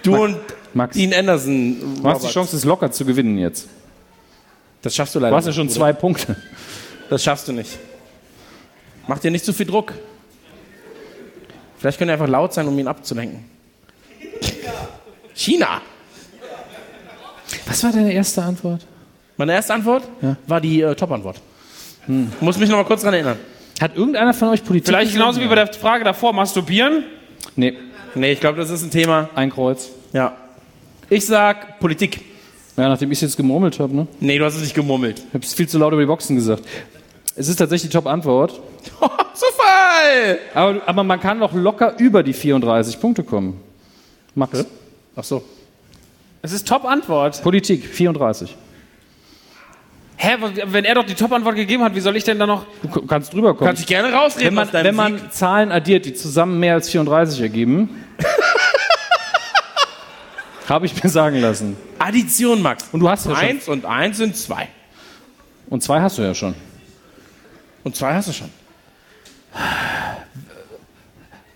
E: Du und
G: Max,
E: Dean Anderson.
G: du hast die
E: Roberts.
G: Chance, es locker zu gewinnen jetzt.
E: Das schaffst du leider
G: Du hast ja schon
E: nicht,
G: zwei Punkte.
E: Bruder. Das schaffst du nicht. Mach dir nicht zu viel Druck. Vielleicht könnt ihr einfach laut sein, um ihn abzulenken. China.
G: Was war deine erste Antwort?
E: Meine erste Antwort war die äh, Top-Antwort. Hm. Muss mich noch mal kurz dran erinnern.
G: Hat irgendeiner von euch Politik?
F: Vielleicht genauso wie bei der Frage davor, masturbieren.
G: Nee,
E: Nee, ich glaube, das ist ein Thema.
G: ein Kreuz.
E: Ja. Ich sag Politik.
G: Ja, nachdem ich es jetzt gemurmelt habe, ne?
E: Nee, du hast es nicht gemummelt.
G: Ich habe es viel zu laut über die Boxen gesagt. Es ist tatsächlich die Top-Antwort.
E: Zufall!
G: Aber, aber man kann noch locker über die 34 Punkte kommen. Max.
E: Ach so.
F: Es ist Top-Antwort.
G: Politik, 34.
F: Hä, wenn er doch die Top-Antwort gegeben hat, wie soll ich denn da noch.
G: Du k- kannst drüber kommen.
E: Kannst dich gerne rausreden.
G: wenn man,
E: aus deinem
G: wenn
E: Sieg.
G: man Zahlen addiert, die zusammen mehr als 34 ergeben, habe ich mir sagen lassen.
E: Addition, Max.
G: Und du hast ja schon.
E: Eins und eins sind zwei.
G: Und zwei hast du ja schon.
E: Und zwei hast du schon.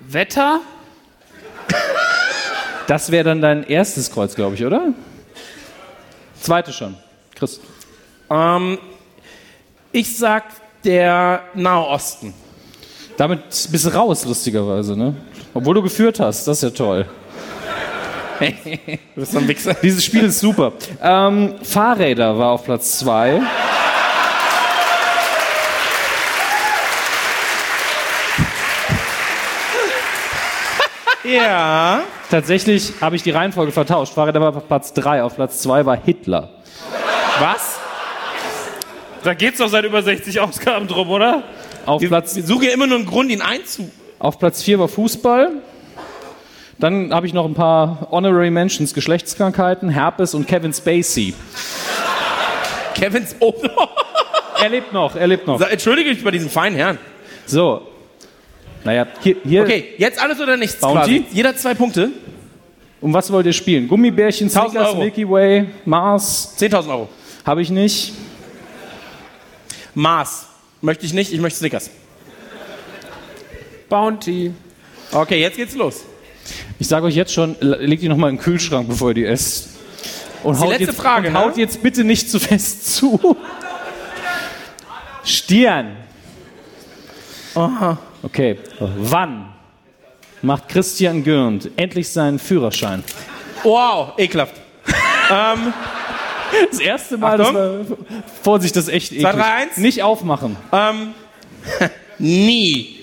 F: Wetter?
G: Das wäre dann dein erstes Kreuz, glaube ich, oder? Zweite schon. Chris.
E: Ähm, ich sag der Nahosten.
G: Damit bist du raus, lustigerweise, ne? Obwohl du geführt hast, das ist ja toll.
E: Du bist so ein Wichser.
G: Dieses Spiel ist super. Ähm, Fahrräder war auf Platz 2.
E: Ja.
G: Tatsächlich habe ich die Reihenfolge vertauscht. Fahrräder war auf Platz 3, auf Platz 2 war Hitler.
E: Was?
F: Da geht's doch seit über 60 Ausgaben drum, oder?
G: Auf Platz,
E: Wir suchen ja immer nur einen Grund, ihn einzu.
G: auf Platz 4 war Fußball. Dann habe ich noch ein paar Honorary Mentions, Geschlechtskrankheiten, Herpes und Kevin Spacey.
E: Kevins. Oh.
G: Er lebt noch, er lebt noch.
E: So, Entschuldige mich bei diesem feinen Herrn.
G: So. Naja, hier, hier
E: Okay, jetzt alles oder nichts.
G: Bounty?
E: Quasi. Jeder zwei Punkte.
G: um was wollt ihr spielen? Gummibärchen,
E: 1000
G: Snickers,
E: Euro.
G: Milky Way, Mars,
E: 10.000 Euro.
G: habe ich nicht.
E: Mars. Möchte ich nicht, ich möchte Snickers.
F: Bounty.
E: Okay, jetzt geht's los.
G: Ich sage euch jetzt schon, le- legt die nochmal in den Kühlschrank, bevor ihr die esst. Und
E: die letzte
G: jetzt,
E: Frage,
G: und
E: ne?
G: haut jetzt bitte nicht zu fest zu. Stirn. Okay. Wann macht Christian Gürnt endlich seinen Führerschein?
E: Wow, ekelhaft. ähm,
G: Das erste Mal, dass wir, Vorsicht, das ist echt eklig.
E: drei, eins.
G: Nicht aufmachen.
E: ähm, nie.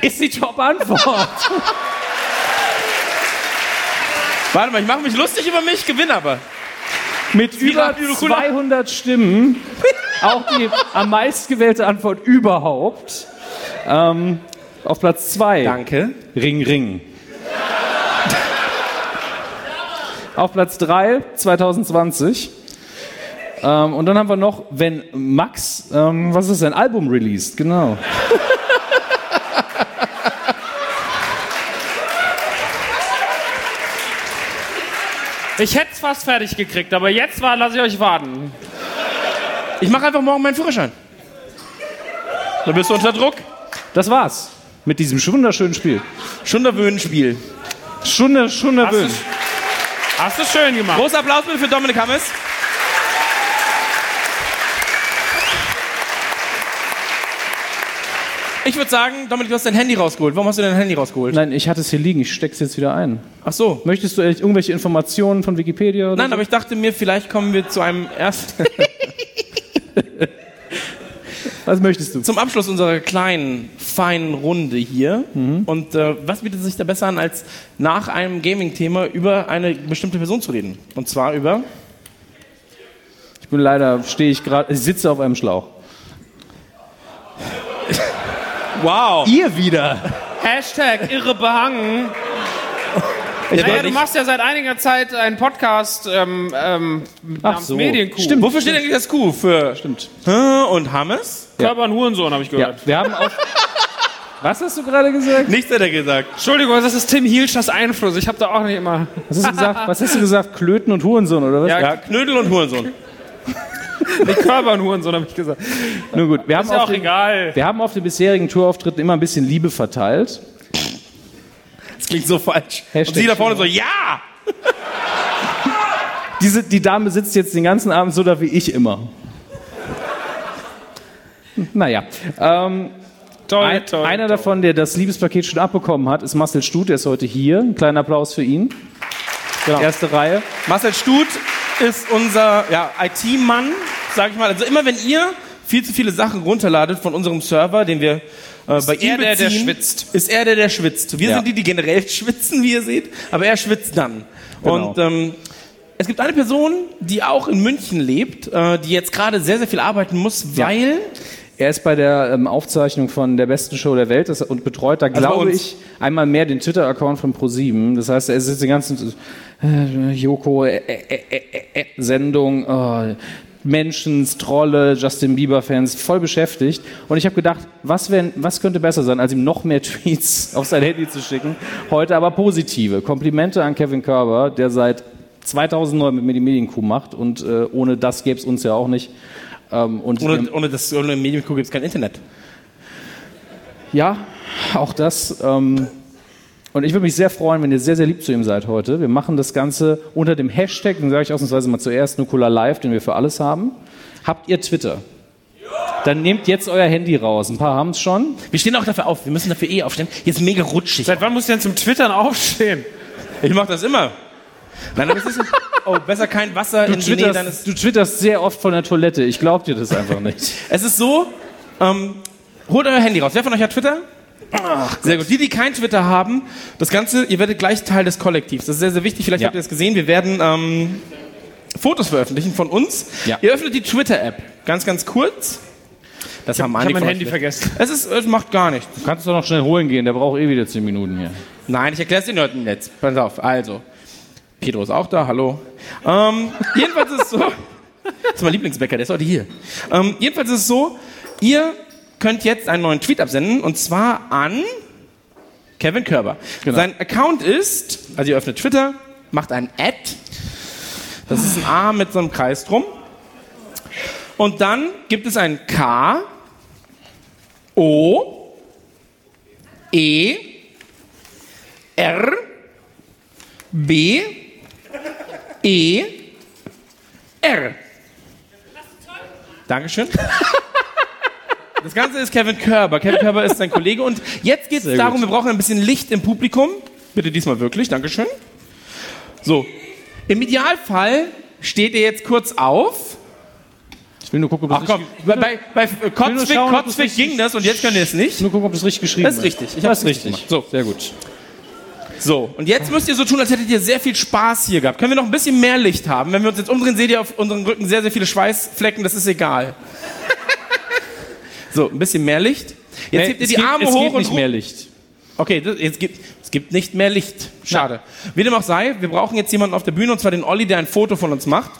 G: Ist die Top-Antwort.
E: Warte mal, ich mache mich lustig über mich, gewinne aber.
G: Mit über
E: Radio Nukular.
G: 200 Stimmen. Auch die am meistgewählte Antwort überhaupt. Ähm, auf Platz 2.
E: Danke.
G: Ring, Ring. Auf Platz 3, 2020. Ähm, und dann haben wir noch, wenn Max, ähm, was ist sein Album released? Genau.
F: Ich hätte es fast fertig gekriegt, aber jetzt war, lasse ich euch warten.
E: Ich mache einfach morgen meinen Führerschein. Dann bist du unter Druck.
G: Das war's mit diesem wunderschönen Spiel.
E: Schunderwöhnenspiel.
G: Schunde, Schunde,
F: Hast du, hast du schön gemacht.
E: Großer Applaus bitte für Dominik Hammes. Ich würde sagen, Dominik, du hast dein Handy rausgeholt. Warum hast du dein Handy rausgeholt?
G: Nein, ich hatte es hier liegen, ich steck's jetzt wieder ein.
E: Ach so.
G: Möchtest du echt irgendwelche Informationen von Wikipedia? Oder
E: Nein, aber ich dachte mir, vielleicht kommen wir zu einem ersten,
G: was möchtest du?
E: zum Abschluss unserer kleinen, feinen Runde hier.
G: Mhm.
E: Und äh, was bietet sich da besser an, als nach einem Gaming-Thema über eine bestimmte Person zu reden? Und zwar über
G: Ich bin leider, stehe ich gerade, ich sitze auf einem Schlauch.
E: Wow.
G: Ihr wieder?
F: Hashtag irre behangen. Naja, du machst ja seit einiger Zeit einen Podcast ähm, ähm, namens
G: so.
F: Medienkuh.
G: Stimmt.
E: Wofür steht eigentlich das Q? Für
G: Stimmt.
E: Hä und Hammes?
F: Körper und Hurensohn, habe ich
G: Ja,
F: gehört.
G: wir haben auch. Was hast du gerade gesagt?
E: Nichts hat er gesagt.
F: Entschuldigung, das ist Tim Hielschers Einfluss. Ich habe da auch nicht immer.
G: Was hast du gesagt? Was hast du gesagt? Klöten und Hurensohn oder was?
F: Ja.
E: Ja, Knödel und Hurensohn.
F: Nee, Körper und Hurensohn, habe ich gesagt. Ist
G: Nun gut, wir haben
F: ja
G: auf
F: auch
G: den,
F: egal.
G: wir haben auf den bisherigen Tourauftritten immer ein bisschen Liebe verteilt.
E: Das klingt so falsch.
G: Hashtag
E: und sie da vorne so, ja!
G: Diese, die Dame sitzt jetzt den ganzen Abend so da wie ich immer. Naja, ähm,
F: Toll,
G: ein,
F: toll.
G: einer davon, der das Liebespaket schon abbekommen hat, ist Marcel Stut, der ist heute hier. Ein kleiner Applaus für ihn. Genau. Erste Reihe.
E: Marcel Stut ist unser ja, IT-Mann, sag ich mal. Also immer wenn ihr viel zu viele Sachen runterladet von unserem Server, den wir äh, bei ihm
F: er der, der
E: beziehen,
F: schwitzt.
E: Ist er der, der schwitzt. Wir
G: Ja.
E: sind die, die generell schwitzen, wie ihr seht, aber er schwitzt dann.
G: Genau.
E: Und ähm, es gibt eine Person, die auch in München lebt, äh, die jetzt gerade sehr, sehr viel arbeiten muss, weil
G: Er ist bei der ähm, Aufzeichnung von der besten Show der Welt das- und betreut da,
E: Also
G: glaube
E: uns.
G: ich, einmal mehr den Twitter-Account von ProSieben. Das heißt, er sitzt die ganzen äh, Joko, äh, äh, äh, äh, äh, Sendung, äh, Menschen, Trolle, Justin Bieber-Fans, voll beschäftigt. Und ich habe gedacht, was, wär, was könnte besser sein, als ihm noch mehr Tweets auf sein Handy zu schicken? Heute aber positive. Komplimente an Kevin Körber, der seit 2009 mit mir die Medienkuh macht. Und äh, ohne das gäbe es uns ja auch nicht. Ähm, und ähm,
E: ohne, ohne das ohne Medienkuh gibt es kein Internet.
G: ja, auch das. Ähm, und ich würde mich sehr freuen, wenn ihr sehr, sehr lieb zu ihm seid heute. Wir machen das Ganze unter dem Hashtag, den sage ich ausnahmsweise mal zuerst, Nukula Live, den wir für alles haben. Habt ihr Twitter? Dann nehmt jetzt euer Handy raus. Ein paar haben es schon.
E: Wir stehen auch dafür auf, wir müssen dafür eh aufstehen. Hier ist mega rutschig.
F: Seit wann muss ich denn zum Twittern aufstehen?
E: Ich mach das immer. Nein, aber es ist. Oh, besser kein Wasser in die Nähe deines.
G: Twitterst, du twitterst sehr oft von der Toilette. Ich glaub dir das einfach nicht.
E: Es ist so, ähm, holt euer Handy raus. Wer von euch hat Twitter? sehr gut. Die, die kein Twitter haben, das Ganze, ihr werdet gleich Teil des Kollektivs. Das ist sehr, sehr wichtig. Vielleicht
G: Ja.
E: habt ihr es gesehen. Wir werden ähm, Fotos veröffentlichen von uns.
G: Ja.
E: Ihr öffnet die Twitter-App. Ganz, ganz kurz. Das haben einige
F: Ich habe mein
E: von euch
F: Handy
E: mit.
F: vergessen.
E: Es ist, es macht gar nichts.
G: Du kannst doch noch schnell holen gehen. Der braucht eh wieder zehn Minuten hier.
E: Nein, ich erkläre es den Leuten jetzt. Pass auf, also. Pedro ist auch da, hallo. Ähm, jedenfalls ist es so. Das ist mein Lieblingsbäcker, der ist heute hier. Ähm, jedenfalls ist es so, ihr könnt jetzt einen neuen Tweet absenden und zwar an Kevin Körber. Sein Account ist, also ihr öffnet Twitter, macht ein Ad. Das ist ein A mit so einem Kreis drum. Und dann gibt es ein K, O, E, R B E R. Dankeschön. Das Ganze ist Kevin Körber. Kevin Körber ist sein Kollege. Und jetzt geht es darum, wir brauchen ein bisschen Licht im Publikum. Bitte diesmal wirklich. Dankeschön. So. Im Idealfall steht ihr jetzt kurz auf.
G: Ich will nur gucken, ob
E: Ach
G: das,
E: komm,
G: richtig,
E: bei, bei, bei Kotzwick,
G: schauen, ob das
E: Kotzwick ging das und jetzt könnt ihr es nicht.
G: nur gucken, ob das richtig geschrieben
E: Das ist richtig. Ich
G: das
E: hab's
G: ist
E: richtig
G: richtig.
E: gemacht. So.
G: Sehr gut.
E: So, und jetzt müsst ihr so tun, als hättet ihr sehr viel Spaß hier gehabt. Können wir noch ein bisschen mehr Licht haben? Wenn wir uns jetzt umdrehen, seht ihr auf unseren Rücken sehr, sehr viele Schweißflecken, das ist egal. so, ein bisschen mehr Licht. Jetzt hebt ihr
G: es
E: die
G: gibt-
E: Arme
G: es
E: hoch
G: gibt
E: und
G: nicht
E: ru-
G: mehr Licht.
E: Okay, das, jetzt gibt, es gibt nicht mehr Licht. Schade. Wie dem auch sei, wir brauchen jetzt jemanden auf der Bühne, und zwar den Olli, der ein Foto von uns macht.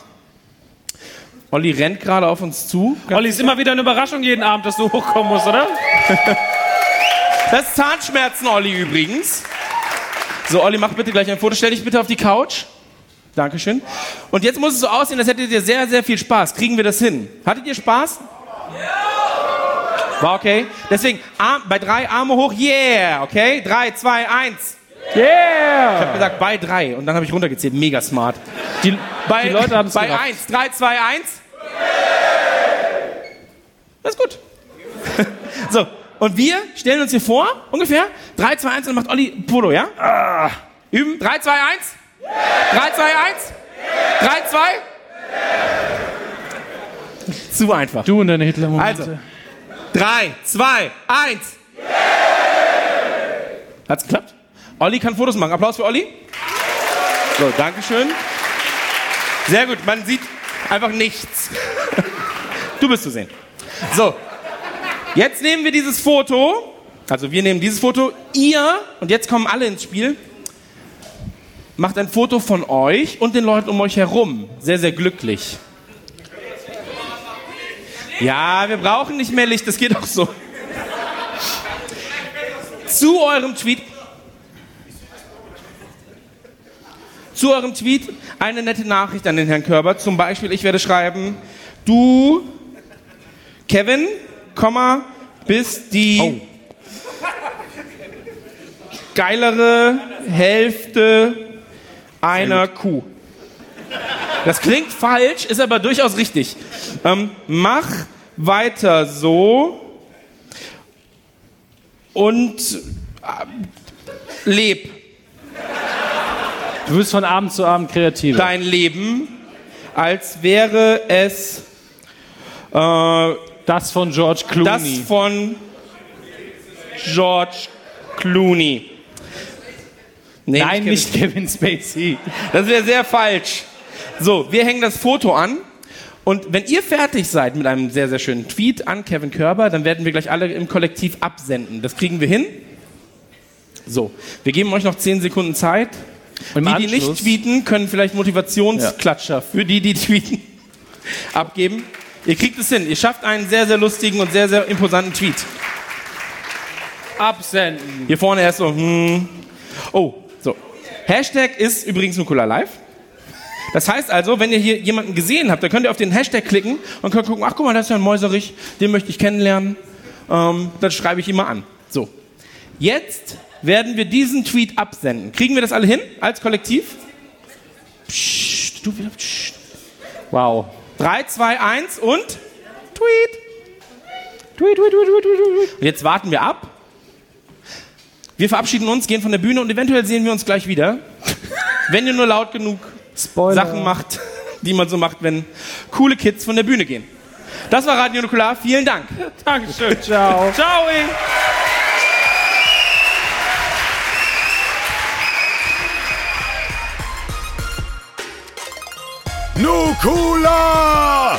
E: Olli rennt gerade auf uns zu.
F: Olli, ist immer wieder eine Überraschung jeden Abend, dass du hochkommen musst, oder?
E: Das ist Zahnschmerzen, Olli, übrigens. So, Olli, mach bitte gleich ein Foto. Stell dich bitte auf die Couch. Dankeschön. Und jetzt muss es so aussehen, als hättet ihr sehr, sehr viel Spaß. Kriegen wir das hin? Hattet ihr Spaß? War okay. Deswegen, Arm, bei drei Arme hoch, yeah, okay? Drei, zwei, eins. Ich
G: Yeah!
E: hab gesagt, bei drei. Und dann habe ich runtergezählt. Mega smart.
G: Die,
E: Bei,
G: die Leute haben es
E: Bei eins, drei, zwei, eins. Das ist gut. So, Und wir stellen uns hier vor, ungefähr, 3, 2, 1 und dann macht Olli Polo, ja? Ah. Üben, 3, 2, 1. 3, 2, 1. 3, 2. Zu einfach.
J: Du und deine Hitler-Momente.
E: Also, 3, 2, 1. Hat's geklappt? Olli kann Fotos machen. Applaus für Olli. So, Dankeschön. Sehr gut, man sieht einfach nichts. Du bist zu sehen. So, jetzt nehmen wir dieses Foto. Also wir nehmen dieses Foto. Ihr, und jetzt kommen alle ins Spiel, macht ein Foto von euch und den Leuten um euch herum. Sehr, sehr glücklich. Ja, wir brauchen nicht mehr Licht, das geht auch so. Zu eurem Tweet. Zu eurem Tweet eine nette Nachricht an den Herrn Körber. Zum Beispiel, ich werde schreiben, du, Kevin, Komma, bist die geilere Hälfte einer Kuh. Das klingt falsch, ist aber durchaus richtig. Ähm, mach weiter so und äh, leb
J: Du bist von Abend zu Abend kreativ.
E: dein Leben, als wäre es äh,
J: Das von George
E: das
J: Clooney.
E: von George Clooney. Nee,
J: Nein,
E: Kevin
J: nicht Kevin Spacey.
E: Das wäre sehr falsch. So, wir hängen das Foto an. Und wenn ihr fertig seid mit einem sehr, sehr schönen Tweet an Kevin Körber, dann werden wir gleich alle im Kollektiv absenden. Das kriegen wir hin. So, wir geben euch noch 10 Sekunden Zeit.
J: Im
E: die, die nicht
J: Anschluss-
E: tweeten, können vielleicht Motivationsklatscher für die, die tweeten, abgeben. Ihr kriegt es hin. Ihr schafft einen sehr, sehr lustigen und sehr, sehr imposanten Tweet.
F: Absenden.
E: Hier vorne erst so, hm. Oh, so. Hashtag ist übrigens Nukula Live. Das heißt also, wenn ihr hier jemanden gesehen habt, dann könnt ihr auf den Hashtag klicken und könnt gucken, ach guck mal, das ist ja ein Mäuserich, den möchte ich kennenlernen. Ähm, dann schreibe ich ihn mal an. So. Jetzt werden wir diesen Tweet absenden. Kriegen wir das alle hin als Kollektiv? Psst, du wieder. Psst.
J: Wow.
E: 3, 2, 1 und Tweet.
J: Tweet, tweet, tweet, tweet, tweet, tweet.
E: Und Jetzt warten wir ab. Wir verabschieden uns, gehen von der Bühne und eventuell sehen wir uns gleich wieder. Wenn ihr nur laut genug
J: Spoiler.
E: Sachen macht, die man so macht, wenn coole Kids von der Bühne gehen. Das war Radio Nukular. Vielen Dank.
F: Dankeschön.
J: Ciao.
F: Ciao. Ey.
D: Nukula!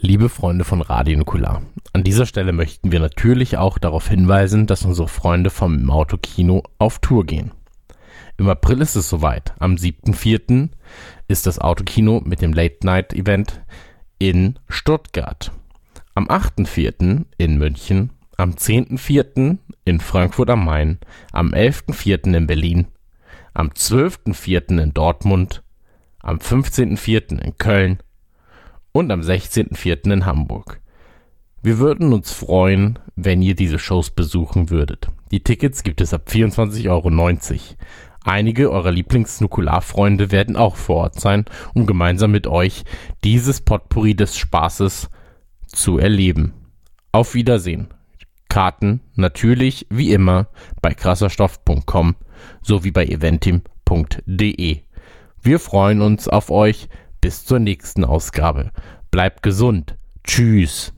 A: Liebe Freunde von Radio Nukular, an dieser Stelle möchten wir natürlich auch darauf hinweisen, dass unsere Freunde vom Im Auto Kino auf Tour gehen. Im April ist es soweit. Am 7.4. ist das Autokino mit dem Late-Night-Event in Stuttgart. Am 8.4. in München, am 10.4. in Frankfurt am Main, am 11.4. in Berlin, am 12.4. in Dortmund, am 15.4. in Köln und am 16.04. in Hamburg. Wir würden uns freuen, wenn ihr diese Shows besuchen würdet. Die Tickets gibt es ab 24,90 Euro. Einige eurer Lieblings-Nukular-Freunde werden auch vor Ort sein, um gemeinsam mit euch dieses Potpourri des Spaßes zu erleben. Auf Wiedersehen. Karten natürlich wie immer bei krasserstoff.com sowie bei eventim.de. Wir freuen uns auf euch. Bis zur nächsten Ausgabe. Bleibt gesund. Tschüss.